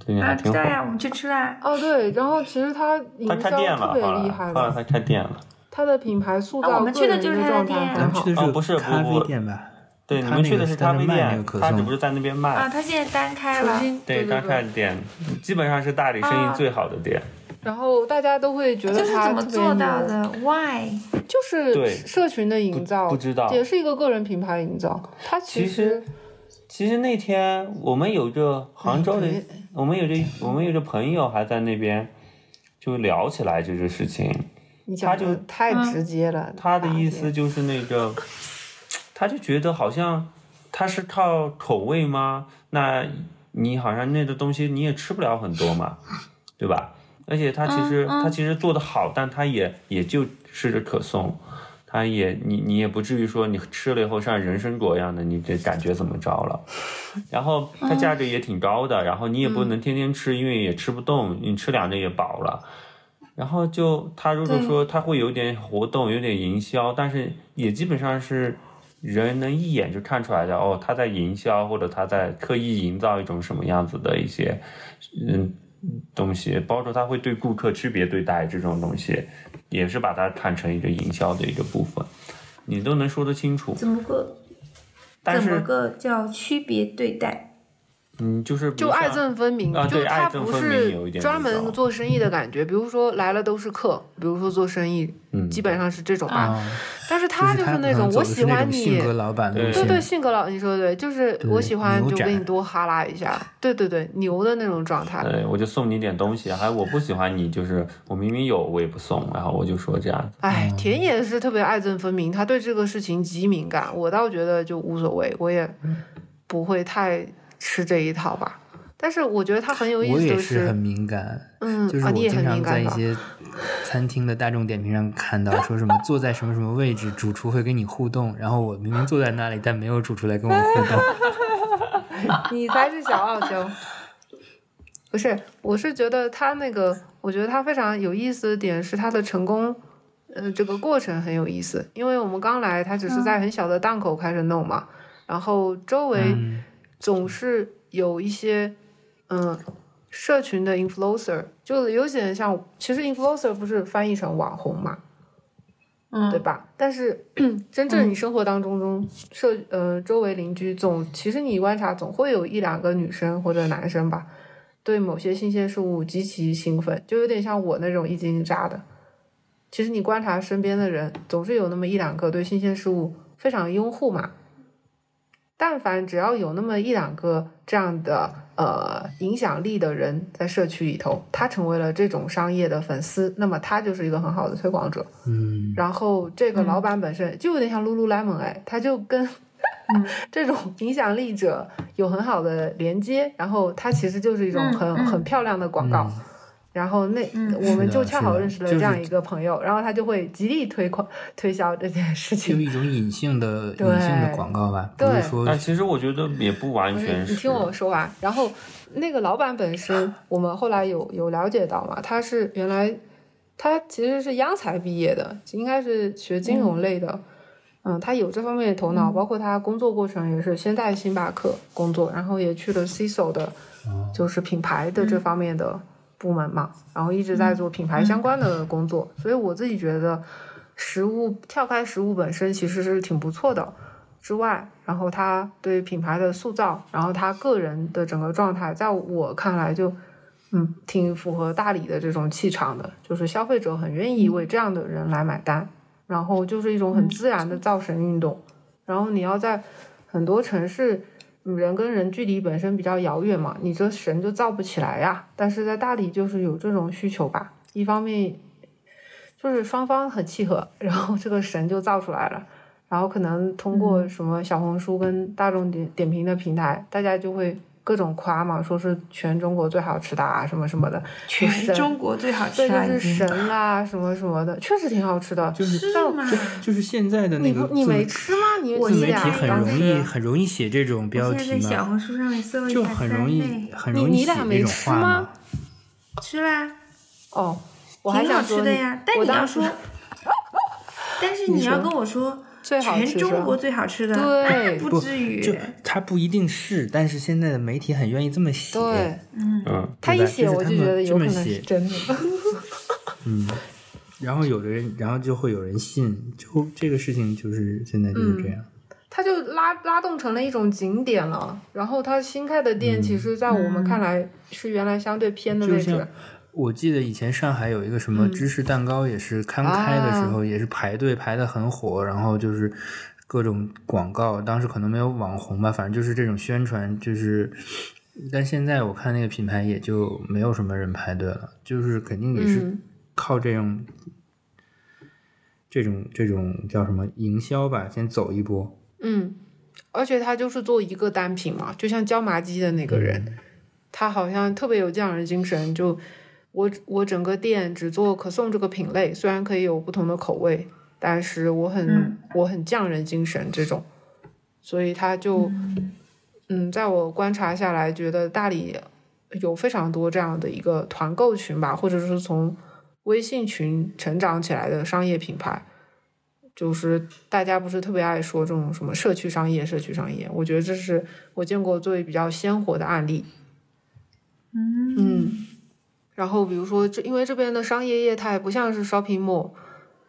[SPEAKER 3] 对呀，
[SPEAKER 4] 啊，
[SPEAKER 3] 还嗯
[SPEAKER 4] 知
[SPEAKER 3] 挺
[SPEAKER 4] 道呀，
[SPEAKER 3] 好。
[SPEAKER 4] 我们去吃啊啦。
[SPEAKER 2] 哦，对，然后其实它营
[SPEAKER 3] 他
[SPEAKER 2] 销
[SPEAKER 3] 开店了，
[SPEAKER 2] 特别
[SPEAKER 3] 后
[SPEAKER 2] 厉
[SPEAKER 3] 来
[SPEAKER 2] 害
[SPEAKER 3] 后来
[SPEAKER 2] 的，
[SPEAKER 3] 他开店了。
[SPEAKER 2] 它的品牌塑
[SPEAKER 4] 啊我
[SPEAKER 2] 造
[SPEAKER 4] 们
[SPEAKER 2] 个
[SPEAKER 4] 去的
[SPEAKER 2] 人
[SPEAKER 4] 就是他的
[SPEAKER 2] 状
[SPEAKER 4] 店
[SPEAKER 2] 态
[SPEAKER 4] 啊
[SPEAKER 1] 咱
[SPEAKER 2] 很
[SPEAKER 1] 们
[SPEAKER 2] 好
[SPEAKER 1] 去。的
[SPEAKER 3] 哦不是
[SPEAKER 1] 咖
[SPEAKER 3] 不
[SPEAKER 1] 啡店吧？
[SPEAKER 3] 对，你
[SPEAKER 1] 他
[SPEAKER 3] 们
[SPEAKER 1] 那
[SPEAKER 3] 去
[SPEAKER 1] 个
[SPEAKER 3] 的是
[SPEAKER 1] 在那
[SPEAKER 3] 咖啡
[SPEAKER 1] 卖那
[SPEAKER 3] 店
[SPEAKER 1] 个，可
[SPEAKER 3] 他只
[SPEAKER 1] 颂
[SPEAKER 3] 不是在那边
[SPEAKER 4] 啊，
[SPEAKER 3] 卖。
[SPEAKER 4] 他现在单开
[SPEAKER 2] 重
[SPEAKER 4] 了，
[SPEAKER 2] 新
[SPEAKER 3] 对，他
[SPEAKER 2] 对啊
[SPEAKER 3] 开的店基本上是大理生意最好的店。
[SPEAKER 2] 然后大家都会觉得
[SPEAKER 4] 这是
[SPEAKER 2] 它
[SPEAKER 4] 怎么
[SPEAKER 2] 特别
[SPEAKER 4] 做到
[SPEAKER 2] 牛
[SPEAKER 4] 的？Why？
[SPEAKER 2] 就是
[SPEAKER 3] 对
[SPEAKER 2] 社群的营造，
[SPEAKER 3] 不知道
[SPEAKER 2] 也是一个个人品牌营造。它
[SPEAKER 3] 其
[SPEAKER 2] 实
[SPEAKER 3] 实，其实那天我们有个杭州的
[SPEAKER 2] 哎，
[SPEAKER 3] 我们有个我们有个朋友还在那边就聊起来这个事情。
[SPEAKER 2] 你讲
[SPEAKER 3] 就
[SPEAKER 2] 的太
[SPEAKER 4] 嗯
[SPEAKER 2] 直接了。
[SPEAKER 3] 他的意
[SPEAKER 2] 大
[SPEAKER 3] 思
[SPEAKER 2] 姐
[SPEAKER 3] 就是那个，他就觉得好像他是靠口味吗？那你好像那个东西你也吃不了很多嘛，对吧？而且他其实、他其实做的好，但他也也就是个可颂。他也你你也不至于说你吃了以后像人参果一样的，你这感觉怎么着了？然后它价格也挺高
[SPEAKER 4] 嗯
[SPEAKER 3] 的，然后你也不能天天吃，因为也吃不动，你吃两个也饱了。然后就它如果说它会有点活动，有点营销，但是也基本上是人能一眼就看出来的哦，它在营销或者它在刻意营造一种什么样子的一些嗯东西，包括它会对顾客区别对待这种东西，也是把它看成一个营销的一个部分，你都能说得清楚。
[SPEAKER 4] 怎么个
[SPEAKER 3] 但
[SPEAKER 4] 怎么
[SPEAKER 3] 是
[SPEAKER 4] 个叫区别对待？
[SPEAKER 3] 嗯，就是比
[SPEAKER 2] 就
[SPEAKER 3] 如
[SPEAKER 2] 爱
[SPEAKER 3] 像
[SPEAKER 2] 憎分明，
[SPEAKER 3] 啊
[SPEAKER 2] 就
[SPEAKER 3] 对
[SPEAKER 2] 他
[SPEAKER 3] 爱憎
[SPEAKER 2] 不
[SPEAKER 3] 分明有一
[SPEAKER 2] 是
[SPEAKER 3] 点
[SPEAKER 2] 专
[SPEAKER 3] 那种
[SPEAKER 2] 门做生意的感觉。比如说来了都是客，比如说做生意，
[SPEAKER 3] 嗯
[SPEAKER 2] 基本上是这种吧。
[SPEAKER 1] 啊，
[SPEAKER 2] 但是他就
[SPEAKER 1] 就是那
[SPEAKER 2] 那种我
[SPEAKER 1] 走的
[SPEAKER 2] 喜
[SPEAKER 1] 是那
[SPEAKER 2] 欢
[SPEAKER 1] 种
[SPEAKER 2] 你，
[SPEAKER 1] 性格老板路
[SPEAKER 3] 对
[SPEAKER 2] 对
[SPEAKER 1] 线，
[SPEAKER 2] 对，性格老，你说的对，就是
[SPEAKER 1] 对
[SPEAKER 2] 我喜欢
[SPEAKER 1] 牛
[SPEAKER 2] 就
[SPEAKER 1] 展
[SPEAKER 2] 给你多哈拉一下，对对对，牛的那种状态。
[SPEAKER 3] 呃，我就送你点东西，还我不喜欢你，就是我明明有我也不送，然后我就说这样，
[SPEAKER 1] 嗯
[SPEAKER 2] 哎，田野是特别爱憎分明，他对这个事情极敏感。我倒觉得就无所谓，我也不会太吃这一套吧。但是我觉得他很有意
[SPEAKER 1] 我
[SPEAKER 2] 思
[SPEAKER 1] 也
[SPEAKER 2] 的
[SPEAKER 1] 是很敏感。
[SPEAKER 2] 嗯
[SPEAKER 1] 就是
[SPEAKER 2] 啊，
[SPEAKER 1] 我
[SPEAKER 2] 你也
[SPEAKER 1] 经
[SPEAKER 2] 很
[SPEAKER 1] 常
[SPEAKER 2] 敏
[SPEAKER 1] 在
[SPEAKER 2] 感
[SPEAKER 1] 一
[SPEAKER 2] 吧？
[SPEAKER 1] 些餐厅的大众点评上看到，说什么坐在什么什么位置，主厨会跟你互动，然后我明明坐在那里，但没有主厨来跟我互 动。
[SPEAKER 2] 你才是小傲娇。 不是，我是觉得他那个，我觉得他非常有意思的点是他的成功，呃，这个过程很有意思。因为我们刚来，他只是在很小的档口开始弄嘛，然后周围
[SPEAKER 1] 嗯
[SPEAKER 2] 总是有一些，嗯。社群的 influencer 就有点像，其实 influencer 不是翻译成网红嘛，
[SPEAKER 4] 嗯
[SPEAKER 2] 对吧？但是 真正你生活当中中社呃周围邻居总，其实你观察总会有一两个女生或者男生吧，对某些新鲜事物极其兴奋，就有点像我那种一惊一乍的。其实你观察身边的人，总是有那么一两个对新鲜事物非常拥护嘛。但凡只要有那么一两个这样的呃影响力的人在社区里头，他成为了这种商业的粉丝，那么他就是一个很好的推广者。
[SPEAKER 1] 嗯，
[SPEAKER 2] 然后这个老板本身就有点像 Lululemon 哎，他就跟、
[SPEAKER 4] 嗯
[SPEAKER 2] 这种影响力者有很好的连接，然后他其实就是一种
[SPEAKER 4] 嗯
[SPEAKER 2] 很、
[SPEAKER 4] 嗯
[SPEAKER 2] 很漂亮的广告。然后那、
[SPEAKER 4] 嗯
[SPEAKER 2] 我
[SPEAKER 1] 嗯
[SPEAKER 2] 们
[SPEAKER 1] 是的
[SPEAKER 2] 就恰好
[SPEAKER 1] 是的
[SPEAKER 2] 认识了
[SPEAKER 1] 就
[SPEAKER 2] 这
[SPEAKER 1] 是
[SPEAKER 2] 样一个朋友，然后他就会极力推广推销这件事
[SPEAKER 1] 就
[SPEAKER 2] 情。
[SPEAKER 1] 一种隐性的
[SPEAKER 2] 对
[SPEAKER 1] 隐性的广告吧，不
[SPEAKER 2] 对
[SPEAKER 1] 是说
[SPEAKER 3] 但其实我觉得也不完
[SPEAKER 2] 不
[SPEAKER 3] 全
[SPEAKER 2] 是，嗯
[SPEAKER 3] 是。
[SPEAKER 2] 你听我说完。然后那个老板本身，我们后来有有了解到嘛，他是原来他其实是央财毕业的，应该是学金融类的。嗯他有这方面的头
[SPEAKER 3] 嗯
[SPEAKER 2] 脑，包括他工作过程也是先在星巴克工作，然后也去了 CISO 的，
[SPEAKER 3] 哦
[SPEAKER 2] 就是品牌的这
[SPEAKER 3] 嗯
[SPEAKER 2] 方面的部门嘛，然后一直在做品牌相关的工作。所以我自己觉得，食物跳开食物本身其实是挺不错的。之外，然后他对品牌的塑造，然后他个人的整个状态，在我看来就，嗯，挺符合大理的这种气场的，就是消费者很愿意为这样的人来买单，然后就是一种很自然的造神运动。然后你要在很多城市，嗯人跟人距离本身比较遥远嘛，你这神就造不起来呀。但是在大理就是有这种需求吧，一方面就是双方很契合，然后这个神就造出来了。然后可能通过什么小红书跟大众点点评的平台，大家就会各种夸嘛，说是全中国最好吃的啊，什么什么的，
[SPEAKER 4] 全中国最好吃啊
[SPEAKER 2] 对，
[SPEAKER 4] 的
[SPEAKER 2] 就是神啦、什么什么的，确实挺好吃的。
[SPEAKER 1] 就是
[SPEAKER 2] 但
[SPEAKER 4] 吗？
[SPEAKER 1] 就是现在的
[SPEAKER 2] 你
[SPEAKER 1] 那
[SPEAKER 2] 不
[SPEAKER 1] 个
[SPEAKER 2] 你
[SPEAKER 1] 自
[SPEAKER 2] 没吃吗？你
[SPEAKER 4] 我
[SPEAKER 1] 自
[SPEAKER 2] 你
[SPEAKER 1] 媒体
[SPEAKER 2] 俩
[SPEAKER 1] 很
[SPEAKER 2] 当
[SPEAKER 1] 容
[SPEAKER 2] 时
[SPEAKER 1] 易很容易写这种标
[SPEAKER 4] 我现在
[SPEAKER 1] 题
[SPEAKER 4] 在小
[SPEAKER 1] 嘛，
[SPEAKER 4] 红书上面搜一下，
[SPEAKER 1] 就很容易很
[SPEAKER 2] 你
[SPEAKER 1] 容易
[SPEAKER 2] 你
[SPEAKER 1] 写
[SPEAKER 2] 俩
[SPEAKER 1] 这
[SPEAKER 2] 没
[SPEAKER 1] 种
[SPEAKER 2] 吃
[SPEAKER 1] 话
[SPEAKER 2] 吗
[SPEAKER 1] 嘛。
[SPEAKER 4] 吃啦，
[SPEAKER 2] 哦，我还
[SPEAKER 4] 挺好
[SPEAKER 2] 想说
[SPEAKER 4] 吃的呀。但
[SPEAKER 2] 我
[SPEAKER 4] 你要
[SPEAKER 2] 当时
[SPEAKER 4] 说， 但是
[SPEAKER 2] 你
[SPEAKER 4] 你要
[SPEAKER 2] 说
[SPEAKER 4] 跟我说
[SPEAKER 2] 最好
[SPEAKER 4] 全
[SPEAKER 2] 吃是吧
[SPEAKER 4] 中国最好吃的，
[SPEAKER 2] 对
[SPEAKER 4] 不
[SPEAKER 1] 不
[SPEAKER 4] 至于。
[SPEAKER 1] 就它不一定是，但是现在的媒体很愿意这么写。
[SPEAKER 2] 对，
[SPEAKER 4] 嗯，
[SPEAKER 3] 嗯，
[SPEAKER 2] 他一
[SPEAKER 1] 吧
[SPEAKER 2] 写
[SPEAKER 1] 就是
[SPEAKER 2] 我
[SPEAKER 1] 他
[SPEAKER 2] 就觉
[SPEAKER 1] 们
[SPEAKER 2] 得
[SPEAKER 1] 这
[SPEAKER 2] 有可
[SPEAKER 1] 么
[SPEAKER 2] 能是
[SPEAKER 1] 写
[SPEAKER 2] 真的。
[SPEAKER 1] 然后有的人，然后就会有人信，就这个事情就是现在就是
[SPEAKER 2] 嗯
[SPEAKER 1] 这样。
[SPEAKER 2] 它就拉拉动成了一种景点了。然后它新开的店，其实在我们看来是原来相对偏的
[SPEAKER 1] 嗯就
[SPEAKER 2] 位置，
[SPEAKER 1] 像我记得以前上海有一个什
[SPEAKER 2] 嗯
[SPEAKER 1] 么芝士蛋糕，也是刚开的
[SPEAKER 2] 啊
[SPEAKER 1] 时候、也是排队排的很火，然后就是各种广告，当时可能没有网红吧，反正就是这种宣传，就是。但现在我看那个品牌也就没有什么人排队了，就是肯定也是
[SPEAKER 2] 嗯
[SPEAKER 1] 靠这种、这种这种叫什么营销吧，先走一波。
[SPEAKER 2] 嗯，而且他就是做一个单品嘛，就像椒麻鸡的那个人，
[SPEAKER 1] 嗯
[SPEAKER 2] 他好像特别有匠人精神，就我我整个店只做可颂这个品类，虽然可以有不同的口味，但是我很、
[SPEAKER 5] 嗯
[SPEAKER 2] 我很匠人精神这种，所以他就嗯，在我观察下来，觉得大理有非常多这样的一个团购群吧，或者是从微信群成长起来的商业品牌。就是大家不是特别爱说这种什么社区商业、社区商业，我觉得这是我见过最比较鲜活的案例。
[SPEAKER 5] 嗯
[SPEAKER 2] 嗯，然后比如说这，因为这边的商业业态不像是 shopping mall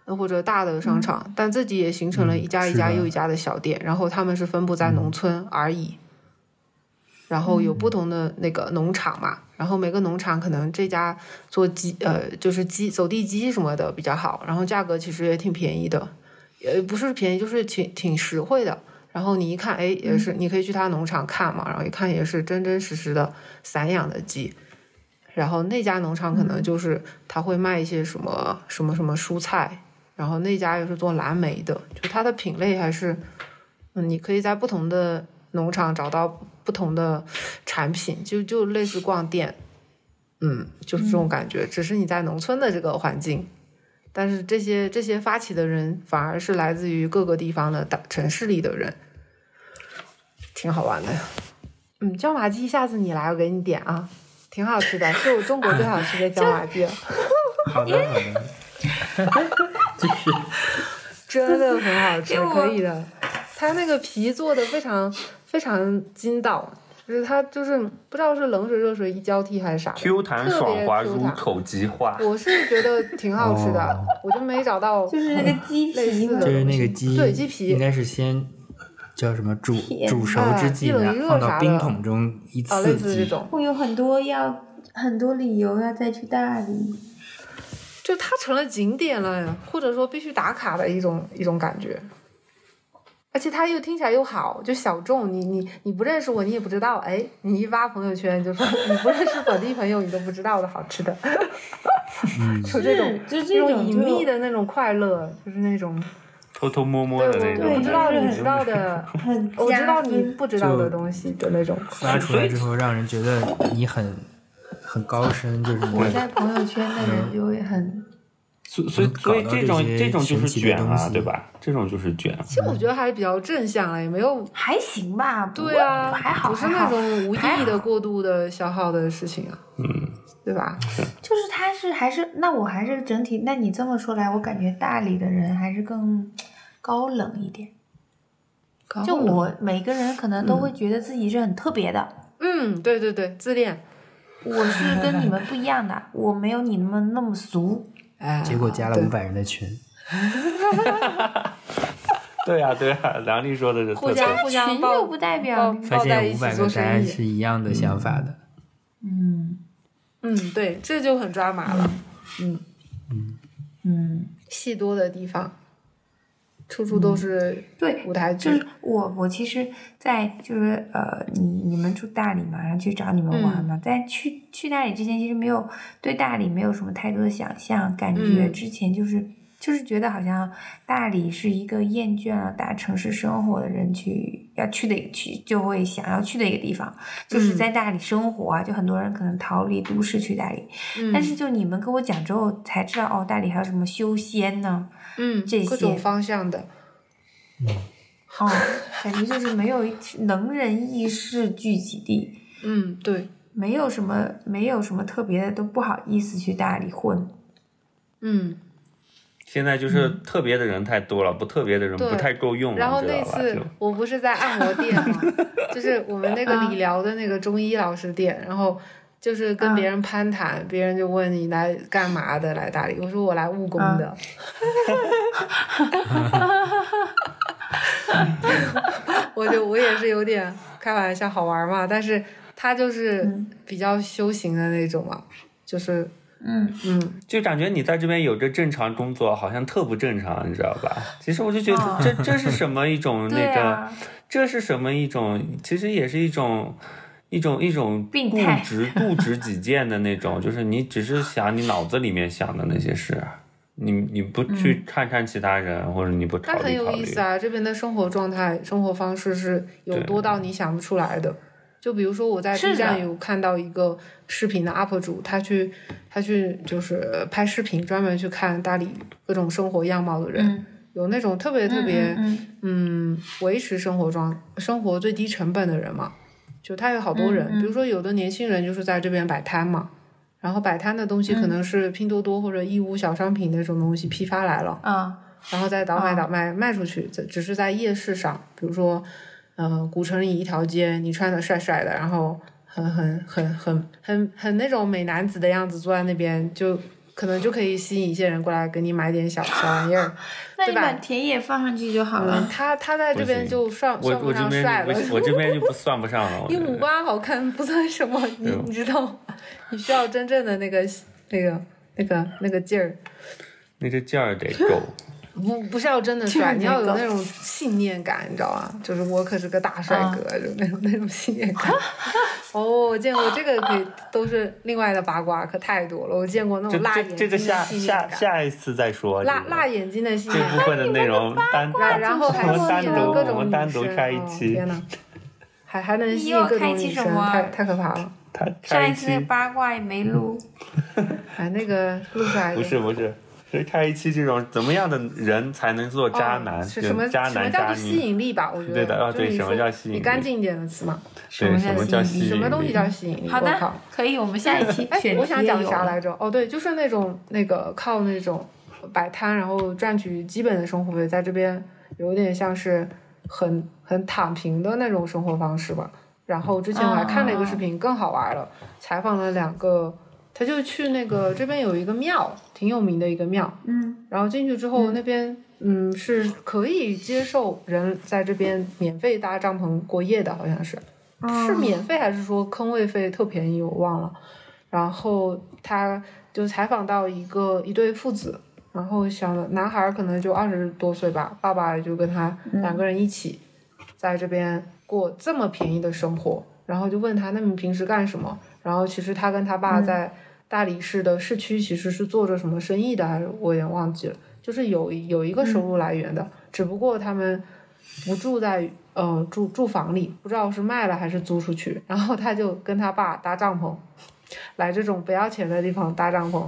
[SPEAKER 2] 呃或者大的商场，但自己也形成了一家一
[SPEAKER 1] 嗯
[SPEAKER 2] 家
[SPEAKER 1] 是的嗯
[SPEAKER 2] 又一家的小店，然后他们是分布在农村而已。然后有不同的那个农场嘛，然后每个农场可能这家做鸡呃就是鸡走地鸡什么的比较好，然后价格其实也挺便宜的，呃不是便宜就是挺挺实惠的。然后你一看，哎，
[SPEAKER 1] 嗯
[SPEAKER 2] 也是你可以去他农场看嘛，然后一看也是真真实实的散养的鸡，然后那家农场可
[SPEAKER 1] 嗯
[SPEAKER 2] 能就是他会卖一些什么什么什么蔬菜，然后那家又是做蓝莓的，就它的品类还是，嗯，你可以在不同的农场找到不同的产品，就就类似逛店，嗯，就是这种感觉，只是你在农村的这个环境。但是这些这些发起的人反而是来自于各个地方的大城市里的人，挺好玩的。嗯，椒麻鸡，下次你来我给你点啊，挺好吃的，是我中国最好吃的椒麻鸡了，
[SPEAKER 1] 好的好的，
[SPEAKER 2] 真的很好吃
[SPEAKER 5] 给，我
[SPEAKER 2] 可以的。它那个皮做的非常非常筋道，就是它就是不知道是冷水热水一交替还是啥的
[SPEAKER 3] ，Q 弹
[SPEAKER 2] 特
[SPEAKER 3] 爽
[SPEAKER 2] 别
[SPEAKER 3] 滑，
[SPEAKER 2] Q
[SPEAKER 3] 入
[SPEAKER 2] 弹。
[SPEAKER 3] 口即化。
[SPEAKER 2] 我是觉得挺好吃的，
[SPEAKER 1] 哦
[SPEAKER 2] 我就没找到
[SPEAKER 5] 就是那个鸡
[SPEAKER 2] 类
[SPEAKER 5] 皮
[SPEAKER 2] 似
[SPEAKER 5] 嘛
[SPEAKER 2] 的，
[SPEAKER 1] 就，是那个鸡，
[SPEAKER 2] 对鸡皮
[SPEAKER 1] 应该是先叫什么煮
[SPEAKER 5] 天
[SPEAKER 1] 煮熟
[SPEAKER 2] 啊
[SPEAKER 1] 之际
[SPEAKER 2] 一冷
[SPEAKER 1] 呢
[SPEAKER 2] 一，热
[SPEAKER 1] 放到
[SPEAKER 2] 啥
[SPEAKER 1] 冰
[SPEAKER 2] 的
[SPEAKER 1] 桶中一
[SPEAKER 2] 啊，
[SPEAKER 1] 次
[SPEAKER 2] 类似这
[SPEAKER 1] 激。
[SPEAKER 2] 种。
[SPEAKER 5] 会有很多要很多理由要再去大理。
[SPEAKER 2] 就它成了景点了，或者说必须打卡的一种一种感觉。而且它又听起来又好，就小众，你你你不认识我，你也不知道，哎，你一发朋友圈就说 你不认识本地朋友，你都不知道的好吃的，
[SPEAKER 3] 嗯
[SPEAKER 2] 有这种
[SPEAKER 5] 就
[SPEAKER 2] 这
[SPEAKER 5] 是这
[SPEAKER 2] 种
[SPEAKER 5] 种
[SPEAKER 2] 隐秘的那种快乐，就是那种
[SPEAKER 3] 偷偷摸摸
[SPEAKER 2] 对
[SPEAKER 3] 的
[SPEAKER 2] 我
[SPEAKER 3] 那种，
[SPEAKER 2] 我知道
[SPEAKER 5] 对
[SPEAKER 2] 你知 道的，
[SPEAKER 5] 就很
[SPEAKER 2] 我知道
[SPEAKER 5] 加
[SPEAKER 2] 你
[SPEAKER 5] 分
[SPEAKER 2] 不知道的
[SPEAKER 1] 就
[SPEAKER 2] 东西的那种。
[SPEAKER 1] 发出来之后，让人觉得你很很高深，就是你
[SPEAKER 5] 我在朋友圈的人就会很，
[SPEAKER 3] 所所以所以
[SPEAKER 1] 搞到
[SPEAKER 3] 这种
[SPEAKER 1] 这些
[SPEAKER 3] 这种就是
[SPEAKER 1] 神奇的
[SPEAKER 3] 卷
[SPEAKER 1] 东
[SPEAKER 3] 啊，
[SPEAKER 1] 西
[SPEAKER 3] 对吧？这种就是卷。啊
[SPEAKER 2] 其实我觉得还是比较正向了，也没有
[SPEAKER 5] 还行吧，不
[SPEAKER 2] 对啊，
[SPEAKER 5] 还好，
[SPEAKER 2] 不是
[SPEAKER 5] 还
[SPEAKER 2] 那
[SPEAKER 5] 好
[SPEAKER 2] 种无意
[SPEAKER 5] 还
[SPEAKER 2] 义的
[SPEAKER 5] 好
[SPEAKER 2] 过度的消耗的事情啊，
[SPEAKER 3] 嗯，
[SPEAKER 2] 对吧？
[SPEAKER 5] 就是他是还是那我还是整体，那你这么说来，我感觉大理的人还是更高冷一点。就我每个人可能都会觉得自己是很特别的，
[SPEAKER 2] 嗯，对对对，自恋，
[SPEAKER 5] 我是跟你们不一样的，我没有你们那么俗。
[SPEAKER 2] 哎，
[SPEAKER 1] 结果加了
[SPEAKER 2] 对
[SPEAKER 1] 五百人的群，
[SPEAKER 3] 对呀、对呀、梁丽说的是
[SPEAKER 2] 互
[SPEAKER 3] 特
[SPEAKER 2] 相
[SPEAKER 3] 别。
[SPEAKER 2] 互相
[SPEAKER 5] 群
[SPEAKER 2] 抱
[SPEAKER 5] 又不代
[SPEAKER 2] 抱
[SPEAKER 5] 表
[SPEAKER 1] 发
[SPEAKER 2] 抱在
[SPEAKER 1] 现
[SPEAKER 2] 一
[SPEAKER 1] 五
[SPEAKER 2] 起
[SPEAKER 1] 百
[SPEAKER 2] 做
[SPEAKER 1] 个大
[SPEAKER 2] 生
[SPEAKER 1] 家
[SPEAKER 2] 意，
[SPEAKER 1] 是一样的想法的。
[SPEAKER 5] 嗯
[SPEAKER 2] 嗯，对，这就很抓马了。嗯，
[SPEAKER 5] 嗯，
[SPEAKER 2] 戏多的地方，处处都是
[SPEAKER 5] 对，
[SPEAKER 2] 舞台
[SPEAKER 5] 嗯就是
[SPEAKER 2] 剧。
[SPEAKER 5] 我，我其实，在就是呃，你你们住大理嘛，然后去找你们玩
[SPEAKER 2] 嗯
[SPEAKER 5] 嘛，在去去大理之前，其实没有对大理没有什么太多的想象，感觉
[SPEAKER 2] 嗯
[SPEAKER 5] 之前就是、就是觉得好像大理是一个厌倦了大城市生活的人去要去的去就会想要去的一个地方，就是
[SPEAKER 2] 嗯
[SPEAKER 5] 在大理生活啊，就很多人可能逃离都市去大理，
[SPEAKER 2] 嗯
[SPEAKER 5] 但是就你们跟我讲之后才知道，哦，大理还有什么修仙呢？
[SPEAKER 2] 嗯，
[SPEAKER 5] 这
[SPEAKER 2] 各种
[SPEAKER 5] 些
[SPEAKER 2] 方向的，
[SPEAKER 5] 哦，感觉就是没有一能人异士聚集地，
[SPEAKER 2] 嗯，对，
[SPEAKER 5] 没有什么没有什么特别的，都不好意思去大理混。
[SPEAKER 2] 嗯。
[SPEAKER 3] 现在就是
[SPEAKER 1] 嗯
[SPEAKER 3] 特别的人太多了，不特别的人
[SPEAKER 2] 对
[SPEAKER 3] 不太够用了，
[SPEAKER 2] 然后
[SPEAKER 3] 你知
[SPEAKER 2] 那
[SPEAKER 3] 道吧？
[SPEAKER 2] 次
[SPEAKER 3] 就
[SPEAKER 2] 我不是在按摩店嘛，就是我们那个理疗的那个中医老师店，然后就是跟别人攀谈，别人就问你来干嘛的，来大理，我说我来务工的， 我就我也是有点开玩笑好玩嘛，但是他就是比较修行的那种嘛，就是
[SPEAKER 5] 嗯，
[SPEAKER 2] 嗯，
[SPEAKER 3] 就感觉你在这边有着正常工作，好像特不正常，你知道吧？其实我就觉得
[SPEAKER 5] 哦
[SPEAKER 3] 这这是什么 一种
[SPEAKER 5] 对
[SPEAKER 3] 那个
[SPEAKER 5] 啊，
[SPEAKER 3] 这是什么一种？其实也是一种一种一种
[SPEAKER 5] 病
[SPEAKER 3] 固
[SPEAKER 5] 态
[SPEAKER 3] 执固执己见的那种，就是你只是想你脑子里面想的那些事，你你不去看看其他人，或者你不考
[SPEAKER 2] 但嗯很
[SPEAKER 3] 虑考
[SPEAKER 2] 有
[SPEAKER 3] 虑
[SPEAKER 2] 意。思啊，这边的生活状态、生活方式是有
[SPEAKER 3] 对
[SPEAKER 2] 多到你想不出来的。就比如说我在
[SPEAKER 5] 是
[SPEAKER 2] B 站
[SPEAKER 5] 的
[SPEAKER 2] 有看到一个视频的 UP 主，他去他去就是拍视频，专门去看大理各种生活样貌的人，
[SPEAKER 5] 嗯
[SPEAKER 2] 有那种特别特别
[SPEAKER 4] 嗯
[SPEAKER 2] 嗯维持生活状生活最低成本的人嘛，就他有好多人，
[SPEAKER 4] 嗯嗯
[SPEAKER 2] 比如说有的年轻人就是在这边摆摊嘛，然后摆摊的东西可能是拼多多或者义乌小商品那种东西批发来了，
[SPEAKER 4] 啊
[SPEAKER 2] 然后再倒卖
[SPEAKER 4] 哦
[SPEAKER 2] 倒卖卖出去，只只是在夜市上，比如说，呃，古城里一条街，你穿的帅帅的，然后很很很很很很那种美男子的样子坐在那边，就可能就可以吸引一些人过来给你买点小小玩意儿。
[SPEAKER 4] 那你
[SPEAKER 2] 对吧
[SPEAKER 4] 把田野放上去就好
[SPEAKER 2] 嗯，
[SPEAKER 4] 了。
[SPEAKER 2] 他他在这边就算
[SPEAKER 3] 我
[SPEAKER 2] 算
[SPEAKER 3] 我
[SPEAKER 2] 不
[SPEAKER 3] 这
[SPEAKER 2] 上
[SPEAKER 3] 边
[SPEAKER 2] 帅了
[SPEAKER 3] 我。我这边就不算不上 了。我
[SPEAKER 2] 你
[SPEAKER 3] 觉
[SPEAKER 2] 五
[SPEAKER 3] 得
[SPEAKER 2] 官好看不算什 么，你
[SPEAKER 3] 对吧
[SPEAKER 2] 你知道吗？你需要真正的那个那个那个那个劲儿，
[SPEAKER 3] 那这劲儿得 够。
[SPEAKER 2] 不不是要真的
[SPEAKER 4] 劲儿
[SPEAKER 2] 帅，你要有
[SPEAKER 4] 那个
[SPEAKER 2] 那种信念感，你知道吗？就是我可是个大帅哥，
[SPEAKER 4] 啊
[SPEAKER 2] 就那种那种信念 感。哦，我见过这个可以，都是另外的八卦，可太多了。我见过那
[SPEAKER 3] 这
[SPEAKER 2] 种辣
[SPEAKER 3] 这
[SPEAKER 2] 眼睛
[SPEAKER 3] 这
[SPEAKER 2] 的
[SPEAKER 3] 个下
[SPEAKER 2] 信念
[SPEAKER 3] 下
[SPEAKER 2] 感，
[SPEAKER 3] 下一次再说。
[SPEAKER 2] 辣
[SPEAKER 3] 这个
[SPEAKER 2] 辣眼睛的信
[SPEAKER 3] 这
[SPEAKER 2] 念
[SPEAKER 3] 部分的 内容单
[SPEAKER 2] 然然后还
[SPEAKER 3] 我们
[SPEAKER 2] 吸
[SPEAKER 3] 单
[SPEAKER 2] 引
[SPEAKER 3] 独
[SPEAKER 2] 了各
[SPEAKER 3] 我
[SPEAKER 2] 种
[SPEAKER 3] 们
[SPEAKER 2] 女
[SPEAKER 3] 单独
[SPEAKER 2] 生
[SPEAKER 3] 开一
[SPEAKER 2] 哦
[SPEAKER 3] 期
[SPEAKER 2] 天，呐，还还能
[SPEAKER 4] 你
[SPEAKER 2] 吸
[SPEAKER 4] 又
[SPEAKER 2] 引各
[SPEAKER 4] 开
[SPEAKER 2] 种
[SPEAKER 4] 启
[SPEAKER 2] 女
[SPEAKER 4] 什
[SPEAKER 2] 生，
[SPEAKER 4] 么
[SPEAKER 2] 太太可怕了。
[SPEAKER 3] 他开
[SPEAKER 4] 上
[SPEAKER 3] 一
[SPEAKER 4] 一次那个
[SPEAKER 3] 期
[SPEAKER 4] 八卦也没
[SPEAKER 5] 嗯
[SPEAKER 4] 录，
[SPEAKER 2] 哎，那个录出来一
[SPEAKER 3] 不
[SPEAKER 2] 点
[SPEAKER 3] 是不是。是开一期这种怎么样的人才能做渣男？
[SPEAKER 2] 哦是
[SPEAKER 3] 就
[SPEAKER 2] 什么
[SPEAKER 3] 渣
[SPEAKER 2] 什么
[SPEAKER 3] 男
[SPEAKER 2] 叫
[SPEAKER 3] 渣
[SPEAKER 2] 做吸
[SPEAKER 3] 女？
[SPEAKER 2] 引力吧？我觉得
[SPEAKER 3] 对的哦
[SPEAKER 2] 就是
[SPEAKER 3] 对
[SPEAKER 2] 你
[SPEAKER 3] 什么
[SPEAKER 2] 说
[SPEAKER 3] 叫吸引
[SPEAKER 2] 你
[SPEAKER 3] 力
[SPEAKER 2] 干净一点的词嘛，
[SPEAKER 3] 对，什么叫
[SPEAKER 4] 吸
[SPEAKER 3] 吸
[SPEAKER 4] 引力
[SPEAKER 3] 引
[SPEAKER 2] 什么东西
[SPEAKER 3] 力
[SPEAKER 2] 叫吸引力？
[SPEAKER 4] 好
[SPEAKER 2] 我
[SPEAKER 4] 的
[SPEAKER 2] 靠，
[SPEAKER 4] 可以，我们下一期
[SPEAKER 2] 哎
[SPEAKER 4] 选，
[SPEAKER 2] 我想
[SPEAKER 4] 题也
[SPEAKER 2] 讲
[SPEAKER 4] 有
[SPEAKER 2] 啥
[SPEAKER 4] 了
[SPEAKER 2] 来着？哦，对，就是那种那个靠那种摆摊，然后赚取基本的生活费，在这边有点像是很很躺平的那种生活方式吧。然后之前我还看
[SPEAKER 4] 哦
[SPEAKER 2] 了一个视频，更好玩了，采访了两个，他就去那个这边有一个庙，挺有名的一个庙，
[SPEAKER 4] 嗯，
[SPEAKER 2] 然后进去之后，那边嗯是可以接受人在这边免费搭帐篷过夜的，好像是是免费还是说坑位费特便宜，我忘了。然后他就采访到一个一对父子，然后小男孩儿可能就二十多岁吧，爸爸就跟他两个人一起在这边过这么便宜的生活，然后就问他，那你平时干什么？然后其实他跟他爸在大理市的市区其实是做着什么生意的，还是我有点忘记了，就是有有一个收入来源的，只不过他们不住在呃住住房里，不知道是卖了还是租出去，然后他就跟他爸搭帐篷，来这种不要钱的地方搭帐篷，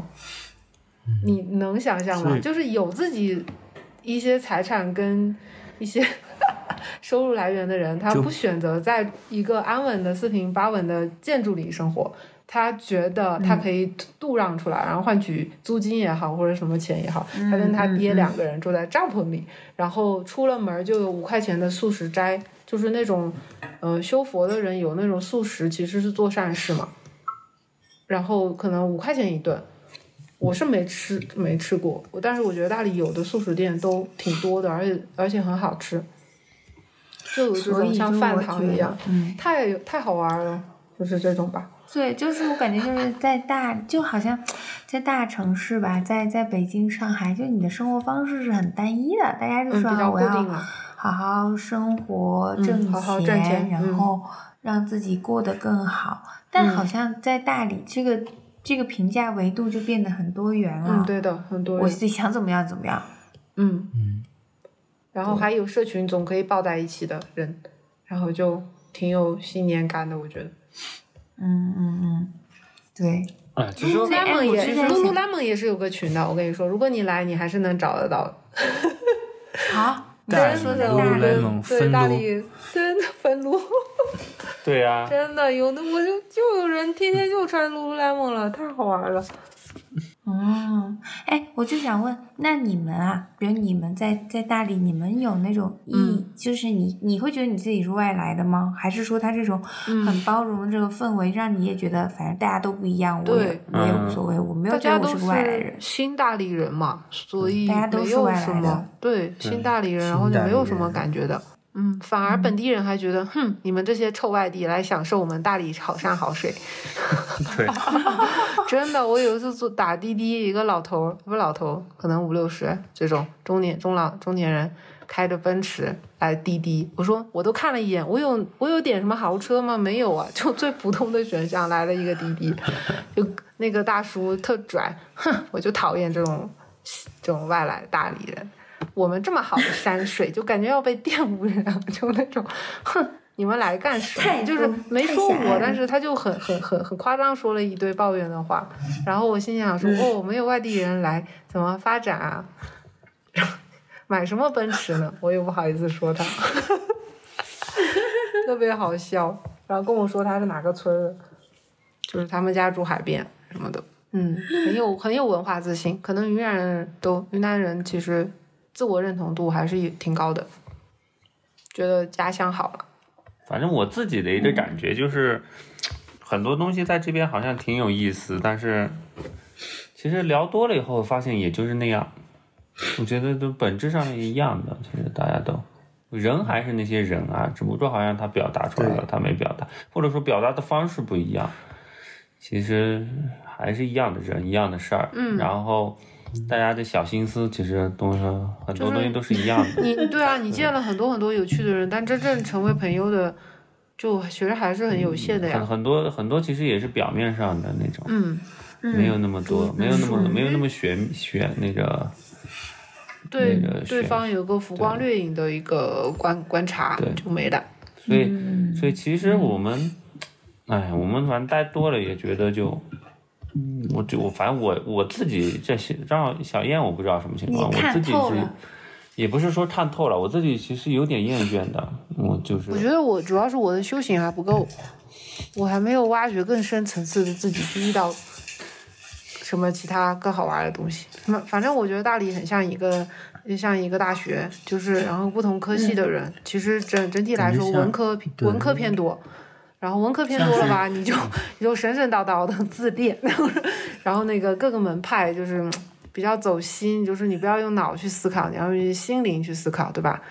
[SPEAKER 2] 你能想象吗
[SPEAKER 1] 是？
[SPEAKER 2] 就是有自己一些财产跟一些 收入来源的人，他
[SPEAKER 1] 就
[SPEAKER 2] 不选择在一个安稳的四平八稳的建筑里生活，他觉得他
[SPEAKER 4] 嗯
[SPEAKER 2] 可以度让出来，然后换取租金也好或者什么钱也好，
[SPEAKER 4] 嗯
[SPEAKER 2] 他跟他爹两个人住在帐篷里，然后出了门就有五块钱的素食斋，就是那种，呃，修佛的人有那种素食，其实是做善事嘛。然后可能五块钱一顿，我是没吃没吃过，我但是我觉得大理有的素食店都挺多的，而且而且很好吃，就有这
[SPEAKER 4] 所
[SPEAKER 2] 种
[SPEAKER 4] 以
[SPEAKER 2] 像
[SPEAKER 4] 就
[SPEAKER 2] 饭
[SPEAKER 4] 我
[SPEAKER 2] 堂
[SPEAKER 4] 觉
[SPEAKER 2] 一
[SPEAKER 4] 得
[SPEAKER 2] 样，
[SPEAKER 4] 嗯。
[SPEAKER 2] 太太好玩了，就是这种吧。
[SPEAKER 4] 对，就是我感觉就是在大，就好像在大城市吧，在在北京、上海，就你的生活方式是很单一的，大家就
[SPEAKER 2] 嗯，
[SPEAKER 4] 说、
[SPEAKER 2] 比
[SPEAKER 4] 啊
[SPEAKER 2] 较
[SPEAKER 4] 我
[SPEAKER 2] 固
[SPEAKER 4] 要
[SPEAKER 2] 定了。
[SPEAKER 4] 好好生活，
[SPEAKER 2] 嗯
[SPEAKER 4] 挣钱，
[SPEAKER 2] 好好赚钱
[SPEAKER 4] 然
[SPEAKER 2] 嗯
[SPEAKER 4] 后让自己过得更好。但
[SPEAKER 2] 嗯
[SPEAKER 4] 好像在大理，这个这个评价维度就变得很多元了。
[SPEAKER 2] 嗯，对的，很多
[SPEAKER 4] 啊我
[SPEAKER 2] 人。
[SPEAKER 4] 自己想怎么样怎么样。
[SPEAKER 2] 嗯
[SPEAKER 1] 嗯，
[SPEAKER 2] 然后还有社群总可以抱在一起的人，然后就挺有信念感的，我觉得。
[SPEAKER 4] 嗯嗯嗯，对，
[SPEAKER 1] 啊，
[SPEAKER 4] 其实
[SPEAKER 2] Lululemon
[SPEAKER 4] 我
[SPEAKER 2] 也
[SPEAKER 4] 之前想
[SPEAKER 2] Lululemon 也是有个群的，我跟你说，如果你来，你还是能找得到的。
[SPEAKER 4] 好，你
[SPEAKER 1] 大
[SPEAKER 4] 再
[SPEAKER 1] 理
[SPEAKER 4] 说的大理
[SPEAKER 1] Lululemon
[SPEAKER 2] 对
[SPEAKER 1] 分
[SPEAKER 2] 大
[SPEAKER 1] 撸，
[SPEAKER 2] 理真的 分撸，
[SPEAKER 3] 对啊呀，
[SPEAKER 2] 真的有的我就就有人天天就穿 Lululemon 了，太好玩了。
[SPEAKER 4] 哦，哎，我就想问，那你们啊，比如你们在在大理，你们有那种意，
[SPEAKER 2] 嗯
[SPEAKER 4] 就是你你会觉得你自己是外来的吗？还是说他这种
[SPEAKER 2] 嗯
[SPEAKER 4] 很包容的这个氛围，让你也觉得反正大家都不一样，我也
[SPEAKER 2] 对
[SPEAKER 4] 我也无
[SPEAKER 3] 嗯
[SPEAKER 4] 所谓，我没有
[SPEAKER 2] 大
[SPEAKER 4] 觉
[SPEAKER 2] 家
[SPEAKER 4] 得我
[SPEAKER 2] 都
[SPEAKER 4] 是个外来人。
[SPEAKER 2] 新大理人嘛，所以
[SPEAKER 4] 大家都
[SPEAKER 2] 没
[SPEAKER 4] 是
[SPEAKER 2] 有
[SPEAKER 4] 外来
[SPEAKER 2] 什
[SPEAKER 4] 的
[SPEAKER 2] 么对新大理人，然后
[SPEAKER 1] 新
[SPEAKER 2] 就
[SPEAKER 1] 大
[SPEAKER 2] 没
[SPEAKER 1] 理
[SPEAKER 2] 有什么
[SPEAKER 1] 人
[SPEAKER 2] 感觉的。嗯，反而本地人还觉得，哼，你们这些臭外地来享受我们大理好山 好水，
[SPEAKER 3] 对，
[SPEAKER 2] 真的，我有一次坐打滴滴，一个老头儿，不是老头儿，可能五六十这种中年中老中年人，开着奔驰来滴滴。我说我都看了一眼，我有我有点什么豪车吗？没有啊， 就最普通的选项来了一个滴 滴，就那个大叔特拽，哼，我就讨厌这种这种外来大理人。我们这么好的山水， 就感觉要被玷污了，就那种， 哼，你们来干什
[SPEAKER 4] 太
[SPEAKER 2] 么？就是
[SPEAKER 4] 过
[SPEAKER 2] 没
[SPEAKER 4] 太
[SPEAKER 2] 说
[SPEAKER 4] 狭隘
[SPEAKER 2] 我，
[SPEAKER 4] 了
[SPEAKER 2] 但是他就很很很很夸张说了一堆抱怨的话，
[SPEAKER 4] 嗯
[SPEAKER 2] 然后我心想说，哦，没有外地人来，怎么发展啊？ 买什么奔驰呢？我也不好意思说他， 特别好笑。然后跟我说他是哪个村儿的，就是他们家住海边什么的。嗯，很有很有文化自信，可能云南人都云南人其实自我认同度还是挺高的，觉得家乡好了。
[SPEAKER 3] 反正我自己的一
[SPEAKER 2] 嗯
[SPEAKER 3] 个感觉就是，很多东西在这边好像挺有意思，但是其实聊多了以后，发现也就是那样。我觉得都本质上是一样的，其实大家都人还是那些人啊，只不过好像他表达出来了，他没表达，或者说表达的方式不一样，其实还是一样的人，一样的事儿。嗯，然后大家的小心思，其实东西很
[SPEAKER 2] 就
[SPEAKER 3] 多
[SPEAKER 2] 是
[SPEAKER 3] 东西都是一样的。
[SPEAKER 2] 你对啊，你见了很多很多有趣的人，但真正成为朋友的，就其实还是很有限的
[SPEAKER 3] 很
[SPEAKER 2] 呀。
[SPEAKER 3] 很多很多其实也是表面上的那种，
[SPEAKER 2] 嗯，
[SPEAKER 3] 没有那
[SPEAKER 4] 嗯
[SPEAKER 3] 么多，没有那么没有那么玄玄那个，
[SPEAKER 2] 对
[SPEAKER 3] 那个
[SPEAKER 2] 对
[SPEAKER 3] 选
[SPEAKER 2] 方有个浮光掠影的一个观观察
[SPEAKER 3] 对
[SPEAKER 2] 就没了。
[SPEAKER 3] 所以、
[SPEAKER 4] 嗯
[SPEAKER 3] 所以其实我们，哎，我们反正待多了也觉得就，我就我反正我我自己这些，让小燕我不知道什么情况，
[SPEAKER 4] 你
[SPEAKER 3] 我
[SPEAKER 4] 看
[SPEAKER 3] 自己
[SPEAKER 4] 透
[SPEAKER 3] 是
[SPEAKER 4] 了
[SPEAKER 3] 也不是说看透了，我自己其实有点厌倦的，我就是
[SPEAKER 2] 我觉得我主要是我的修行还不够，我还没有挖掘更深层次的自己，去遇到什么其他更好玩的东西。那反正我觉得大理很像一个，就像一个大学，就是然后不同科系的人，其实整整体来
[SPEAKER 1] 感觉
[SPEAKER 2] 说
[SPEAKER 1] 像
[SPEAKER 2] 文科
[SPEAKER 1] 对嗯
[SPEAKER 2] 文科偏多。然后文科偏多了吧，你就你就神神叨叨的 自恋，然后那个各个门派就是嗯比较走心，就是你不要用脑去思考，你要用心灵去思考，对吧？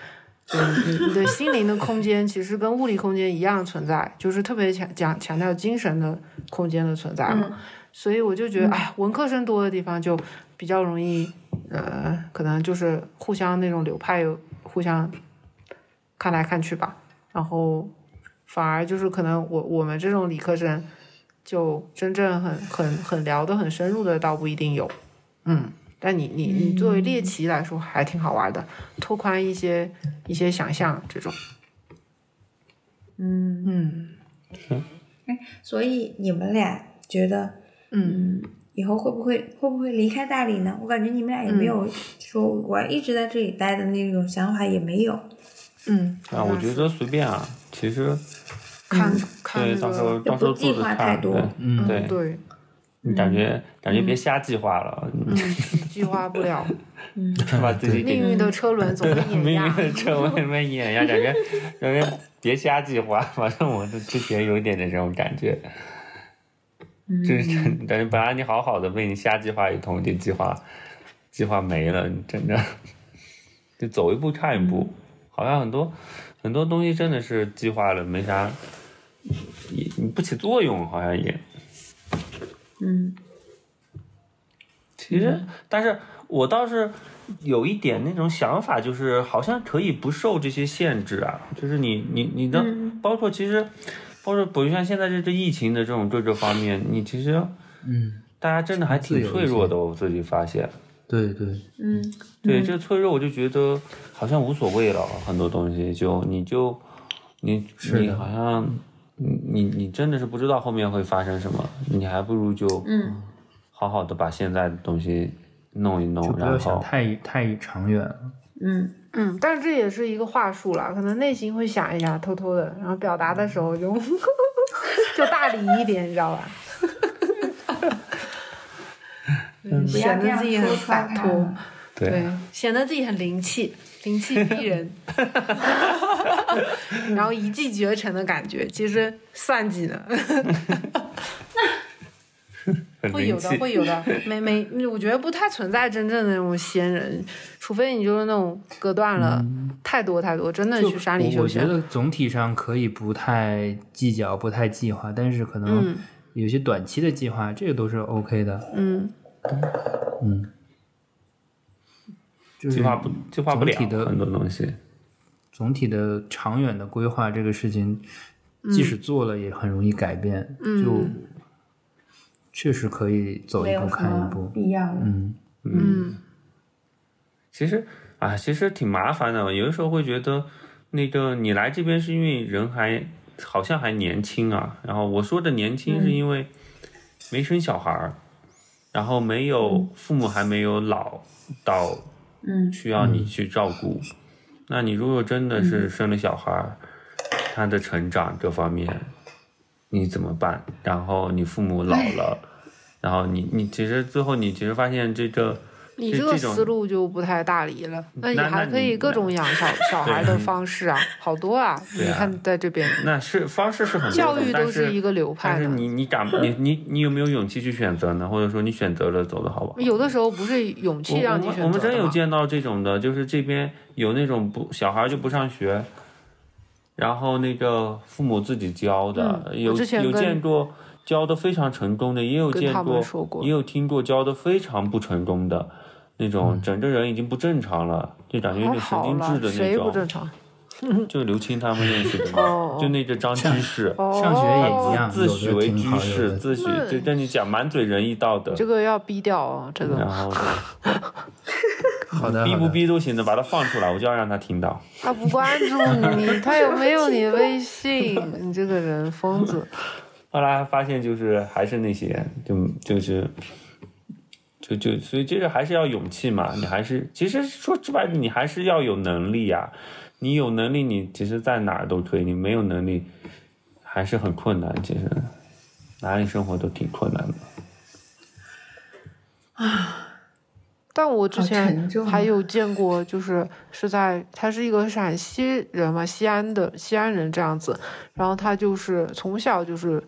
[SPEAKER 2] 就是你你的心灵的空间其实跟物理空间一样存在，就是特别强讲强调精神的空间的存在嘛。所以我就觉得，哎呀，文科生多的地方就比较容易，呃，可能就是互相那种流派有互相看来看去吧，然后反而就是可能我我们这种理科生，就真正很很很聊得很深入的倒不一定有，嗯，但你你你作为猎奇来说还挺好玩的，拓宽一些一些想象这种，
[SPEAKER 4] 嗯，
[SPEAKER 2] 嗯
[SPEAKER 4] 所以你们俩觉得，
[SPEAKER 2] 嗯，
[SPEAKER 4] 嗯，以后会不会会不会离开大理呢？我感觉你们俩也没有说我要一直在这里待的那种想法也没有，
[SPEAKER 2] 嗯，
[SPEAKER 3] 啊，我觉得随便啊，其实
[SPEAKER 2] 看看
[SPEAKER 3] 对
[SPEAKER 2] 那
[SPEAKER 3] 到时
[SPEAKER 2] 个
[SPEAKER 3] 候到时候
[SPEAKER 4] 就
[SPEAKER 3] 做
[SPEAKER 4] 不计
[SPEAKER 3] 着
[SPEAKER 4] 划
[SPEAKER 3] 看，
[SPEAKER 4] 太多嗯
[SPEAKER 3] 对
[SPEAKER 1] 嗯
[SPEAKER 3] 对，
[SPEAKER 2] 对，
[SPEAKER 3] 你感觉感觉别瞎计划了，
[SPEAKER 2] 嗯，计划不 了，
[SPEAKER 3] 把自己给
[SPEAKER 2] 命运的车轮总 会碾
[SPEAKER 3] 命
[SPEAKER 2] 压。
[SPEAKER 3] 运成为眉眼呀，感觉感觉别瞎计划。 反正我就之前有一点点这种感觉，就是 感觉本来你好好的被你瞎计划一通，就计划计划没了，你真的 就走一步看一步。好像很多很多东西真的是计划了没啥，也不起作用，好像也。
[SPEAKER 4] 嗯
[SPEAKER 3] 其实，但是我倒是有一点那种想法，就是好像可以不受这些限制啊，就是你你你的，包括其实，包括比如像现在这这疫情的这种各个方面，你其实
[SPEAKER 1] 嗯，
[SPEAKER 3] 大家真的还挺脆弱的，我自己发现。
[SPEAKER 1] 对对，
[SPEAKER 4] 嗯
[SPEAKER 3] 对，这脆弱我就觉得好像无所谓了，很多东西就你就你
[SPEAKER 1] 是
[SPEAKER 3] 你
[SPEAKER 1] 的
[SPEAKER 3] 好像你你你真的是不知道后面会发生什么，你还不如就
[SPEAKER 4] 嗯
[SPEAKER 3] 好好的把现在的东西弄一
[SPEAKER 1] 就
[SPEAKER 3] 弄，
[SPEAKER 1] 不
[SPEAKER 3] 然
[SPEAKER 1] 要想
[SPEAKER 3] 后。
[SPEAKER 1] 太太长远了。
[SPEAKER 4] 嗯，
[SPEAKER 2] 嗯，但是这也是一个话术啦，可能内心会想一下，偷偷的，然后表达的时候就 就大理一点，你知道吧？ 嗯
[SPEAKER 4] 不要
[SPEAKER 2] 显
[SPEAKER 4] 这
[SPEAKER 2] 得
[SPEAKER 4] 样
[SPEAKER 2] 自己很
[SPEAKER 4] 戳穿
[SPEAKER 2] 洒
[SPEAKER 4] 他
[SPEAKER 2] 脱
[SPEAKER 4] 们，，
[SPEAKER 3] 对
[SPEAKER 2] 对，显得自己很灵气， 灵气逼人， 然后一骑绝尘的感觉，其实算计呢。
[SPEAKER 3] 很
[SPEAKER 2] 会有
[SPEAKER 3] 灵
[SPEAKER 2] 的
[SPEAKER 3] 气，，
[SPEAKER 2] 会有 的，没没，我觉得不太存在真正的那种仙人，除非你就是那种隔断了、
[SPEAKER 3] 嗯
[SPEAKER 2] 太多太多，真的
[SPEAKER 1] 就
[SPEAKER 2] 去山里
[SPEAKER 1] 我
[SPEAKER 2] 修
[SPEAKER 1] 我觉
[SPEAKER 2] 仙。
[SPEAKER 1] 得总体上可以不太计较，不太计划，但是可能
[SPEAKER 2] 嗯
[SPEAKER 1] 有些短期的计划，这个都是 OK 的。
[SPEAKER 2] 嗯
[SPEAKER 1] 嗯，就是
[SPEAKER 3] 计划不计划不了
[SPEAKER 1] 嗯总体的
[SPEAKER 3] 很多东西。
[SPEAKER 1] 总体的长远的规划这个事情，即使做了也很容易改变，就
[SPEAKER 2] 嗯
[SPEAKER 1] 确实可以走
[SPEAKER 4] 没
[SPEAKER 1] 一
[SPEAKER 4] 有
[SPEAKER 1] 步
[SPEAKER 4] 什
[SPEAKER 1] 看
[SPEAKER 4] 么
[SPEAKER 1] 一步。
[SPEAKER 4] 必要了。
[SPEAKER 1] 嗯，
[SPEAKER 2] 嗯
[SPEAKER 3] 其实啊，其实挺麻烦的。有的时候会觉得，那个你来这边是因为人还好像还年轻啊。然后我说的年轻是因为没生小孩儿，然后没有父母还没有老到
[SPEAKER 4] 嗯
[SPEAKER 3] 需要你去照顾。那你如果真的是生了小孩儿，他的成长各方面你怎么办？然后你父母老了，然后你你其实最后你其实发现这个
[SPEAKER 2] 你
[SPEAKER 3] 这
[SPEAKER 2] 这个
[SPEAKER 3] 这种
[SPEAKER 2] 思路就不太大理了。那你
[SPEAKER 3] 那
[SPEAKER 2] 还
[SPEAKER 3] 那
[SPEAKER 2] 可以
[SPEAKER 3] 你
[SPEAKER 2] 各种养 小小孩的
[SPEAKER 3] 对
[SPEAKER 2] 方式啊，好多啊！你
[SPEAKER 3] 对啊
[SPEAKER 2] 看在这边，
[SPEAKER 3] 那是方式是很多
[SPEAKER 2] 教
[SPEAKER 3] 种
[SPEAKER 2] 育
[SPEAKER 3] 但
[SPEAKER 2] 都是一个流派
[SPEAKER 3] 但是
[SPEAKER 2] 的。
[SPEAKER 3] 你你敢你你你有没有勇气去选择呢？或者说你选择了走的好不好？
[SPEAKER 2] 有的时候不是勇气
[SPEAKER 3] 我
[SPEAKER 2] 让
[SPEAKER 3] 我
[SPEAKER 2] 你选
[SPEAKER 3] 们
[SPEAKER 2] 择
[SPEAKER 3] 我们真
[SPEAKER 2] 的
[SPEAKER 3] 有
[SPEAKER 2] 嘛
[SPEAKER 3] 见到这种的，就是这边有那种不小孩就不上学，然后那个父母自己教的，
[SPEAKER 2] 嗯
[SPEAKER 3] 有
[SPEAKER 2] 我之前
[SPEAKER 3] 有
[SPEAKER 2] 跟
[SPEAKER 3] 见过教的非常成功的，也有
[SPEAKER 2] 跟
[SPEAKER 3] 见
[SPEAKER 2] 他们
[SPEAKER 3] 过
[SPEAKER 2] 说过
[SPEAKER 3] 也有听过教的非常不成功的那种，整个人已经不正常了，就感觉有
[SPEAKER 2] 嗯还
[SPEAKER 3] 点
[SPEAKER 2] 哦好
[SPEAKER 3] 神经质
[SPEAKER 2] 了，
[SPEAKER 3] 的那
[SPEAKER 2] 谁不正
[SPEAKER 3] 种，
[SPEAKER 2] 常？
[SPEAKER 3] 就刘青他们认识的 那
[SPEAKER 2] 哦
[SPEAKER 3] 种，就那个张居士。
[SPEAKER 2] 哦，
[SPEAKER 1] 上学也一
[SPEAKER 3] 他
[SPEAKER 1] 样
[SPEAKER 3] 自自诩为居
[SPEAKER 1] 有
[SPEAKER 3] 士，
[SPEAKER 1] 的
[SPEAKER 3] 自诩
[SPEAKER 2] 那
[SPEAKER 3] 就跟你讲满嘴仁义道德，
[SPEAKER 2] 这个要逼掉啊，这
[SPEAKER 1] 嗯
[SPEAKER 2] 个
[SPEAKER 3] 然 后
[SPEAKER 1] 好的，
[SPEAKER 3] 逼
[SPEAKER 1] 好
[SPEAKER 3] 不
[SPEAKER 1] 的
[SPEAKER 3] 逼都行的，把它放出来，我就要让他听到。
[SPEAKER 2] 他啊不关注你，他有没有你 微信？你这个人疯子。
[SPEAKER 3] 后来发现就是还是那些，就就是，就就所以这个还是要勇气 嘛，你还是其实说直白，你还是要有能力呀、你有能力，你其实在哪儿都可以，你没有能力还是很困难，其实哪里生活都挺困难的。
[SPEAKER 2] 但我之
[SPEAKER 4] 好
[SPEAKER 2] 前
[SPEAKER 1] 哦
[SPEAKER 4] 沉重
[SPEAKER 2] 还
[SPEAKER 4] 啊
[SPEAKER 2] 有见过，就是是在他是一个陕西人嘛，西安的西安人这样子，然后他就是从小就是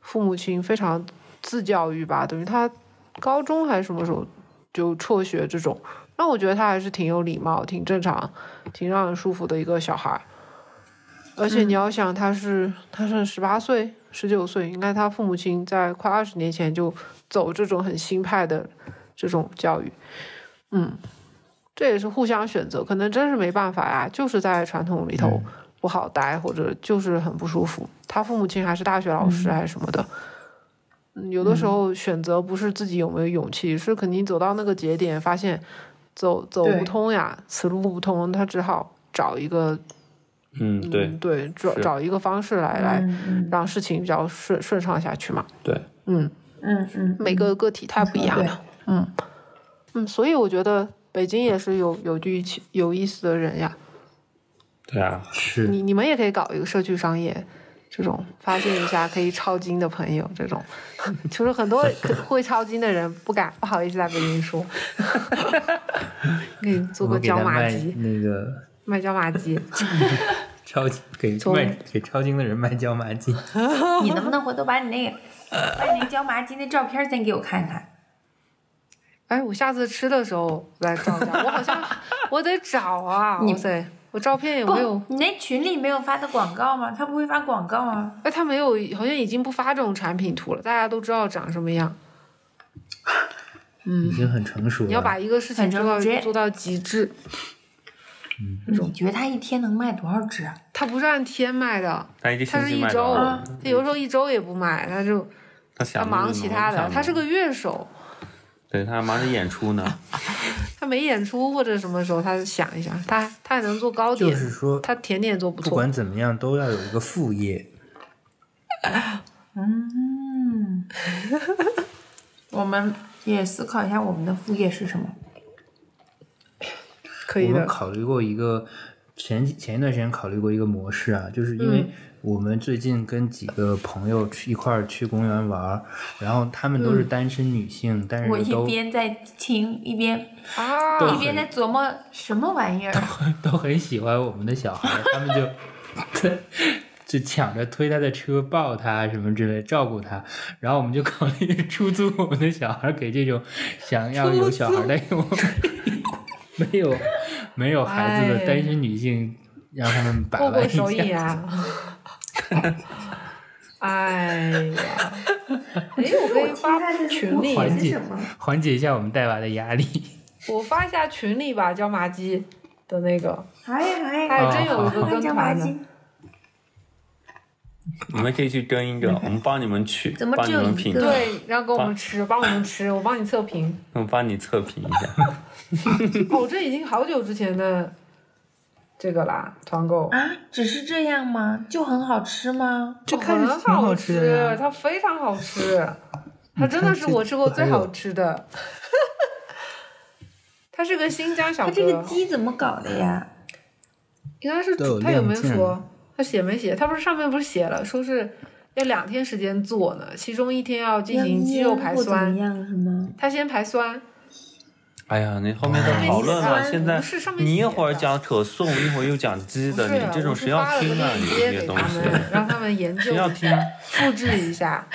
[SPEAKER 2] 父母亲非常自教育吧，等于他高中还是什么时候就辍学这种，那我觉得他还是挺有礼貌、挺正常、挺让人舒服的一个小孩儿。而且你要想，他是、他是十八岁、十九岁，应该他父母亲在快二十年前就走这种很新派的这种教育，嗯，这也是互相选择，可能真是没办法呀，就是在传统里头不好待，或者就是很不舒服。他父母亲还是大学老师还是什么的，嗯有的时候选择不是自己有没有勇气，是肯定走到那个节点，发现走走
[SPEAKER 4] 对
[SPEAKER 2] 不通呀，此路不通，他只好找一个
[SPEAKER 3] 嗯，对
[SPEAKER 2] 嗯对，找
[SPEAKER 3] 是
[SPEAKER 2] 找一个方式来来
[SPEAKER 4] 嗯
[SPEAKER 2] 让事情比较顺顺畅下去嘛。
[SPEAKER 3] 对，
[SPEAKER 2] 嗯，
[SPEAKER 4] 嗯嗯，
[SPEAKER 2] 每个个体太不一样
[SPEAKER 4] 对
[SPEAKER 2] 了。嗯嗯，所以我觉得北京也是有有趣有意思的人呀。
[SPEAKER 3] 对啊，
[SPEAKER 1] 是
[SPEAKER 2] 你你们也可以搞一个社区商业，这种发现一下可以抄经的朋友，这种 就是很多可会抄经的人不敢不好意思在北京说， 可以做
[SPEAKER 1] 我
[SPEAKER 2] 个
[SPEAKER 1] 给他
[SPEAKER 2] 椒麻
[SPEAKER 1] 卖
[SPEAKER 2] 鸡，
[SPEAKER 1] 那个
[SPEAKER 2] 卖椒麻鸡。
[SPEAKER 1] 超级给
[SPEAKER 2] 从
[SPEAKER 1] 卖给超精的人卖椒麻鸡，
[SPEAKER 4] 你能不能回头把你那个，把你那椒麻鸡那照片先给我看看？
[SPEAKER 2] 哎，我下次吃的时候来照一下，我好 像我得找啊，
[SPEAKER 4] 你
[SPEAKER 2] 哇塞，我照片有没有
[SPEAKER 4] 不？，你那群里没有发的广告吗？他不会发广告啊。
[SPEAKER 2] 哎，他没有，好像已经不发这种产品图了，大家都知道长什么样。
[SPEAKER 1] 已经很成熟了。
[SPEAKER 2] 嗯你要把一个事情
[SPEAKER 4] 反
[SPEAKER 2] 做
[SPEAKER 4] 正
[SPEAKER 2] 到
[SPEAKER 4] 直接
[SPEAKER 2] 做到极致，
[SPEAKER 4] 你觉得他一天能卖多少只啊？
[SPEAKER 2] 它不是按天卖的，
[SPEAKER 3] 他一个
[SPEAKER 2] 它
[SPEAKER 3] 星
[SPEAKER 2] 是
[SPEAKER 3] 期
[SPEAKER 2] 一
[SPEAKER 3] 卖
[SPEAKER 2] 周，
[SPEAKER 3] 到
[SPEAKER 2] 它
[SPEAKER 3] 了，
[SPEAKER 2] 有时候一周也不卖，他就他
[SPEAKER 3] 他想
[SPEAKER 2] 忙其他的，他
[SPEAKER 3] 他
[SPEAKER 2] 是个乐手，
[SPEAKER 3] 对他忙着演出呢，
[SPEAKER 2] 他没演出或者什么时候他想一想，他他还能做糕点，
[SPEAKER 1] 就是说，
[SPEAKER 2] 他甜点做不
[SPEAKER 1] 不
[SPEAKER 2] 错，
[SPEAKER 1] 管怎么样都要有一个副业。
[SPEAKER 4] 嗯，我们也思考一下我们的副业是什么。
[SPEAKER 2] 可
[SPEAKER 1] 我
[SPEAKER 2] 以
[SPEAKER 1] 们
[SPEAKER 2] 的。
[SPEAKER 1] 考虑过一个前几前一段时间考虑过一个模式啊，就是因为
[SPEAKER 2] 嗯
[SPEAKER 1] 我们最近跟几个朋友去一块儿去公园玩儿，然后他们都
[SPEAKER 2] 嗯
[SPEAKER 1] 是单身女性，但
[SPEAKER 4] 我
[SPEAKER 1] 是
[SPEAKER 4] 一
[SPEAKER 1] 都
[SPEAKER 4] 边在听，一边
[SPEAKER 2] 啊，
[SPEAKER 4] 一边在琢磨什么玩意儿。
[SPEAKER 1] 都很喜欢我们的小孩儿，他们就 对就抢着推他的车，抱他什么之类，照顾他。然后我们就考虑出租我们的小孩儿给这种想要有小孩儿但有没有没有孩子的单身女性，让他们把
[SPEAKER 2] 过过
[SPEAKER 1] 玩一
[SPEAKER 2] 手瘾
[SPEAKER 1] 下。
[SPEAKER 2] 啊！ 哎呀，哎，我可以发群里，
[SPEAKER 1] 缓解
[SPEAKER 4] 什么
[SPEAKER 1] 缓解一下我们带娃的压力，
[SPEAKER 2] 我发一下群里吧，椒麻鸡的那个，
[SPEAKER 4] 哎呀哎
[SPEAKER 2] 还
[SPEAKER 1] 哦
[SPEAKER 2] 真有一个跟
[SPEAKER 4] 椒麻
[SPEAKER 2] 团的
[SPEAKER 4] 鸡，
[SPEAKER 3] 你们可以去跟一个，我们帮你们取，
[SPEAKER 4] 怎么
[SPEAKER 3] 帮
[SPEAKER 4] 只
[SPEAKER 3] 你
[SPEAKER 4] 有
[SPEAKER 3] 们
[SPEAKER 4] 一
[SPEAKER 3] 品
[SPEAKER 4] 个
[SPEAKER 3] 尝，
[SPEAKER 2] 对，然后给我们吃，帮我们吃，我帮你测评。
[SPEAKER 3] 我帮你测评一下。
[SPEAKER 2] 哦，这已经好久之前的这个啦，团购。
[SPEAKER 4] 啊，只是这样吗？就很好吃吗？
[SPEAKER 2] 这
[SPEAKER 1] 看着
[SPEAKER 2] 哦很
[SPEAKER 1] 挺好吃
[SPEAKER 2] 吃，
[SPEAKER 1] 的呀
[SPEAKER 2] 它非常好吃，它真的是
[SPEAKER 1] 这
[SPEAKER 2] 我吃过
[SPEAKER 1] 还
[SPEAKER 2] 最
[SPEAKER 1] 有
[SPEAKER 2] 好吃的。他是个新疆小
[SPEAKER 5] 他
[SPEAKER 2] 哥，
[SPEAKER 5] 这个鸡怎么搞的呀？
[SPEAKER 2] 应该是
[SPEAKER 1] 都有
[SPEAKER 2] 他有没有
[SPEAKER 1] 亮剑
[SPEAKER 2] 说他写没写？他不是上面不是写了，说是要两天时间做呢，其中一天要进行肌肉排
[SPEAKER 5] 要腌或怎么
[SPEAKER 2] 酸，
[SPEAKER 5] 样是吗？
[SPEAKER 2] 他先排酸，
[SPEAKER 3] 哎呀，你后面再
[SPEAKER 2] 面
[SPEAKER 3] 讨论
[SPEAKER 2] 写
[SPEAKER 3] 吧。
[SPEAKER 2] 的
[SPEAKER 3] 现在
[SPEAKER 2] 不是上面
[SPEAKER 3] 你
[SPEAKER 2] 写
[SPEAKER 3] 一会儿
[SPEAKER 2] 的
[SPEAKER 3] 讲可颂，一会儿又讲鸡
[SPEAKER 2] 不
[SPEAKER 3] 的，
[SPEAKER 2] 是
[SPEAKER 3] 你这种
[SPEAKER 2] 我
[SPEAKER 3] 谁
[SPEAKER 2] 是
[SPEAKER 3] 要
[SPEAKER 2] 发了个
[SPEAKER 3] 听啊？
[SPEAKER 2] 链
[SPEAKER 3] 你这
[SPEAKER 2] 接
[SPEAKER 3] 些
[SPEAKER 2] 给
[SPEAKER 3] 东
[SPEAKER 2] 他
[SPEAKER 3] 西，
[SPEAKER 2] 们，让他们研究
[SPEAKER 3] 谁要
[SPEAKER 2] 一
[SPEAKER 3] 听？啊
[SPEAKER 2] 下，复制一下，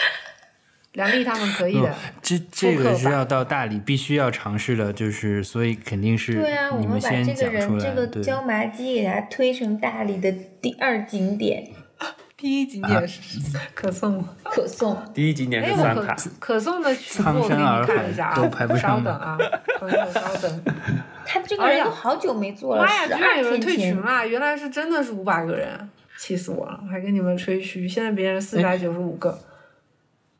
[SPEAKER 2] 梁丽他们可以的。
[SPEAKER 1] 这这
[SPEAKER 2] 复刻
[SPEAKER 1] 个
[SPEAKER 2] 吧
[SPEAKER 1] 是要到大理必须要尝试的，就是所以肯定是
[SPEAKER 5] 对
[SPEAKER 2] 嗯
[SPEAKER 5] 啊，我
[SPEAKER 1] 你
[SPEAKER 5] 们把
[SPEAKER 1] 先
[SPEAKER 5] 这个
[SPEAKER 1] 讲出
[SPEAKER 5] 人
[SPEAKER 1] 来，
[SPEAKER 5] 这个
[SPEAKER 1] 对
[SPEAKER 5] 椒麻鸡给他推成大理的第二景点，
[SPEAKER 2] 第一景点是可颂吗，
[SPEAKER 5] 可颂。
[SPEAKER 3] 第一景点
[SPEAKER 2] 哎，
[SPEAKER 3] 是
[SPEAKER 2] 我
[SPEAKER 3] 啊三塔
[SPEAKER 2] 可，可颂的曲目我给
[SPEAKER 1] 苍山
[SPEAKER 2] 你
[SPEAKER 1] 洱海
[SPEAKER 2] 看一下
[SPEAKER 1] 都排
[SPEAKER 2] 啊，
[SPEAKER 1] 不
[SPEAKER 2] 稍
[SPEAKER 1] 上
[SPEAKER 2] 等啊，朋友稍等。
[SPEAKER 5] 他这个
[SPEAKER 2] 哎
[SPEAKER 5] 人
[SPEAKER 2] 呀
[SPEAKER 5] 都好久没做了，
[SPEAKER 2] 妈呀，
[SPEAKER 5] 呃十
[SPEAKER 2] 居然
[SPEAKER 5] 二
[SPEAKER 2] 有人
[SPEAKER 5] 天
[SPEAKER 2] 退群
[SPEAKER 5] 前。
[SPEAKER 2] 啦！原来是真的是五百个人，气死我了！还跟你们吹嘘，现在别人四百九十五个。
[SPEAKER 5] 哎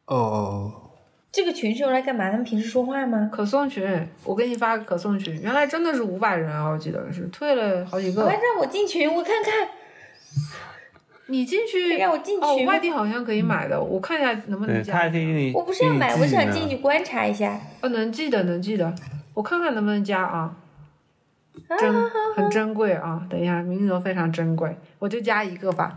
[SPEAKER 1] 哦哦
[SPEAKER 5] 这个群是用来干嘛？他们平时说话吗？
[SPEAKER 2] 可送群，我给你发个可送群，原来真的是五百人啊！我记得是退了好几
[SPEAKER 5] 我
[SPEAKER 2] 个
[SPEAKER 5] 还。让我进群，我看看，
[SPEAKER 2] 你进去
[SPEAKER 5] 让我进
[SPEAKER 2] 哦，
[SPEAKER 5] 群
[SPEAKER 2] 外地好像可以买的，我看一下能不能
[SPEAKER 3] 对，他
[SPEAKER 2] 加
[SPEAKER 3] 还。可以给你。
[SPEAKER 5] 我不是要买，
[SPEAKER 3] 给你
[SPEAKER 5] 我
[SPEAKER 3] 寄
[SPEAKER 5] 是想
[SPEAKER 3] 呢
[SPEAKER 5] 进去观察一下。
[SPEAKER 2] 哦，能记得，能记得，我看看能不能加啊。
[SPEAKER 5] 啊
[SPEAKER 2] 珍很珍贵啊！等一下，名额非常珍贵，我就加一个吧。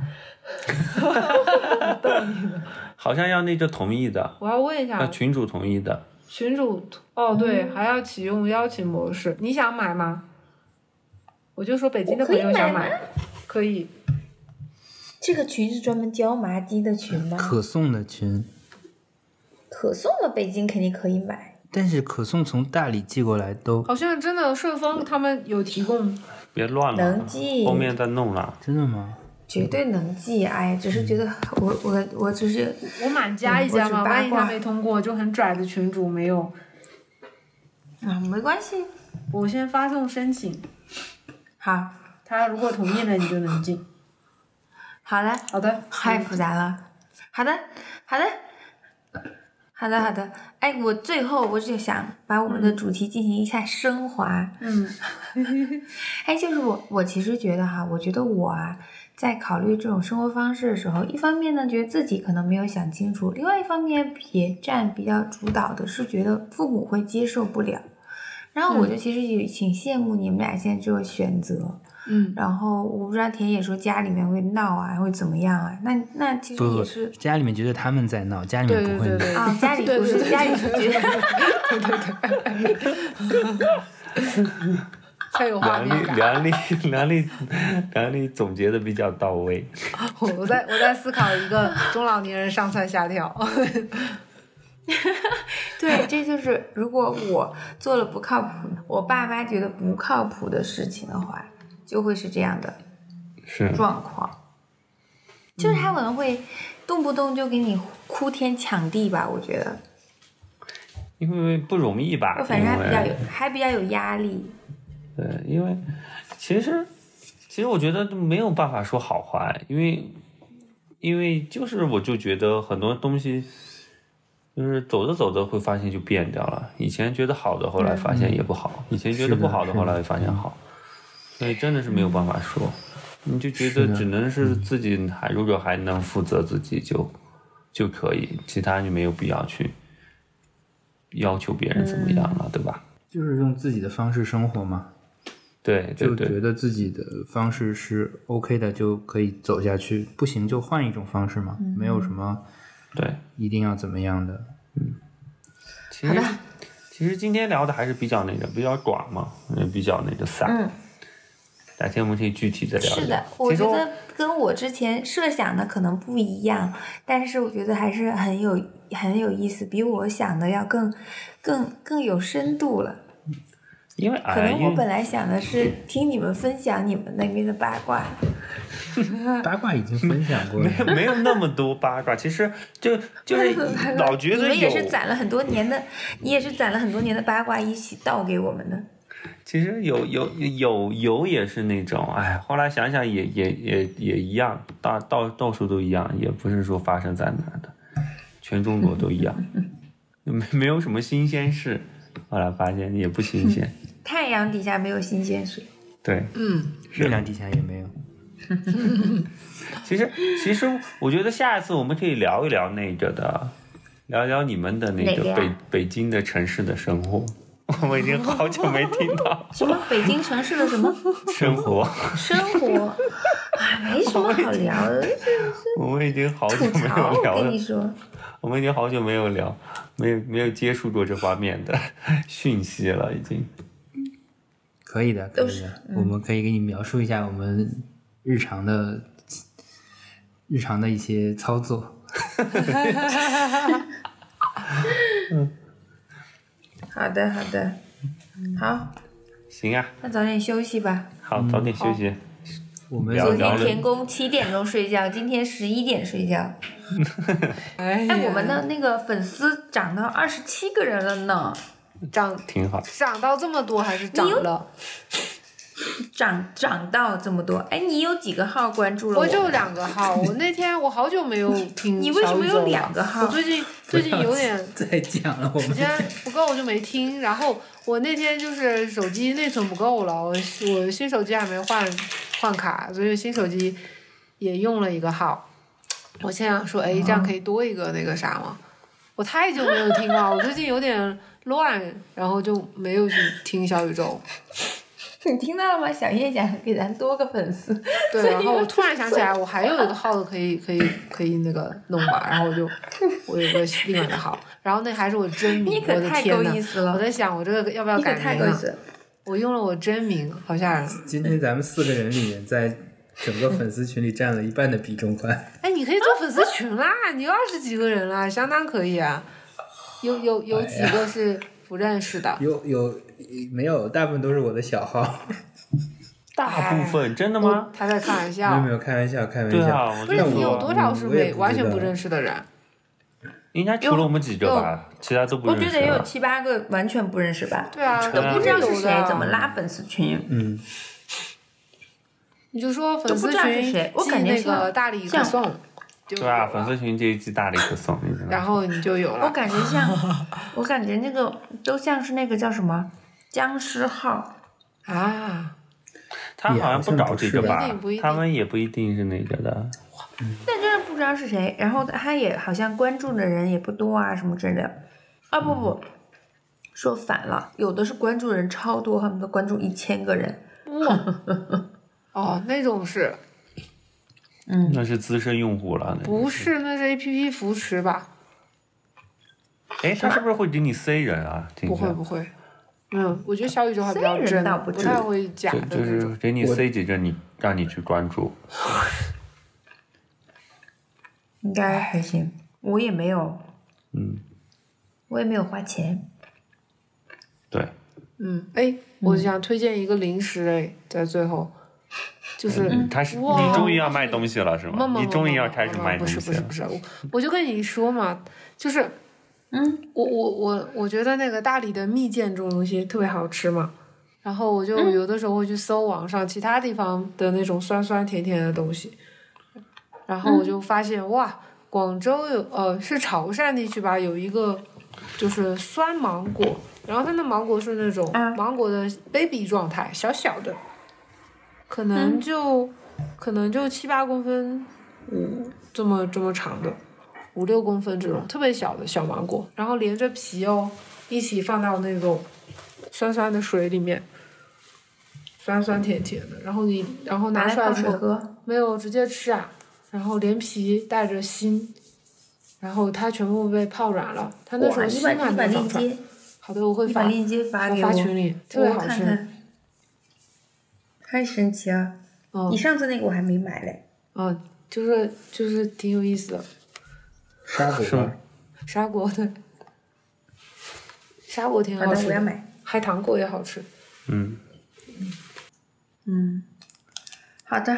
[SPEAKER 3] 好像要那个同意的，
[SPEAKER 2] 我要问一下
[SPEAKER 3] 要，群主同意的。
[SPEAKER 2] 群主哦，
[SPEAKER 5] 嗯
[SPEAKER 2] 对，还要启用邀请模式，你想买吗？我就说北京的朋友想买，可以。
[SPEAKER 5] 这个群是专门椒麻鸡的群吗
[SPEAKER 1] 哦，？可颂的群，
[SPEAKER 5] 可颂的北京肯定可以买。
[SPEAKER 1] 但是可颂从大理寄过来都
[SPEAKER 2] 好像真的顺丰他们有提供，
[SPEAKER 3] 别乱了，
[SPEAKER 5] 能记
[SPEAKER 3] 后面再弄了。
[SPEAKER 1] 真的吗？
[SPEAKER 5] 绝对能寄，哎，只是觉得我我我只是
[SPEAKER 2] 我满加一加嘛，
[SPEAKER 5] 嗯我只八卦
[SPEAKER 2] 万一他没通过，就很拽的群主没有。
[SPEAKER 5] 啊，没关系，
[SPEAKER 2] 我先发送申请，
[SPEAKER 5] 好，
[SPEAKER 2] 他如果同意了，你就能进。
[SPEAKER 5] 好的，
[SPEAKER 2] 好的，
[SPEAKER 5] 太复杂了。好的，好的，好的，好的。哎，我最后我就想把我们的主题进行一下升华。
[SPEAKER 2] 嗯，
[SPEAKER 5] 哎，就是我，我其实觉得哈，我觉得我啊，在考虑这种生活方式的时候，一方面呢，觉得自己可能没有想清楚；，另外一方面也占比较主导的是，觉得父母会接受不了。然后我就其实也挺羡慕你们俩现在这个选择，
[SPEAKER 2] 嗯，
[SPEAKER 5] 然后我不知道田野说家里面会闹啊，会怎么样啊？那那其实
[SPEAKER 1] 不
[SPEAKER 5] 也
[SPEAKER 1] 不
[SPEAKER 5] 是，
[SPEAKER 1] 家里面觉得他们在闹，家里面
[SPEAKER 2] 对
[SPEAKER 1] 不会
[SPEAKER 2] 对
[SPEAKER 1] 闹
[SPEAKER 2] 对。
[SPEAKER 5] 啊、家里
[SPEAKER 2] 对
[SPEAKER 5] 不
[SPEAKER 2] 对
[SPEAKER 5] 是
[SPEAKER 2] 对
[SPEAKER 5] 家里是觉得，
[SPEAKER 2] 太有画
[SPEAKER 3] 梁
[SPEAKER 2] 面
[SPEAKER 3] 丽，
[SPEAKER 2] 感。
[SPEAKER 3] 梁丽，梁丽，梁丽总结的比较到位。
[SPEAKER 2] 我我在我在思考一个中老年人上蹿下跳。
[SPEAKER 5] 对，这就是如果我做了不靠谱，我爸妈觉得不靠谱的事情的话，就会是这样的
[SPEAKER 3] 是，
[SPEAKER 5] 状况，就是他可能会动不动就给你哭天抢地吧，我觉得，
[SPEAKER 3] 因为不容易吧？
[SPEAKER 5] 反正还
[SPEAKER 3] 因为
[SPEAKER 5] 比较有还比较有压力，
[SPEAKER 3] 对，因为其实其实我觉得没有办法说好坏，因为因为就是我就觉得很多东西就是走着走着会发现就变掉了。以前觉得好的，后来发现也不好；以前觉
[SPEAKER 1] 嗯
[SPEAKER 3] 得
[SPEAKER 1] 是的
[SPEAKER 3] 不好的，
[SPEAKER 1] 是的
[SPEAKER 3] 后来发现好。所以真的是没有办法说，你就觉
[SPEAKER 1] 是
[SPEAKER 3] 得
[SPEAKER 1] 的嗯
[SPEAKER 3] 只能是自己还如果还能负责自己就就可以，其他就没有必要去要求别人
[SPEAKER 1] 嗯
[SPEAKER 3] 怎么样了，对吧？
[SPEAKER 1] 就是用自己的方式生活嘛，
[SPEAKER 3] 对对
[SPEAKER 1] 就
[SPEAKER 3] 对，
[SPEAKER 1] 觉得自己的方式是 OK 的，就可以走下去；不行就换一种方式嘛，
[SPEAKER 2] 嗯
[SPEAKER 1] 没有什么
[SPEAKER 3] 对。
[SPEAKER 1] 一定要怎么样的。
[SPEAKER 3] 其实其实今天聊的还是比较那个比较广嘛，嗯，比较那个散。
[SPEAKER 5] 嗯。
[SPEAKER 3] 哪天我们可以具体的聊一聊。
[SPEAKER 5] 是的，我
[SPEAKER 3] 啊其实
[SPEAKER 5] 觉得跟我之前设想的可能不一样，但是我觉得还是很有很有意思，比我想的要更更更有深度了。
[SPEAKER 3] 因为
[SPEAKER 5] 可
[SPEAKER 3] 哎，
[SPEAKER 5] 能我
[SPEAKER 3] 因
[SPEAKER 5] 本
[SPEAKER 3] 为
[SPEAKER 5] 来想的是听你们分享你们那边的八卦，
[SPEAKER 1] 八卦已经分享 过了，
[SPEAKER 3] 没有那么多八卦，其实就 就是老觉
[SPEAKER 5] 你
[SPEAKER 3] 得
[SPEAKER 5] 们也
[SPEAKER 3] 有，
[SPEAKER 5] 是攒了很多年的，你也是攒了很多年的八卦一起倒给我们的。
[SPEAKER 3] 其实有有有有也是那种，哎，后来想想也也也也一样，到到到处都一样，也不是说发生在哪儿的，全中国都一 样，没没有什么新鲜事。后来发现也不新 鲜，
[SPEAKER 5] 太阳底下没有新鲜事，
[SPEAKER 3] 对。
[SPEAKER 1] 月亮底下也没有。
[SPEAKER 3] 其实，其实我觉得下一次我们可以聊一聊那个的，聊一聊你们的那
[SPEAKER 5] 哪个
[SPEAKER 3] 个
[SPEAKER 5] 呀
[SPEAKER 3] 北北京的城市的生活。 我已经好久没听到
[SPEAKER 4] 什么北京城市的什么
[SPEAKER 3] 生 活，
[SPEAKER 4] 生活，哎，没什么好聊的，
[SPEAKER 3] 我们已经好久
[SPEAKER 4] 吐
[SPEAKER 3] 没
[SPEAKER 4] 槽。
[SPEAKER 3] 有聊
[SPEAKER 4] 我
[SPEAKER 3] 了
[SPEAKER 4] 跟你，说，
[SPEAKER 3] 我们已经好久没有聊，没有没有接触过这方面的讯息了，已经。
[SPEAKER 1] 可以的，可以的，
[SPEAKER 2] 嗯
[SPEAKER 1] 我们可以给你描述一下我们日常的日常的一些操作。
[SPEAKER 4] 好的好的，好，
[SPEAKER 3] 行啊，
[SPEAKER 4] 那早点休息吧。
[SPEAKER 3] 好，早点休息。
[SPEAKER 1] 我们
[SPEAKER 3] 聊
[SPEAKER 4] 昨
[SPEAKER 3] 一哦聊
[SPEAKER 4] 天田工七点钟睡觉，今天十一点睡 觉。
[SPEAKER 2] 哎呀
[SPEAKER 4] 哎，我们的那个粉丝涨到二十七个人了呢，嗯
[SPEAKER 2] 长
[SPEAKER 3] 挺好，
[SPEAKER 2] 长到这么多还是涨
[SPEAKER 4] 你有
[SPEAKER 2] 了，
[SPEAKER 4] 涨涨到这么多。哎，你有几个号关注了
[SPEAKER 2] 我
[SPEAKER 4] 我？
[SPEAKER 2] 就两个号。我那天我好久没有听
[SPEAKER 4] 你为什
[SPEAKER 2] 小
[SPEAKER 4] 么
[SPEAKER 2] 宇
[SPEAKER 4] 有
[SPEAKER 2] 宙了
[SPEAKER 4] 两个号
[SPEAKER 2] 我最近最近有点
[SPEAKER 1] 再讲了，我
[SPEAKER 2] 时
[SPEAKER 1] 们
[SPEAKER 2] 间不够，我就没听。然后我那天就是手机内存不够了，我我新手机还没换换卡，所以新手机也用了一个号。我现在想说，哎，这样可以多一个那个啥吗？我太久没有听了，我最近有点乱，然后就没有去听小宇宙。
[SPEAKER 4] 你听到了吗？小叶想给咱多个粉丝，
[SPEAKER 2] 对，然后我突然想起来，我还有一个号子可以可以可以那个弄吧，然后我 就我有个另外的号，然后那还是我真名，
[SPEAKER 4] 你
[SPEAKER 2] 我
[SPEAKER 4] 可
[SPEAKER 2] 的
[SPEAKER 4] 太
[SPEAKER 2] 天
[SPEAKER 4] 够
[SPEAKER 2] 呐！
[SPEAKER 4] 意思
[SPEAKER 2] 我
[SPEAKER 4] 了，
[SPEAKER 2] 在想，我这个要不要
[SPEAKER 4] 你可
[SPEAKER 2] 改
[SPEAKER 4] 太
[SPEAKER 2] 名
[SPEAKER 4] 够意
[SPEAKER 2] 啊
[SPEAKER 4] 思？了。
[SPEAKER 2] 我用了我真名，好吓人。
[SPEAKER 1] 今天咱们四个人里面，在整个粉丝群里占了一半的比重 款。
[SPEAKER 2] 哎，你可以做粉丝群啦，你有二十几个人啦，相当可以啊。有有有几个是不认识的，
[SPEAKER 1] 有有没有？大部分都是我的小号，
[SPEAKER 3] 大部分真的吗？
[SPEAKER 2] 他在开玩
[SPEAKER 1] 没有
[SPEAKER 2] 笑
[SPEAKER 1] 没。有，开玩笑，开玩
[SPEAKER 3] 对
[SPEAKER 1] 笑。
[SPEAKER 3] 啊，我
[SPEAKER 2] 不
[SPEAKER 3] 就是
[SPEAKER 1] 那
[SPEAKER 2] 你
[SPEAKER 1] 我
[SPEAKER 2] 有多少是
[SPEAKER 1] 我也
[SPEAKER 2] 没
[SPEAKER 1] 不知
[SPEAKER 2] 完全不
[SPEAKER 1] 道
[SPEAKER 2] 认识的人？
[SPEAKER 3] 应该除了我们几个吧，其他都不
[SPEAKER 4] 我
[SPEAKER 3] 认
[SPEAKER 4] 觉
[SPEAKER 3] 识啊
[SPEAKER 4] 得也有
[SPEAKER 3] 了
[SPEAKER 4] 七八个完全不认识吧，
[SPEAKER 2] 对啊，
[SPEAKER 4] 都
[SPEAKER 2] 都
[SPEAKER 4] 不知道是
[SPEAKER 2] 有
[SPEAKER 4] 谁
[SPEAKER 2] 的，
[SPEAKER 4] 怎么？拉粉丝群。
[SPEAKER 1] 嗯，
[SPEAKER 2] 你就说粉
[SPEAKER 4] 都不
[SPEAKER 2] 丝
[SPEAKER 4] 知道是
[SPEAKER 2] 群
[SPEAKER 4] 谁我
[SPEAKER 2] 寄
[SPEAKER 4] 感觉
[SPEAKER 2] 那
[SPEAKER 4] 像
[SPEAKER 2] 个大力歌
[SPEAKER 4] 像
[SPEAKER 2] 颂，就
[SPEAKER 3] 对吧？
[SPEAKER 2] 有
[SPEAKER 3] 粉
[SPEAKER 2] 了
[SPEAKER 3] 丝群这一季大力可送，你知道吗
[SPEAKER 2] 然后你就有
[SPEAKER 4] 我
[SPEAKER 2] 了。
[SPEAKER 4] 感觉 像，我感觉那个都像是那个叫什么僵尸号，
[SPEAKER 2] 啊，
[SPEAKER 3] 他们好像不搞这个
[SPEAKER 2] 也好
[SPEAKER 3] 吧
[SPEAKER 2] 像不是？吧
[SPEAKER 3] 他们也不一定是那个的。
[SPEAKER 4] 但真的不知道是谁。然后他也好像关注的人也不多啊，什么之类的。啊不不，说反了，有的是关注人超多，恨不得关注一千个人。
[SPEAKER 2] 哇，哦，那种是
[SPEAKER 4] 嗯，
[SPEAKER 3] 那是资深用户了。那个
[SPEAKER 2] 不是？那是 A P P 扶持吧？
[SPEAKER 3] 哎，他是不是会给你塞人啊？听
[SPEAKER 2] 不
[SPEAKER 3] 起来
[SPEAKER 2] 会不会，嗯，我觉得小宇宙还比较
[SPEAKER 4] 虽然
[SPEAKER 2] 真
[SPEAKER 4] 倒，不
[SPEAKER 2] 不
[SPEAKER 4] 至
[SPEAKER 2] 太
[SPEAKER 4] 于
[SPEAKER 2] 会假
[SPEAKER 3] 就
[SPEAKER 2] 的
[SPEAKER 3] 就
[SPEAKER 2] 那
[SPEAKER 3] 是
[SPEAKER 2] 种。
[SPEAKER 3] 给你塞几个你，让你去关注。
[SPEAKER 4] 应该还行。哎我也没有，
[SPEAKER 3] 嗯，
[SPEAKER 4] 我也没有花钱。
[SPEAKER 3] 对，
[SPEAKER 2] 嗯，哎，我想推荐一个零食，哎，在最后，就是
[SPEAKER 3] 嗯，他是
[SPEAKER 2] 哇
[SPEAKER 3] 你终于要卖东西了是
[SPEAKER 2] 不
[SPEAKER 3] 吗？
[SPEAKER 2] 不
[SPEAKER 3] 你
[SPEAKER 2] 不
[SPEAKER 3] 终于
[SPEAKER 2] 不
[SPEAKER 3] 要
[SPEAKER 2] 不
[SPEAKER 3] 开始
[SPEAKER 2] 不
[SPEAKER 3] 卖
[SPEAKER 2] 不
[SPEAKER 3] 东
[SPEAKER 2] 是
[SPEAKER 3] 西
[SPEAKER 2] 不是
[SPEAKER 3] 了
[SPEAKER 2] 不。是，我我就跟你说嘛，就是，
[SPEAKER 4] 嗯，
[SPEAKER 2] 我我我我觉得那个大理的蜜饯这种东西特别好吃嘛，然后我就有的时候会去搜网上其他地方的那种酸酸甜甜的东西，然后我就发现、哇，广州有呃是潮汕地区吧，有一个就是酸芒果，然后它的芒果是那种
[SPEAKER 4] 啊
[SPEAKER 2] 芒果的 baby 状态，小小的，可
[SPEAKER 4] 嗯
[SPEAKER 2] 能就、可能就七八公分五这么这么长的，五六公分这种特别小的小芒果，然后连着皮哦一起放到那种酸酸的水里面，酸酸甜甜的，然后你然后
[SPEAKER 4] 拿
[SPEAKER 2] 拿
[SPEAKER 4] 来
[SPEAKER 2] 出来
[SPEAKER 4] 泡
[SPEAKER 2] 之
[SPEAKER 4] 水
[SPEAKER 2] 后。
[SPEAKER 4] 喝。
[SPEAKER 2] 没有，直接吃啊。然后连皮带着心，然后它全部被泡软了。它那时
[SPEAKER 4] 哇
[SPEAKER 2] 候
[SPEAKER 4] 你
[SPEAKER 2] 心
[SPEAKER 4] 把
[SPEAKER 2] 还
[SPEAKER 4] 你把
[SPEAKER 2] 没
[SPEAKER 4] 链
[SPEAKER 2] 放出来。
[SPEAKER 4] 接，
[SPEAKER 2] 好的，我会
[SPEAKER 4] 你把
[SPEAKER 2] 发
[SPEAKER 4] 链接发
[SPEAKER 2] 我
[SPEAKER 4] 给
[SPEAKER 2] 发
[SPEAKER 4] 我。
[SPEAKER 2] 群里，特别
[SPEAKER 4] 我
[SPEAKER 2] 好
[SPEAKER 4] 看
[SPEAKER 2] 吃。
[SPEAKER 4] 看，太神奇了！
[SPEAKER 2] 嗯
[SPEAKER 4] 你上次那个我还没买嘞，
[SPEAKER 2] 嗯，就是就是挺有意思的，
[SPEAKER 1] 沙果花
[SPEAKER 2] 砂锅对，砂锅挺
[SPEAKER 4] 好
[SPEAKER 2] 好
[SPEAKER 4] 的，
[SPEAKER 2] 吃
[SPEAKER 4] 我要
[SPEAKER 2] 的，
[SPEAKER 4] 买。
[SPEAKER 2] 海棠果也好吃。
[SPEAKER 3] 嗯，
[SPEAKER 4] 嗯，好的，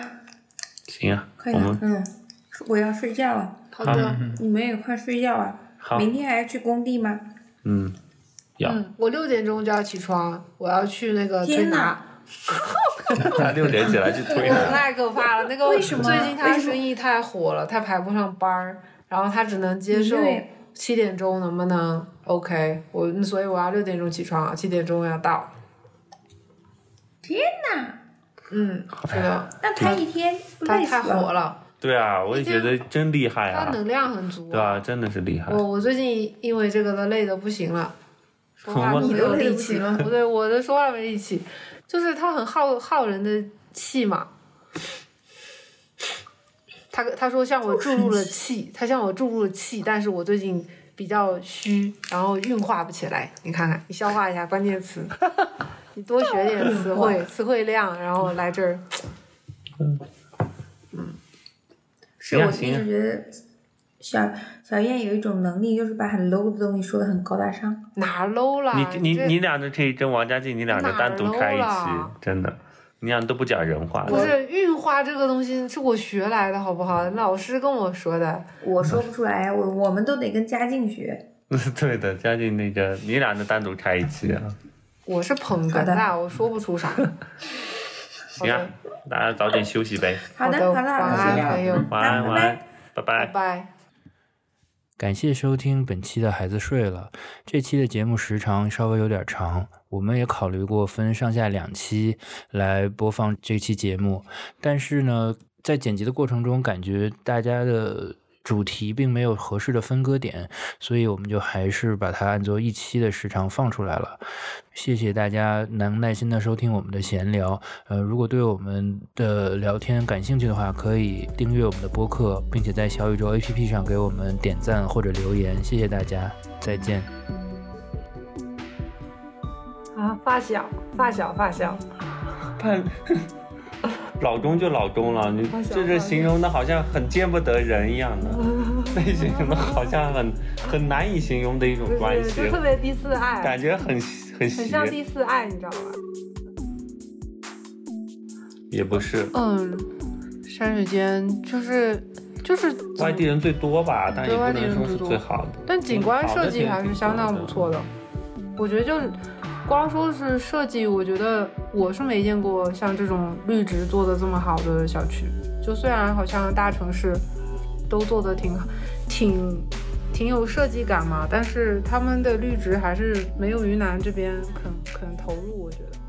[SPEAKER 3] 行啊，
[SPEAKER 4] 快
[SPEAKER 3] 我
[SPEAKER 4] 了
[SPEAKER 3] 们，
[SPEAKER 4] 嗯，我要睡觉了，
[SPEAKER 2] 好的，
[SPEAKER 4] 你们也快睡觉啊！
[SPEAKER 3] 好，
[SPEAKER 4] 明天还要去工地吗？
[SPEAKER 3] 嗯，要
[SPEAKER 2] 嗯，我六点钟就要起床，我要去那个推
[SPEAKER 4] 天
[SPEAKER 2] 拿
[SPEAKER 4] 哪。
[SPEAKER 3] 他六点起来去推拿。
[SPEAKER 2] 太可怕了！那个
[SPEAKER 4] 为什么
[SPEAKER 2] 最近他
[SPEAKER 4] 为什么
[SPEAKER 2] 生意太火了，他排不上班儿，然后他只能接受
[SPEAKER 4] 对
[SPEAKER 2] 七点钟，能不能？OK，我所以我要六点钟起床，七点钟要到。嗯，是的，
[SPEAKER 4] 那他一天不
[SPEAKER 2] 他
[SPEAKER 4] 累死
[SPEAKER 2] 太火了，
[SPEAKER 3] 对啊，我也觉得真厉害
[SPEAKER 2] 他
[SPEAKER 3] 啊，
[SPEAKER 2] 能量很足
[SPEAKER 3] 对。啊，真的是厉害
[SPEAKER 2] 我。我最近因为这个都累的不行了，说话
[SPEAKER 3] 我
[SPEAKER 2] 没
[SPEAKER 4] 你都
[SPEAKER 2] 有
[SPEAKER 4] 配
[SPEAKER 2] 力
[SPEAKER 4] 不
[SPEAKER 2] 气，
[SPEAKER 4] 上
[SPEAKER 2] 不对，我的说话没力气，就是他很耗耗人的气嘛。他他说向我注入了气，他向我注入了气，但是我最近比较虚，然后运化不起来。你看看，你消化一下关键词， 你多学点词汇，词汇量，然后来这儿。
[SPEAKER 4] 是
[SPEAKER 3] 行啊
[SPEAKER 4] 我一
[SPEAKER 3] 行啊
[SPEAKER 4] 直觉得小小燕有一种能力，就是把很 low 的东西说的很高大上。
[SPEAKER 2] 哪儿 low 啦？
[SPEAKER 3] 你你
[SPEAKER 2] 这
[SPEAKER 3] 你俩就可以跟王家靖，你俩就单独开一
[SPEAKER 2] 哪
[SPEAKER 3] 期
[SPEAKER 2] 儿了，
[SPEAKER 3] 真的，你俩都不讲人话。
[SPEAKER 2] 不是运化这个东西是我学来的，好不好？老师跟我说的。
[SPEAKER 4] 我说
[SPEAKER 2] 嗯
[SPEAKER 4] 不出来，我我们都得跟嘉靖学。
[SPEAKER 3] 对的，家靖那个，你俩就单独开一期啊。
[SPEAKER 2] 我是捧哏
[SPEAKER 4] 好
[SPEAKER 2] 的，我说不出 啥。好
[SPEAKER 3] 行啊
[SPEAKER 2] 的，，
[SPEAKER 3] 大家早点休息呗。
[SPEAKER 4] 好的，
[SPEAKER 2] 的，
[SPEAKER 4] 好的，
[SPEAKER 2] 晚
[SPEAKER 4] 好
[SPEAKER 2] 安，
[SPEAKER 4] 的，
[SPEAKER 2] 朋友，
[SPEAKER 3] 晚安，晚安，拜
[SPEAKER 2] 拜
[SPEAKER 3] 拜。
[SPEAKER 2] 拜。
[SPEAKER 1] 感谢收听本期的《孩子睡了》。这期的节目时长稍微有点长，我们也考虑过分上下两期来播放这期节目，但是呢，在剪辑的过程中，感觉大家的主题并没有合适的分割点，所以我们就还是把它按作一期的时长放出来了。谢谢大家能耐心的收听我们的闲聊。呃，如果对我们的聊天感兴趣的话，可以订阅我们的播客，并且在小宇宙 APP 上给我们点赞或者留言。谢谢大家，再见。
[SPEAKER 2] 啊，发小，发小，发小，
[SPEAKER 3] 判 老公就老公了，你
[SPEAKER 2] 好想
[SPEAKER 3] 这
[SPEAKER 2] 好
[SPEAKER 3] 是
[SPEAKER 2] 想
[SPEAKER 3] 形容的好像很见不得人一样 的，被形容的好像很很难以形容的一种
[SPEAKER 2] 就
[SPEAKER 3] 关
[SPEAKER 2] 是
[SPEAKER 3] 系
[SPEAKER 2] 就，特别第四
[SPEAKER 3] 感
[SPEAKER 2] 爱，
[SPEAKER 3] 觉很很
[SPEAKER 2] 很
[SPEAKER 3] 邪
[SPEAKER 2] 像，第四爱，你知道吗？
[SPEAKER 3] 也不是
[SPEAKER 2] 嗯，山水间就是就是，
[SPEAKER 3] 外地人最多吧，但也不
[SPEAKER 2] 外地
[SPEAKER 3] 能
[SPEAKER 2] 人
[SPEAKER 3] 说
[SPEAKER 2] 最
[SPEAKER 3] 是
[SPEAKER 2] 多
[SPEAKER 3] 最好的。
[SPEAKER 2] 但景观设计还是相当不错的。我觉得就光说是设计，我觉得我是没见过像这种绿植做的这么好的小区。就虽然好像大城市都做的挺好，挺挺有设计感嘛，但是他们的绿植还是没有云南这边肯肯投入，我觉得。